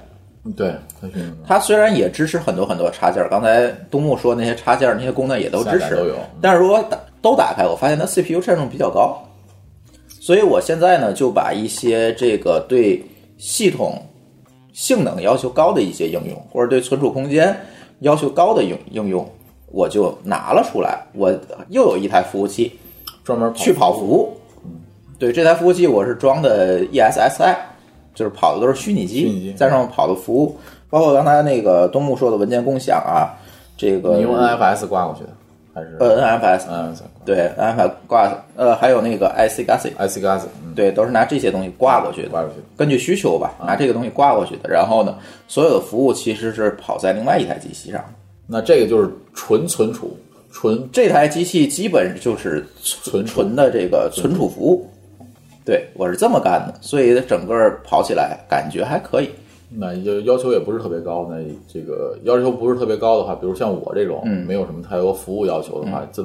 [SPEAKER 4] 对，它是
[SPEAKER 3] 它虽然也支持很多很多插件儿，刚才东木说那些插件儿、那些功能也都支
[SPEAKER 4] 下载
[SPEAKER 3] 持，
[SPEAKER 4] 都有
[SPEAKER 3] 但是如果打都打开，我发现它 CPU 占用比较高，所以我现在呢就把一些这个对系统性能要求高的一些应用，或者对存储空间要求高的应应用，我就拿了出来。我又有一台服务器
[SPEAKER 4] 专门
[SPEAKER 3] 去跑服务，对这台服务器我是装的 E ESSi，就是跑的都是虚拟
[SPEAKER 4] 虚拟机
[SPEAKER 3] 机，在上面跑的服务，包括刚才那个东木说的文件共享啊，这个
[SPEAKER 4] 你用 NFS 挂过去的，还是
[SPEAKER 3] 呃 NFS，
[SPEAKER 4] 嗯
[SPEAKER 3] 对 NFS 挂呃还有那个 ICGAS，
[SPEAKER 4] ，IC gas，嗯，
[SPEAKER 3] 对，都是拿这些东西挂过去的，
[SPEAKER 4] 挂过去的
[SPEAKER 3] 根据需求吧，
[SPEAKER 4] 嗯
[SPEAKER 3] 拿这个东西挂过去的。然后呢，所有的服务其实是跑在另外一台机器上的，
[SPEAKER 4] 那这个就是纯存储，纯
[SPEAKER 3] 这台机器基本就是存存的这个存储服务。对我是这么干的，所以整个跑起来感觉还可以。
[SPEAKER 4] 那就要求也不是特别高。那这个要求不是特别高的话，比如像我这种、
[SPEAKER 3] 嗯
[SPEAKER 4] 没有什么太多服务要求的话，这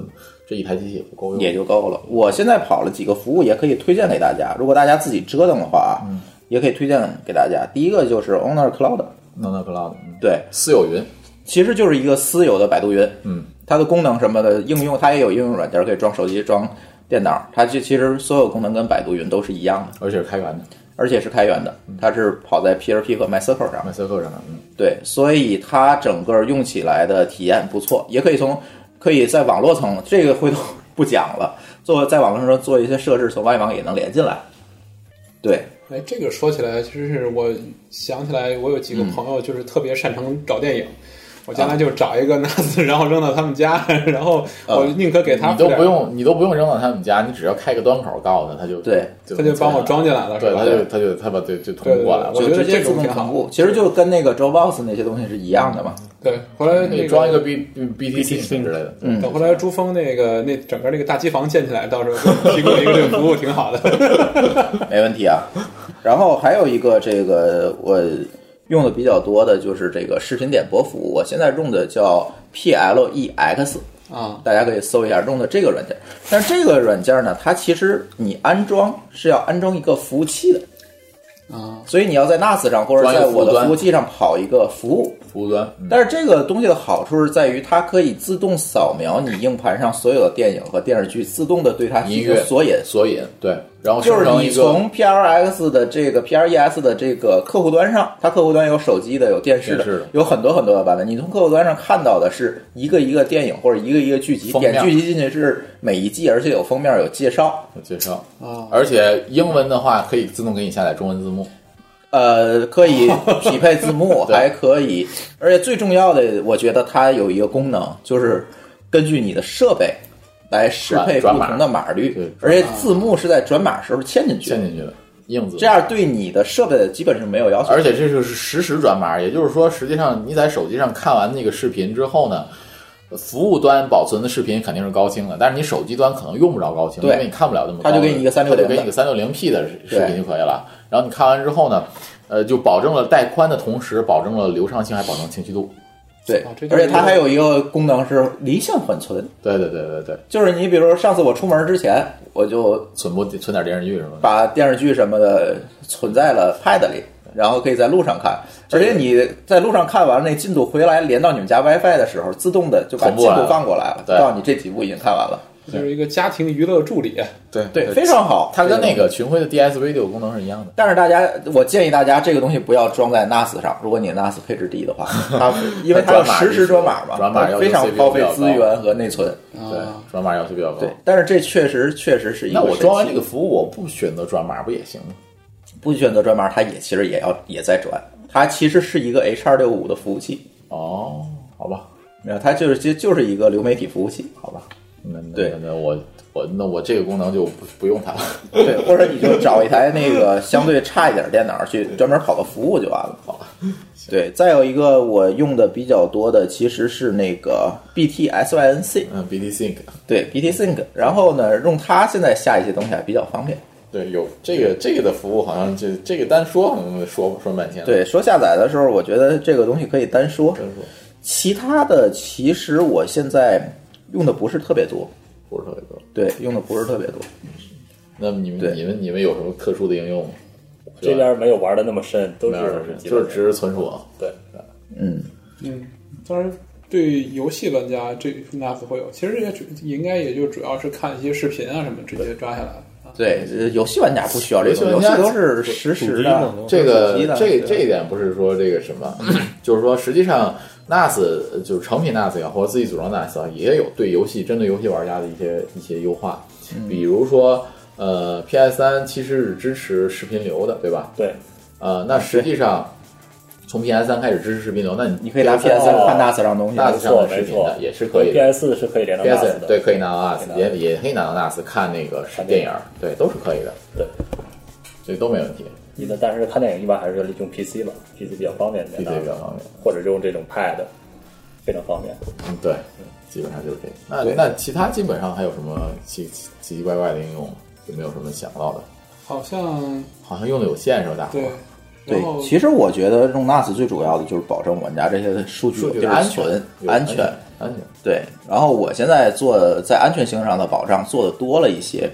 [SPEAKER 4] 这一台机器也不够用。
[SPEAKER 3] 也就够了。我现在跑了几个服务，也可以推荐给大家。如果大家自己折腾的话啊，也可以推荐给大家。第一个就是 Owner Cloud，
[SPEAKER 4] n o n o cloud，嗯
[SPEAKER 3] 对，
[SPEAKER 4] 私有云，
[SPEAKER 3] 其实就是一个私有的百度云，
[SPEAKER 4] 嗯，
[SPEAKER 3] 它的功能什么的应用，它也有应用软件可以装手机、装电脑，它其其实所有功能跟百度云都是一样的，
[SPEAKER 4] 而且是开源的
[SPEAKER 3] 而且是开源的，它是跑在 P2P 和 MySQL 上，
[SPEAKER 4] ，MySQL 上的，嗯，
[SPEAKER 3] 对，所以它整个用起来的体验不错，也可以从可以在网络层，这个回头不讲了，做在网络上做一些设置，从外网也能连进来。对，
[SPEAKER 5] 哎，这个说起来，其实是我想起来，我有
[SPEAKER 4] 嗯
[SPEAKER 5] 几个朋友就是特别擅长找电影。我
[SPEAKER 4] 啊
[SPEAKER 5] 将来就找一个 <laughs> NAS，然后扔到他们家，然后我宁可给他
[SPEAKER 4] 啊你都
[SPEAKER 5] 付点
[SPEAKER 4] 不，用，你都不用扔到他们家，你只要开个端口告诉他，他就
[SPEAKER 3] 对，
[SPEAKER 5] 他就帮我装进来了，是
[SPEAKER 4] 对，
[SPEAKER 5] 吧
[SPEAKER 4] 他？就他就他把对就通过来了
[SPEAKER 5] 对对对。
[SPEAKER 3] 就
[SPEAKER 5] 我觉得
[SPEAKER 3] 直接
[SPEAKER 5] 这
[SPEAKER 3] 自
[SPEAKER 5] 种
[SPEAKER 3] 动
[SPEAKER 5] 挺好
[SPEAKER 3] 同步，其实就跟那个 Dropbox 那些东西是一样
[SPEAKER 5] <laughs>
[SPEAKER 3] 的嘛。
[SPEAKER 5] 对，后来那
[SPEAKER 4] 你
[SPEAKER 5] 个
[SPEAKER 4] 装一个 B B T C 之类的，
[SPEAKER 3] 嗯
[SPEAKER 5] 等后来珠峰那个那整个那个大机房建起来，到时候提供一个这个服务挺好的。
[SPEAKER 3] 没问题啊。然后还有一个这个我用的比较多的就是这个视频点播服务，我现在用的叫 E PLEX，
[SPEAKER 5] 啊，
[SPEAKER 3] 大家可以搜一下用的这个软件。但是这个软件呢，它其实你安装是要安装一个服务器的
[SPEAKER 5] 啊，
[SPEAKER 3] 所以你要在 NAS 上或者
[SPEAKER 4] 装一个
[SPEAKER 3] 在我
[SPEAKER 4] 服务
[SPEAKER 3] 的
[SPEAKER 4] 端
[SPEAKER 3] 服务器上跑一个服务。
[SPEAKER 4] 服务端，嗯
[SPEAKER 3] 但是这个东西的好处是在于，它可以自动扫描你硬盘上所有的电影和电视剧，自动的对它
[SPEAKER 4] 音
[SPEAKER 3] 进行
[SPEAKER 4] 乐
[SPEAKER 3] 索引。
[SPEAKER 4] 索引，对，然后
[SPEAKER 3] 就是
[SPEAKER 4] 生成
[SPEAKER 3] 你
[SPEAKER 4] 一个
[SPEAKER 3] 从 PRX 的这个 PRES 的这个客户端上，它客户端有手机的，有电视的，
[SPEAKER 4] 电视的
[SPEAKER 3] 有很多很多的版本。你从客户端上看到的是一个一个电影或者一个一个剧集，
[SPEAKER 4] 封面
[SPEAKER 3] 点剧集进去是每一季，而且有封面有介绍。
[SPEAKER 4] 介绍
[SPEAKER 5] 啊
[SPEAKER 4] 而且英文的话可以自动给你下载中文字幕，
[SPEAKER 3] 呃，可
[SPEAKER 4] <laughs>
[SPEAKER 3] 以匹配字幕，
[SPEAKER 4] 对
[SPEAKER 3] 还可以，而且最重要的，我觉得它有一个功能，就是根据你的设备来适配不
[SPEAKER 4] 转码
[SPEAKER 3] 同的码
[SPEAKER 4] 对
[SPEAKER 3] 率，而
[SPEAKER 4] 转
[SPEAKER 3] 且字幕是在转码时候嵌进去
[SPEAKER 4] 嵌
[SPEAKER 3] 的，
[SPEAKER 4] 进去的硬字幕
[SPEAKER 3] 这。样对你的设备基本是没有要求的。
[SPEAKER 4] 而且这就是实时转码，也就是说，实际上你在手机上看完那个视频之后呢，服务端保存的视频肯定是高清的，但是你手机端可能用不着高清，因
[SPEAKER 3] 对
[SPEAKER 4] 为你看不了那么高的，
[SPEAKER 3] 它就给你一个360
[SPEAKER 4] 它就给你一个三六零 P 的视频就可以了。然后你看完之后呢，呃，就保证了带宽的同时，保证了流畅性，还保证清晰度。
[SPEAKER 3] 对
[SPEAKER 5] 哦这，就
[SPEAKER 3] 而
[SPEAKER 5] 是
[SPEAKER 3] 且它还有一个功能是离线缓存，
[SPEAKER 4] 对对对对对，
[SPEAKER 3] 就是你比如说上次我出门之前，我就
[SPEAKER 4] 存不存点电视剧什么的，
[SPEAKER 3] 把电视剧什么的存在了 Pad 里，然后可以在路上看。而且你在路上看完那进度回来连到你们家 WiFi 的时候，自动的就把
[SPEAKER 4] 同步
[SPEAKER 3] 进
[SPEAKER 4] 了
[SPEAKER 3] 度放过来了，
[SPEAKER 4] 对
[SPEAKER 3] 告诉你这几部已经看完了，
[SPEAKER 5] 就是一个家庭娱乐助理。
[SPEAKER 4] 对
[SPEAKER 3] 对，非。常好。
[SPEAKER 4] 它跟那
[SPEAKER 3] 这
[SPEAKER 4] 个群晖的 DS Video 功能是一样的，
[SPEAKER 3] 但是大家，我建议大家这个东西不要装在 NAS 上。如果你 NAS 配置低的
[SPEAKER 4] <laughs>
[SPEAKER 3] 话，它因为嗯它要
[SPEAKER 4] 转码
[SPEAKER 3] 实时转码
[SPEAKER 4] 就
[SPEAKER 3] 嘛，
[SPEAKER 4] 是转码
[SPEAKER 3] 它
[SPEAKER 4] 要求
[SPEAKER 3] 非常
[SPEAKER 4] CPU
[SPEAKER 3] 耗费资
[SPEAKER 4] 比较高
[SPEAKER 3] 源和内存。
[SPEAKER 4] 对，转码要求比较高
[SPEAKER 3] 对。，但是这确实确实是一个
[SPEAKER 4] 那我
[SPEAKER 3] 神
[SPEAKER 4] 装完
[SPEAKER 3] 器
[SPEAKER 4] 这个服务，我不选择转码不也行吗？
[SPEAKER 3] 不选择转码，它也其实也要也在转，它其实是一个 H 二六五的服务器，
[SPEAKER 4] 哦，好吧，
[SPEAKER 3] 没有，它就是其实就是一个流媒体服务器，好吧？
[SPEAKER 4] 那那
[SPEAKER 3] 对
[SPEAKER 4] 那那我我那我这个功能就不不用它了。
[SPEAKER 3] <laughs> 对，或者你就找一台那个相对差一点的电脑去专门跑个服务就完了，好吧？对，再有一个我用的比较多的其实是那个 BT SYNC，
[SPEAKER 4] 嗯，BT Sync，
[SPEAKER 3] 对 BT Sync，然后呢，用它现在下一些东西还比较方便。
[SPEAKER 4] 对，有这个这个的服务，好像这这个单说好像说说半天。，
[SPEAKER 3] 对，说下载的时候，我觉得这个东西可以单说，
[SPEAKER 4] 真说
[SPEAKER 3] 其他的其实我现在用的不是特别多，
[SPEAKER 4] 不是特别多。
[SPEAKER 3] 对，用的不是特别多。
[SPEAKER 4] 那么你们
[SPEAKER 3] 对
[SPEAKER 4] 你们你们有什么特殊的应用吗？
[SPEAKER 8] 这边没有玩的那么深，都
[SPEAKER 4] 没有什么
[SPEAKER 8] 是
[SPEAKER 4] 事，就是只是存储。
[SPEAKER 3] 啊
[SPEAKER 8] 对，
[SPEAKER 3] 嗯，
[SPEAKER 5] 嗯，当然对游戏玩家这 NAS 会有，其实也主应该也就主要是看一些视频啊什么，直接抓下来了。啊
[SPEAKER 3] 对，呃游戏玩家不需要这种，
[SPEAKER 4] 游
[SPEAKER 3] 游
[SPEAKER 4] 戏
[SPEAKER 3] 戏
[SPEAKER 4] 玩家
[SPEAKER 3] 都是实时的。
[SPEAKER 4] 这
[SPEAKER 3] 手
[SPEAKER 4] 个
[SPEAKER 3] 机的
[SPEAKER 4] 这
[SPEAKER 3] 对
[SPEAKER 4] 这一点不是说这个什么， <clears throat> 就是说实际上 NAS 呃就是成品 NAS 也好，或者自己组装 NAS 啊，也有对游戏针对游戏玩家的一些一些优化，比如说呃 PS 三其实是支持视频流的，对吧？
[SPEAKER 8] 对，
[SPEAKER 4] 呃，那实际上从 PS 三开始支持视频流，那你
[SPEAKER 3] 你可以拿 PS 三看 NAS 上东西。
[SPEAKER 4] NAS 上的视
[SPEAKER 8] 没
[SPEAKER 4] 频
[SPEAKER 8] 错
[SPEAKER 4] 的也是可以的。
[SPEAKER 8] PS 是可以连到 NAS 的，
[SPEAKER 4] 对，可以拿到 NAS，
[SPEAKER 8] 可以拿
[SPEAKER 4] 也也可以拿到 NAS 看那个是电影儿，对，都是可以的，
[SPEAKER 8] 对，
[SPEAKER 4] 这都没问题，
[SPEAKER 8] 你的但是看电影一般还是用 PC 吧，PC 比较方便，
[SPEAKER 4] 这这比较方便。
[SPEAKER 8] 或者用这种 Pad，非常方便。
[SPEAKER 4] 嗯，对，基本上就是这个。那那其他基本上还有什么奇奇奇奇怪怪的应用？有没有什么想到的？
[SPEAKER 5] 好像
[SPEAKER 4] 好像用的有限是吧？大伙
[SPEAKER 5] 对
[SPEAKER 4] 儿，
[SPEAKER 3] 对
[SPEAKER 5] 然，后
[SPEAKER 3] 其实我觉得用 NAS 最主要的就是保证我们家这些数据
[SPEAKER 4] 数
[SPEAKER 3] 有
[SPEAKER 4] 据
[SPEAKER 3] 地
[SPEAKER 4] 的
[SPEAKER 3] 儿
[SPEAKER 4] 安
[SPEAKER 3] 存
[SPEAKER 4] 全、
[SPEAKER 3] 安
[SPEAKER 4] 安
[SPEAKER 3] 全。
[SPEAKER 4] 安全。
[SPEAKER 3] 对，然后我现在做在安全性上的保障做的多了一些。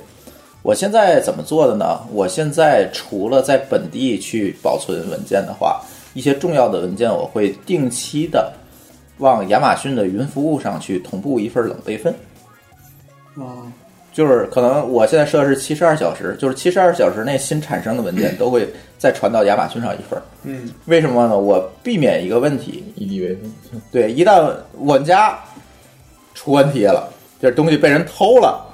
[SPEAKER 3] 我现在怎么做的呢？我现在除了在本地去保存文件的话，一些重要的文件我会定期的往亚马逊的云服务上去同步一份冷备份。
[SPEAKER 5] 嗯，
[SPEAKER 3] 就是可能我现在设的是七十二小时，就是七十二小时内新产生的文件都会再传到亚马逊上一份。
[SPEAKER 5] 嗯，
[SPEAKER 3] 为什么呢？我避免一个问题，
[SPEAKER 4] 异
[SPEAKER 3] <laughs>
[SPEAKER 4] 地维护，
[SPEAKER 3] 对，一旦我们家出问题了，这东西被人偷了，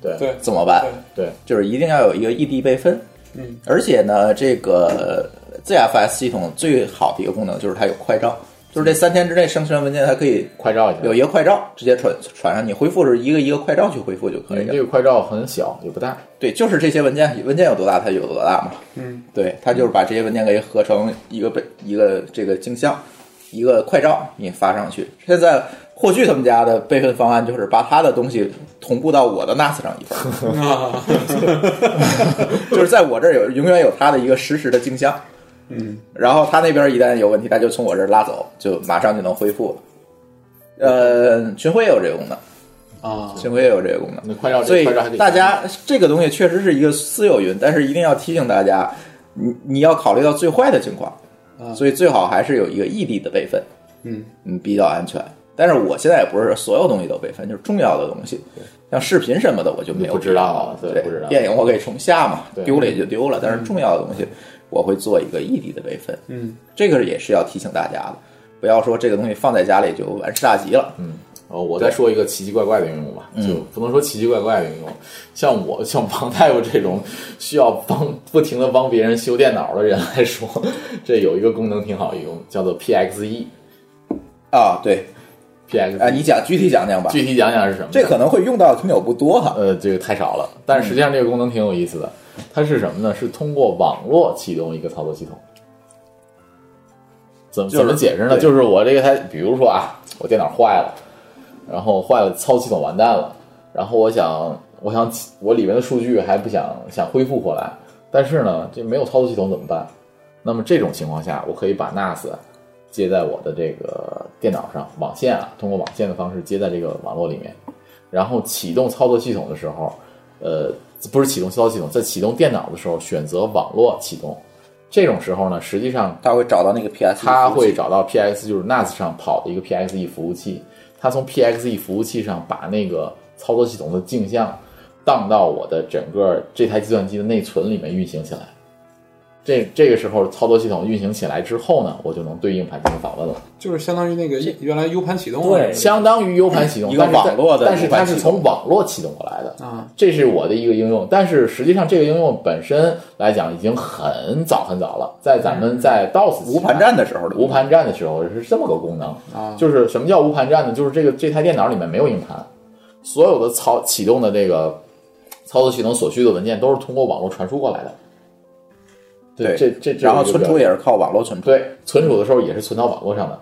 [SPEAKER 4] 对
[SPEAKER 5] 对
[SPEAKER 3] 怎么办？
[SPEAKER 5] <laughs>
[SPEAKER 4] 对，
[SPEAKER 3] 就是一定要有一个异地备份。
[SPEAKER 5] 嗯，
[SPEAKER 3] 而且呢，这个 ZFS 系统最好的一个功能就是它有快照，就是这三天之内生成的文件，它可以
[SPEAKER 4] 快照一下。
[SPEAKER 3] 有一个快照直接传传上，你恢复是一个一个快照去恢复就
[SPEAKER 4] 因
[SPEAKER 3] 可以
[SPEAKER 4] 为
[SPEAKER 5] 嗯
[SPEAKER 3] 了。
[SPEAKER 4] 这个快照很小，也不大。
[SPEAKER 3] 对，就是这些文件，文件有多大，它有多大嘛。
[SPEAKER 5] 嗯，
[SPEAKER 3] 对，它就是把这些文件给合成一个被一个这个镜像，一个快照，你发上去。现在霍炬他们家的备份方案就是把他的东西同步到我的 NAS 上一份儿，
[SPEAKER 5] 啊，
[SPEAKER 3] 就是在我这儿有永远有他的一个实时的镜像。
[SPEAKER 5] 嗯，
[SPEAKER 3] 然后他那边一旦有问题，他就从我这儿拉走，就马上就能恢复了。呃，群晖也有这个功能，
[SPEAKER 5] 啊，
[SPEAKER 3] 群晖也有这个功能。
[SPEAKER 4] 那快照，
[SPEAKER 3] 所
[SPEAKER 4] 这
[SPEAKER 3] 以
[SPEAKER 4] 快照还得
[SPEAKER 3] 大家这个东西确实是一个私有云，但是一定要提醒大家，你你要考虑到最坏的情况，
[SPEAKER 5] 啊
[SPEAKER 3] 所以最好还是有一个异地的备份，
[SPEAKER 5] 嗯
[SPEAKER 3] 嗯，比较安全。但是我现在也不是所有东西都备份，就是重要的东西，像视频什么的我就没有
[SPEAKER 4] 不知道了
[SPEAKER 3] 备份对，
[SPEAKER 4] 对不知道
[SPEAKER 3] 电影我可以重下嘛
[SPEAKER 4] 对，嗯
[SPEAKER 3] 丢了也就丢了，但是重要的东西我会做一个异地的备份，
[SPEAKER 5] 嗯，
[SPEAKER 3] 这个也是要提醒大家的，不要说这个东西放在家里就完事大吉了。
[SPEAKER 4] 哦，我再说一个奇奇怪怪的应用
[SPEAKER 3] 嗯
[SPEAKER 4] 吧，就不能说奇奇怪怪的应用，像我像王大夫这种需要帮不停的帮别人修电脑的人来说， <laughs> 这有一个功能挺好用，叫做 PXE。
[SPEAKER 3] 啊，对，
[SPEAKER 4] PXE，、
[SPEAKER 3] 啊，你讲具体讲讲吧，
[SPEAKER 4] 具体讲讲是什么？
[SPEAKER 3] 这可能会用到的听友不多哈。
[SPEAKER 4] 呃，这个太少了，但是实际上这个功能挺有意思的，它是什么呢？是通过网络启动一个操作系统。怎么
[SPEAKER 3] 就是
[SPEAKER 4] 怎么解释呢？
[SPEAKER 3] 对
[SPEAKER 4] 就是我这个台，比如说啊，我电脑坏了，然后坏了，操作系统完蛋了，然后我想，我想起我里面的数据还不想想恢复过来，但是呢，这没有操作系统怎么办？那么这种情况下，我可以把 NAS 接在我的这个电脑上，网线啊，通过网线的方式接在这个网络里面，然后启动操作系统的时候，呃，不是启动操作系统，在启动电脑的时候选择网络启动，这种时候呢，实际上
[SPEAKER 3] 他会找到那个 PS，
[SPEAKER 4] 它会找到 PX 就是 NAS 上跑的一个 PXE 服务器，它从 PXE 服务器上把那个操作系统的镜像荡到我的整个这台计算机的内存里面运行起来。这这个时候操作系统运行起来之后呢，我就能对硬盘进行访问了，
[SPEAKER 5] 就是相当于那个一原来 U 盘启动了
[SPEAKER 8] 对
[SPEAKER 4] 相当于 U 盘启动
[SPEAKER 3] 一个
[SPEAKER 4] 但是它
[SPEAKER 3] 网络的
[SPEAKER 4] 但是它是
[SPEAKER 3] U 盘启
[SPEAKER 4] 从网络启动过来的
[SPEAKER 5] 啊，
[SPEAKER 4] 这是我的一个应用，但是实际上这个应用本身来讲已经很早很早了，在咱们在 DOS
[SPEAKER 3] 无盘嗯战的时候的
[SPEAKER 4] 无盘战的时候是这么个功能
[SPEAKER 5] 啊
[SPEAKER 4] 就是什么叫无盘战呢？就是这个这台电脑里面没有硬盘，所有的操启动的这个操作系统所需的文件都是通过网络传输过来的。
[SPEAKER 3] 对
[SPEAKER 4] 这这这
[SPEAKER 3] 然后存储也是靠网络存储。
[SPEAKER 4] 对，存储的时候也是存到网络上的，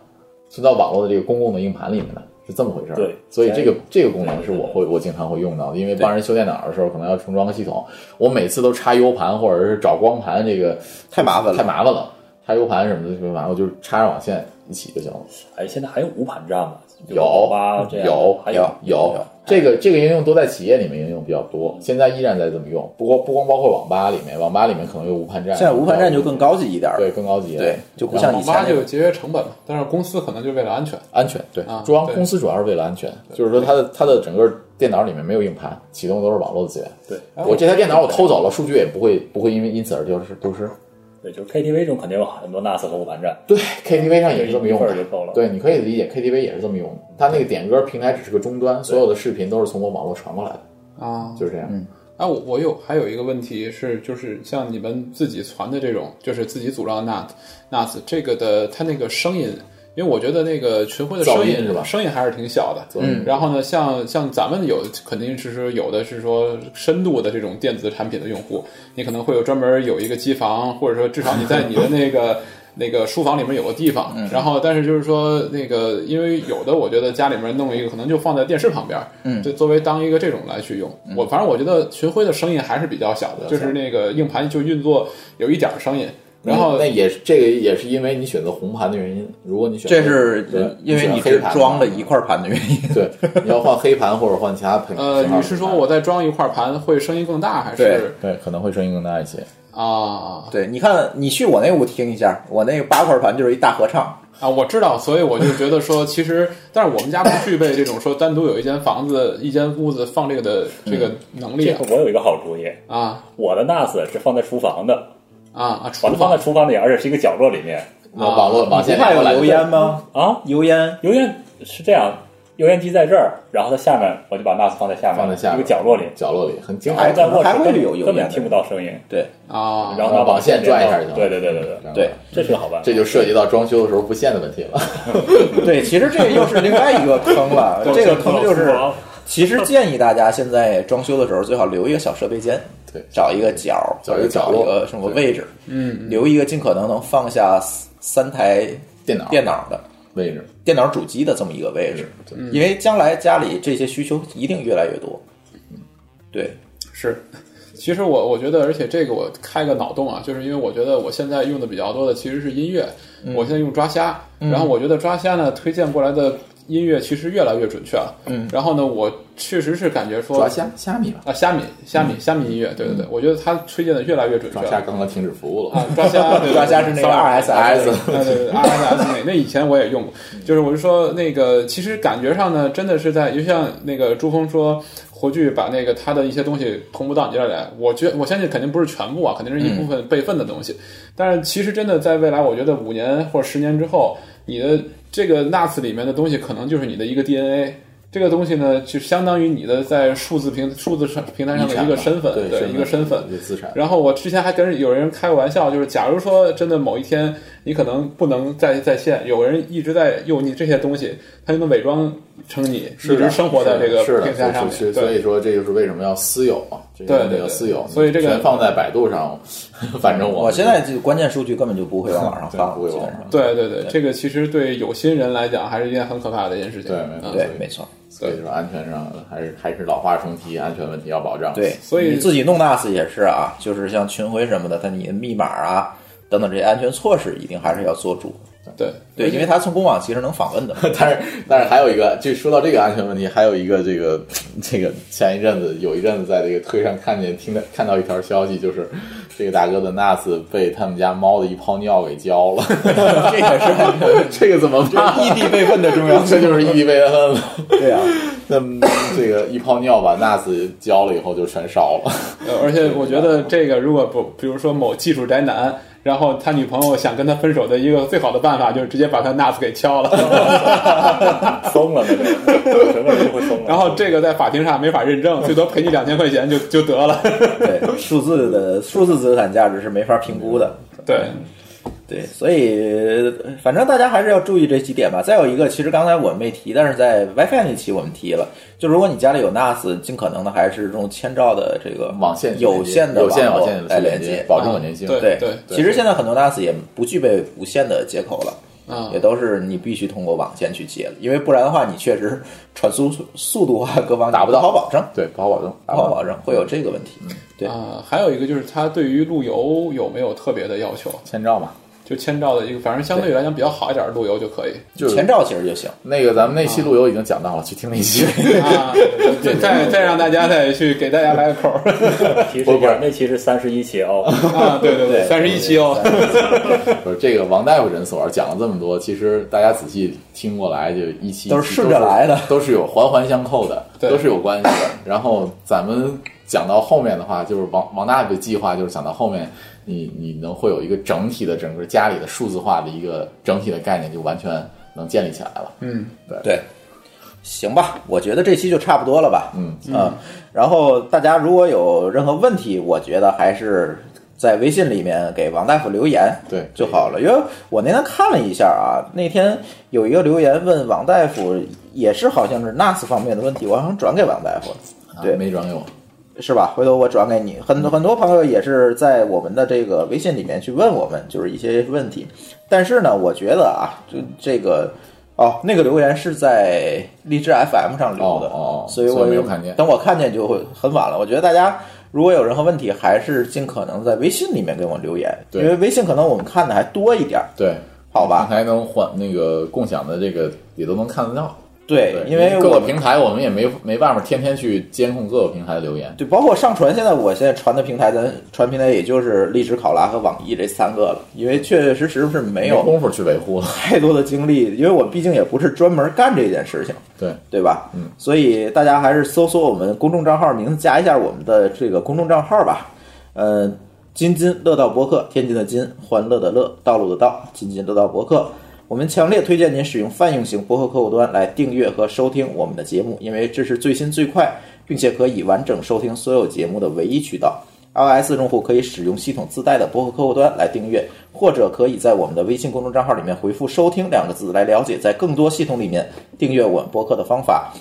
[SPEAKER 4] 存到网络的这个公共的硬盘里面的，是这么回事儿。
[SPEAKER 8] 对
[SPEAKER 4] 所以这个这个功能是我会我经常会用到的，因为帮人修电脑的时候可能要重装个系统，我每次都插 U 盘或者是找光盘，这个
[SPEAKER 3] 太麻烦了
[SPEAKER 4] 太麻烦了。插 U 盘什么的，就麻烦，我就插上网线一起就行了。
[SPEAKER 8] 哎，现在还有无盘站吗？
[SPEAKER 4] 有
[SPEAKER 8] 啊，这样
[SPEAKER 4] 有
[SPEAKER 8] 还
[SPEAKER 3] 有
[SPEAKER 4] 有这个这个应用都在企业里面应用比较多，现在依然在这么用。不过不光包括网吧里面，网吧里面可能有无盘站，
[SPEAKER 3] 现在无盘战就更高级一点了，
[SPEAKER 4] 对更高级了，
[SPEAKER 3] 对，就不
[SPEAKER 4] 然后
[SPEAKER 3] 像以前
[SPEAKER 5] 网吧
[SPEAKER 3] 那
[SPEAKER 5] 就
[SPEAKER 3] 个
[SPEAKER 5] 有节约成本了，但是公司可能就为了安全，
[SPEAKER 4] 安全，对
[SPEAKER 5] 啊，
[SPEAKER 4] 主要
[SPEAKER 5] 对
[SPEAKER 4] 公司主要是为了安全，就是说它的它的整个电脑里面没有硬盘，启动都是网络的资源。
[SPEAKER 8] 对，
[SPEAKER 5] 哎
[SPEAKER 4] 我这台电脑我偷走了，数据也不会不会因为因此而丢失丢失。
[SPEAKER 8] 对，就是 KTV 中肯定有很多 NAS 和无盘站，
[SPEAKER 4] 对，KTV 上也是这么用
[SPEAKER 8] 一份儿就够
[SPEAKER 4] 的
[SPEAKER 8] 了，
[SPEAKER 4] 对，你可以理解 KTV 也是这么用的。它那个点歌平台只是个终端，所有的视频都是从我网络传过来的，
[SPEAKER 5] 啊，
[SPEAKER 4] 就是这样。
[SPEAKER 5] 啊，我我有还有一个问题是，就是像你们自己传的这种，就是自己组装的 NAS NAS 这个的，它那个声音，因为我觉得那个群晖的声
[SPEAKER 4] 噪音是吧
[SPEAKER 5] 声音还是挺小的。
[SPEAKER 4] 嗯
[SPEAKER 5] 然后呢，像像咱们有肯定是说有的是说深度的这种电子产品的用户，你可能会有专门有一个机房，或者说至少你在你的
[SPEAKER 4] <laughs>
[SPEAKER 5] 那个那个书房里面有个地方，
[SPEAKER 4] 嗯
[SPEAKER 5] 然后但是就是说那个，因为有的我觉得家里面弄一个可能就放在电视旁边，嗯，就作为当一个这种来去用。我反正我觉得群晖的声音还是比较小的，就是那个硬盘就运作有一点儿声音，然后
[SPEAKER 4] 那也是这个也是因为你选择红盘的原因。如果你选
[SPEAKER 3] 这是
[SPEAKER 4] 对
[SPEAKER 3] 因为你
[SPEAKER 4] 选黑
[SPEAKER 3] 只
[SPEAKER 4] 盘
[SPEAKER 3] 装了一块盘的原因。 <laughs>
[SPEAKER 4] 对，你要换黑盘或者换其他配。
[SPEAKER 5] 呃，
[SPEAKER 4] 型号的
[SPEAKER 5] 你是
[SPEAKER 4] 盘
[SPEAKER 5] 说我再装一块盘会声音更大还
[SPEAKER 3] 对
[SPEAKER 5] 是
[SPEAKER 4] 对可能会声音更大一些？
[SPEAKER 5] 啊
[SPEAKER 3] 对，你看，你去我那屋听一下，我那个八块盘就是一大合唱。
[SPEAKER 5] 啊？我知道，所以我就觉得说，其实但是我们家不具备这种说单独有一间房子、一间屋子放这个的这个能力
[SPEAKER 8] 这个我有一个好主意，
[SPEAKER 5] 啊
[SPEAKER 8] 我的 NAS 是放在厨房的，
[SPEAKER 5] 啊啊！厨
[SPEAKER 8] 把它放
[SPEAKER 5] 房
[SPEAKER 8] 在厨房里，而且是一个角落里面
[SPEAKER 4] 那网络网
[SPEAKER 3] 你
[SPEAKER 4] 线
[SPEAKER 3] 不怕有
[SPEAKER 4] 连过来
[SPEAKER 3] 油烟吗？
[SPEAKER 8] 啊。
[SPEAKER 3] 油烟，
[SPEAKER 8] 油烟是这样，油烟机在这儿，然后它下面我就把 NAS 放在下面，
[SPEAKER 4] 放在下面
[SPEAKER 8] 一个角落里，
[SPEAKER 4] 角落里很精
[SPEAKER 8] 然
[SPEAKER 3] 还
[SPEAKER 5] 哎
[SPEAKER 8] 后在卧室
[SPEAKER 3] 还会
[SPEAKER 8] 根本
[SPEAKER 3] 有嗯油烟
[SPEAKER 8] 根本
[SPEAKER 3] 的
[SPEAKER 8] 听不到声音，
[SPEAKER 3] 对，
[SPEAKER 5] 啊，
[SPEAKER 8] 然后
[SPEAKER 4] 把
[SPEAKER 8] 它
[SPEAKER 4] 网线拽一下就行了
[SPEAKER 8] 对对对对对，
[SPEAKER 3] 对，
[SPEAKER 8] 这是个好办法。
[SPEAKER 4] 这就涉及到装修的时候布线的问题了。 <laughs>
[SPEAKER 3] 对，其实这又是另外一个坑了。这个坑就是，其实建议大家现在装修的时候最好留一个小设备间，
[SPEAKER 4] 对
[SPEAKER 3] 找一个角，
[SPEAKER 4] 找
[SPEAKER 3] 或
[SPEAKER 4] 一
[SPEAKER 3] 者
[SPEAKER 4] 个角
[SPEAKER 3] 找
[SPEAKER 4] 落
[SPEAKER 3] 一个什么位置，
[SPEAKER 5] 嗯，
[SPEAKER 3] 留一个尽可能能放下三三台
[SPEAKER 4] 电脑
[SPEAKER 3] 电脑的
[SPEAKER 4] 位置，
[SPEAKER 3] 电脑主机的这么一个位置，
[SPEAKER 5] 嗯
[SPEAKER 3] 因为将来家里这些需求一定越来越多。对，
[SPEAKER 5] 是，其实我我觉得，而且这个我开个脑洞啊，就是因为我觉得我现在用的比较多的其实是音乐，我现在用抓瞎，然后我觉得抓瞎呢推荐过来的音乐其实越来越准确了，嗯，然后呢，我确实是感觉说
[SPEAKER 4] 抓虾虾米吧，
[SPEAKER 5] 啊虾米虾米虾米音乐，对对对，我觉得他推荐的越来越准确
[SPEAKER 4] 抓
[SPEAKER 5] 了
[SPEAKER 4] 虾刚刚停止服务
[SPEAKER 5] 啊
[SPEAKER 4] 了。
[SPEAKER 5] 抓瞎对对
[SPEAKER 3] 抓瞎是那个
[SPEAKER 5] sorry
[SPEAKER 3] RSS，
[SPEAKER 5] <laughs> 对对嗯对 RSS 那那以前我也用过，就是我是说那个，其实感觉上呢，真的是在，就像那个朱峰说，火炬把那个他的一些东西同步到你这儿来，我觉我相信肯定不是全部啊，肯定是一部分备份的东西，但是其实真的在未来，我觉得五年或者十年之后，你的这个 NAS 里面的东西可能就是你的一个 DNA。这个东西呢，就相当于你的在数字平数字上平台上的一个身份，
[SPEAKER 4] 对
[SPEAKER 5] 对一个身份，
[SPEAKER 4] 一个资产。
[SPEAKER 5] 然后我之前还跟有人开过玩笑，就是假如说真的某一天你可能不能再在线，有人一直在用你这些东西，他就能伪装成你，一直生活在这个
[SPEAKER 4] 是的
[SPEAKER 5] 平台上
[SPEAKER 4] 是的是
[SPEAKER 5] 面。
[SPEAKER 4] 所
[SPEAKER 5] 对
[SPEAKER 4] 以说这就是为什么要私有啊，这
[SPEAKER 5] 对
[SPEAKER 4] 个
[SPEAKER 5] 对
[SPEAKER 4] 要
[SPEAKER 5] 对
[SPEAKER 4] 私有，
[SPEAKER 5] 所以这个
[SPEAKER 4] 全放在百度上， <laughs> 反正
[SPEAKER 3] 我现在这关键数据根本就不会往网上放，
[SPEAKER 4] 不会
[SPEAKER 3] 基
[SPEAKER 4] 往
[SPEAKER 3] 本
[SPEAKER 4] 上
[SPEAKER 3] 上。
[SPEAKER 5] 对对对，这个其实对有心人来讲还是一件很可怕的一件事情。
[SPEAKER 4] 对没错
[SPEAKER 5] 嗯
[SPEAKER 3] 对，没错，
[SPEAKER 4] 所以说安全上还是还是老话重提，安全问题要保障。
[SPEAKER 3] 对，
[SPEAKER 5] 所以
[SPEAKER 3] 你自己弄 NAS 也是啊，就是像群晖什么的，它你的密码啊等等这些安全措施一定还是要做主。
[SPEAKER 5] 对
[SPEAKER 3] 对，因为它从公网其实能访问的。
[SPEAKER 4] <laughs> 但是但是还有一个，就说到这个安全问题，还有一个这个这个前一阵子有一阵子在这个推上看见听到看到一条消息，就是这个大哥的 NAS 被他们家猫的一泡尿给浇了， <laughs>
[SPEAKER 3] 这也是
[SPEAKER 4] 这个怎么
[SPEAKER 3] <laughs>
[SPEAKER 4] 办？
[SPEAKER 3] 异地备份的重要
[SPEAKER 4] 这就是异地被恩了。
[SPEAKER 3] 对啊，
[SPEAKER 4] <laughs> 那么这个一泡尿把 NAS 浇了以后就全烧了，
[SPEAKER 5] 呃而且我觉得这个如果不，比如说某技术宅男。然后他女朋友想跟他分手的一个最好的办法就是直接把他 NAS 给敲了， <laughs>
[SPEAKER 8] 松了那种，整个人就会松了。
[SPEAKER 5] 然后这个在法庭上没法认证，最多赔你两千块钱就就得了。 <laughs>
[SPEAKER 3] 对，数字的数字资产价值是没法评估的。
[SPEAKER 5] 对，
[SPEAKER 3] 对，所以呃反正大家还是要注意这几点吧。再有一个，其实刚才我们没提，但是在 WiFi 那期我们提了，就如果你家里有 NAS，尽可能的还是用千兆的这个
[SPEAKER 4] <laughs> 网线
[SPEAKER 3] 有线的
[SPEAKER 4] 有线
[SPEAKER 3] 网
[SPEAKER 4] 网
[SPEAKER 3] 络
[SPEAKER 4] 线
[SPEAKER 3] 来
[SPEAKER 4] 连
[SPEAKER 3] 连
[SPEAKER 4] 接
[SPEAKER 3] 接，。啊
[SPEAKER 4] 保证稳定性。
[SPEAKER 5] 对
[SPEAKER 3] 对
[SPEAKER 5] 对
[SPEAKER 3] 其实现在很多 NAS 也不具备无线的接口了。
[SPEAKER 5] 嗯
[SPEAKER 3] 也都是你必须通过网线去接的，因为不然的话，你确实传输速速度啊各方面
[SPEAKER 4] 达不到
[SPEAKER 3] 好保证，
[SPEAKER 4] 对，不好保证，啊
[SPEAKER 3] 不好保证会有这个问
[SPEAKER 4] 嗯
[SPEAKER 3] 题。对，
[SPEAKER 5] 啊、还有一个就是它对于路由有没有特别的要求？
[SPEAKER 4] 千兆嘛。
[SPEAKER 5] 就千兆的一个，反正相对来讲比较好一点的路由就可以。
[SPEAKER 4] 就是
[SPEAKER 3] 前兆其实就行。
[SPEAKER 4] 那个咱们那期路由已经讲到了，去听
[SPEAKER 3] <laughs>
[SPEAKER 4] 那期。
[SPEAKER 5] 啊，对再再让大家再去给大家来个口儿
[SPEAKER 8] 提示一下，那期是三十一期哦，
[SPEAKER 5] 啊！对对
[SPEAKER 3] 对
[SPEAKER 5] 三十一期哦，
[SPEAKER 4] 不是这个王大夫诊所讲了这么多，其实大家仔细听过来，就一期
[SPEAKER 3] 都是顺着来的
[SPEAKER 4] 都是有环环相扣
[SPEAKER 3] <laughs>
[SPEAKER 4] 的，
[SPEAKER 5] 对
[SPEAKER 4] 都是有关系的。然后咱们讲到后面的话，就是王王大夫的计划，就是讲到后面，你你能会有一个整体的整个家里的数字化的一个整体的概念，就完全能建立起来了。
[SPEAKER 5] 嗯，
[SPEAKER 3] 对，行吧，我觉得这期就差不多了吧。
[SPEAKER 4] 嗯
[SPEAKER 3] 嗯，然后大家如果有任何问题，我觉得还是在微信里面给王大夫留言
[SPEAKER 4] 对，
[SPEAKER 3] 就好了。因为我那天看了一下啊，那天有一个留言问王大夫，也是好像是 NAS 方面的问题，我好像转给王大夫了。
[SPEAKER 4] 啊
[SPEAKER 3] 对
[SPEAKER 4] 没转给我，
[SPEAKER 3] 是吧？回头我转给你。
[SPEAKER 4] 嗯
[SPEAKER 3] 很多很多朋友也是在我们的这个微信里面去问我们，就是一些问题。但是呢，我觉得啊，就这个哦，那个留言是在荔枝 FM 上留的，
[SPEAKER 4] 哦哦哦
[SPEAKER 3] 所以
[SPEAKER 4] 所
[SPEAKER 3] 我
[SPEAKER 4] 以没有看见
[SPEAKER 3] 等我看见就会很晚了。我觉得大家如果有任何问题，还是尽可能在微信里面给我留言，
[SPEAKER 4] 对
[SPEAKER 3] 因为微信可能我们看的还多一点儿，
[SPEAKER 4] 对，
[SPEAKER 3] 好吧
[SPEAKER 4] 平？台能换那个共享的这个也都能看得到，
[SPEAKER 3] 对
[SPEAKER 4] 对，，
[SPEAKER 3] 因为
[SPEAKER 4] 各
[SPEAKER 3] 我
[SPEAKER 4] 个平台我们也没没办法天天去监控各个平台的留言，
[SPEAKER 3] 对，包括上传，现在我现在传的平台，咱传平台也就是荔枝、考拉和网易这三个了，因为确确实实是没有
[SPEAKER 4] 功夫去维护了。
[SPEAKER 3] 太多的精力，因为我毕竟也不是专门干这件事情，
[SPEAKER 4] 对，
[SPEAKER 3] 对吧？
[SPEAKER 4] 嗯，
[SPEAKER 3] 所以大家还是搜索我们公众账号名字，加一下我们的这个公众账号吧。呃，津津乐道博客，天津的津，欢乐的乐，道路的道，津津乐道博客。我们强烈推荐您使用泛用型博客客户端来订阅和收听我们的节目，因为这是最新最快，并且可以完整收听所有节目的唯一渠道。iOS 用户可以使用系统自带的博客客户端来订阅，或者可以在我们的微信公众账号里面回复“收听”两个字来了解在更多系统里面订阅我们博客的方法。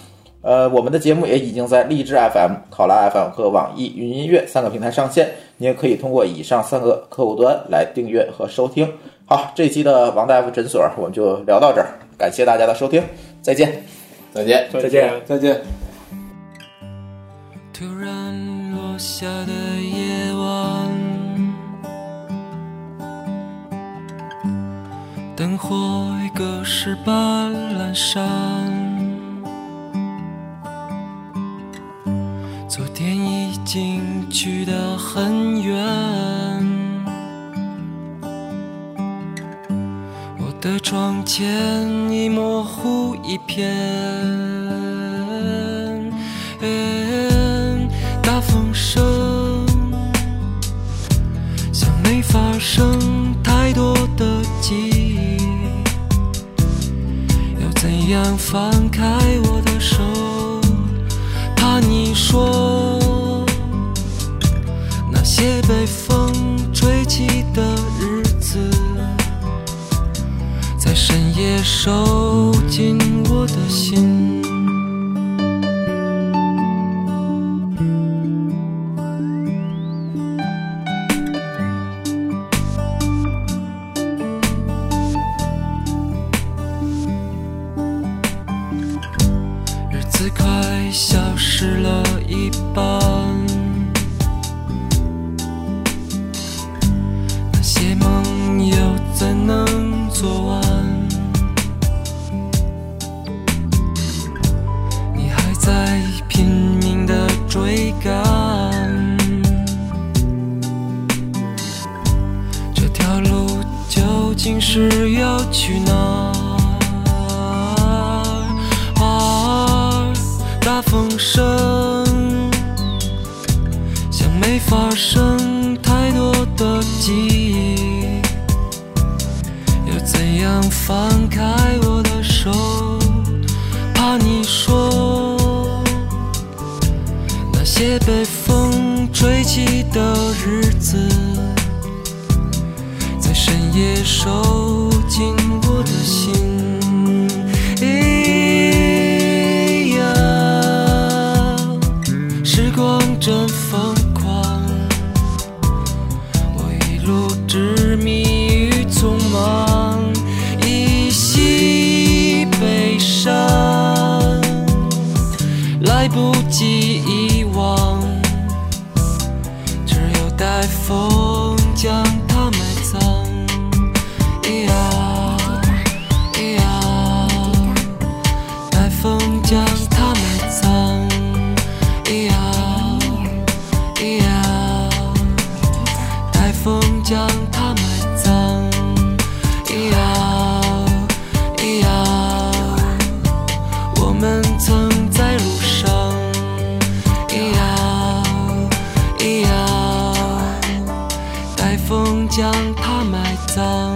[SPEAKER 3] 呃，我们的节目也已经在荔枝 FM、考拉 FM 和网易云音乐三个平台上线，你也可以通过以上三个客户端来订阅和收听。好，这期的王大夫诊所我们就聊到这儿，感谢大家的收听，再见。
[SPEAKER 4] 再见。
[SPEAKER 6] 再见。
[SPEAKER 5] 再见。
[SPEAKER 9] 突然落下的夜晚，灯火一个是斑斓山，昨天已经去得很远，我的窗前已模糊一片。大风声像没发生太多的记忆，要怎样放开我的手？怕你说那些被风吹起的日子，在深夜收紧我的心。日子快消失了一半，那些梦又怎能做完？你还在拼命的追赶，这条路究竟是要去哪儿？啊，大风声像没发生太多的记忆，要怎样放开我的手？怕你说那些被风吹起的日子。在深夜收紧我的心。咿呀，时光真疯狂，我一路执迷于匆忙，依稀悲伤，来不及遗忘。只有待风将它埋葬。咿呀咿呀，待风将它埋葬。咿呀咿呀，待风将它埋葬。咿呀咿呀，我们曾在路上。咿呀咿呀，待风将它埋葬。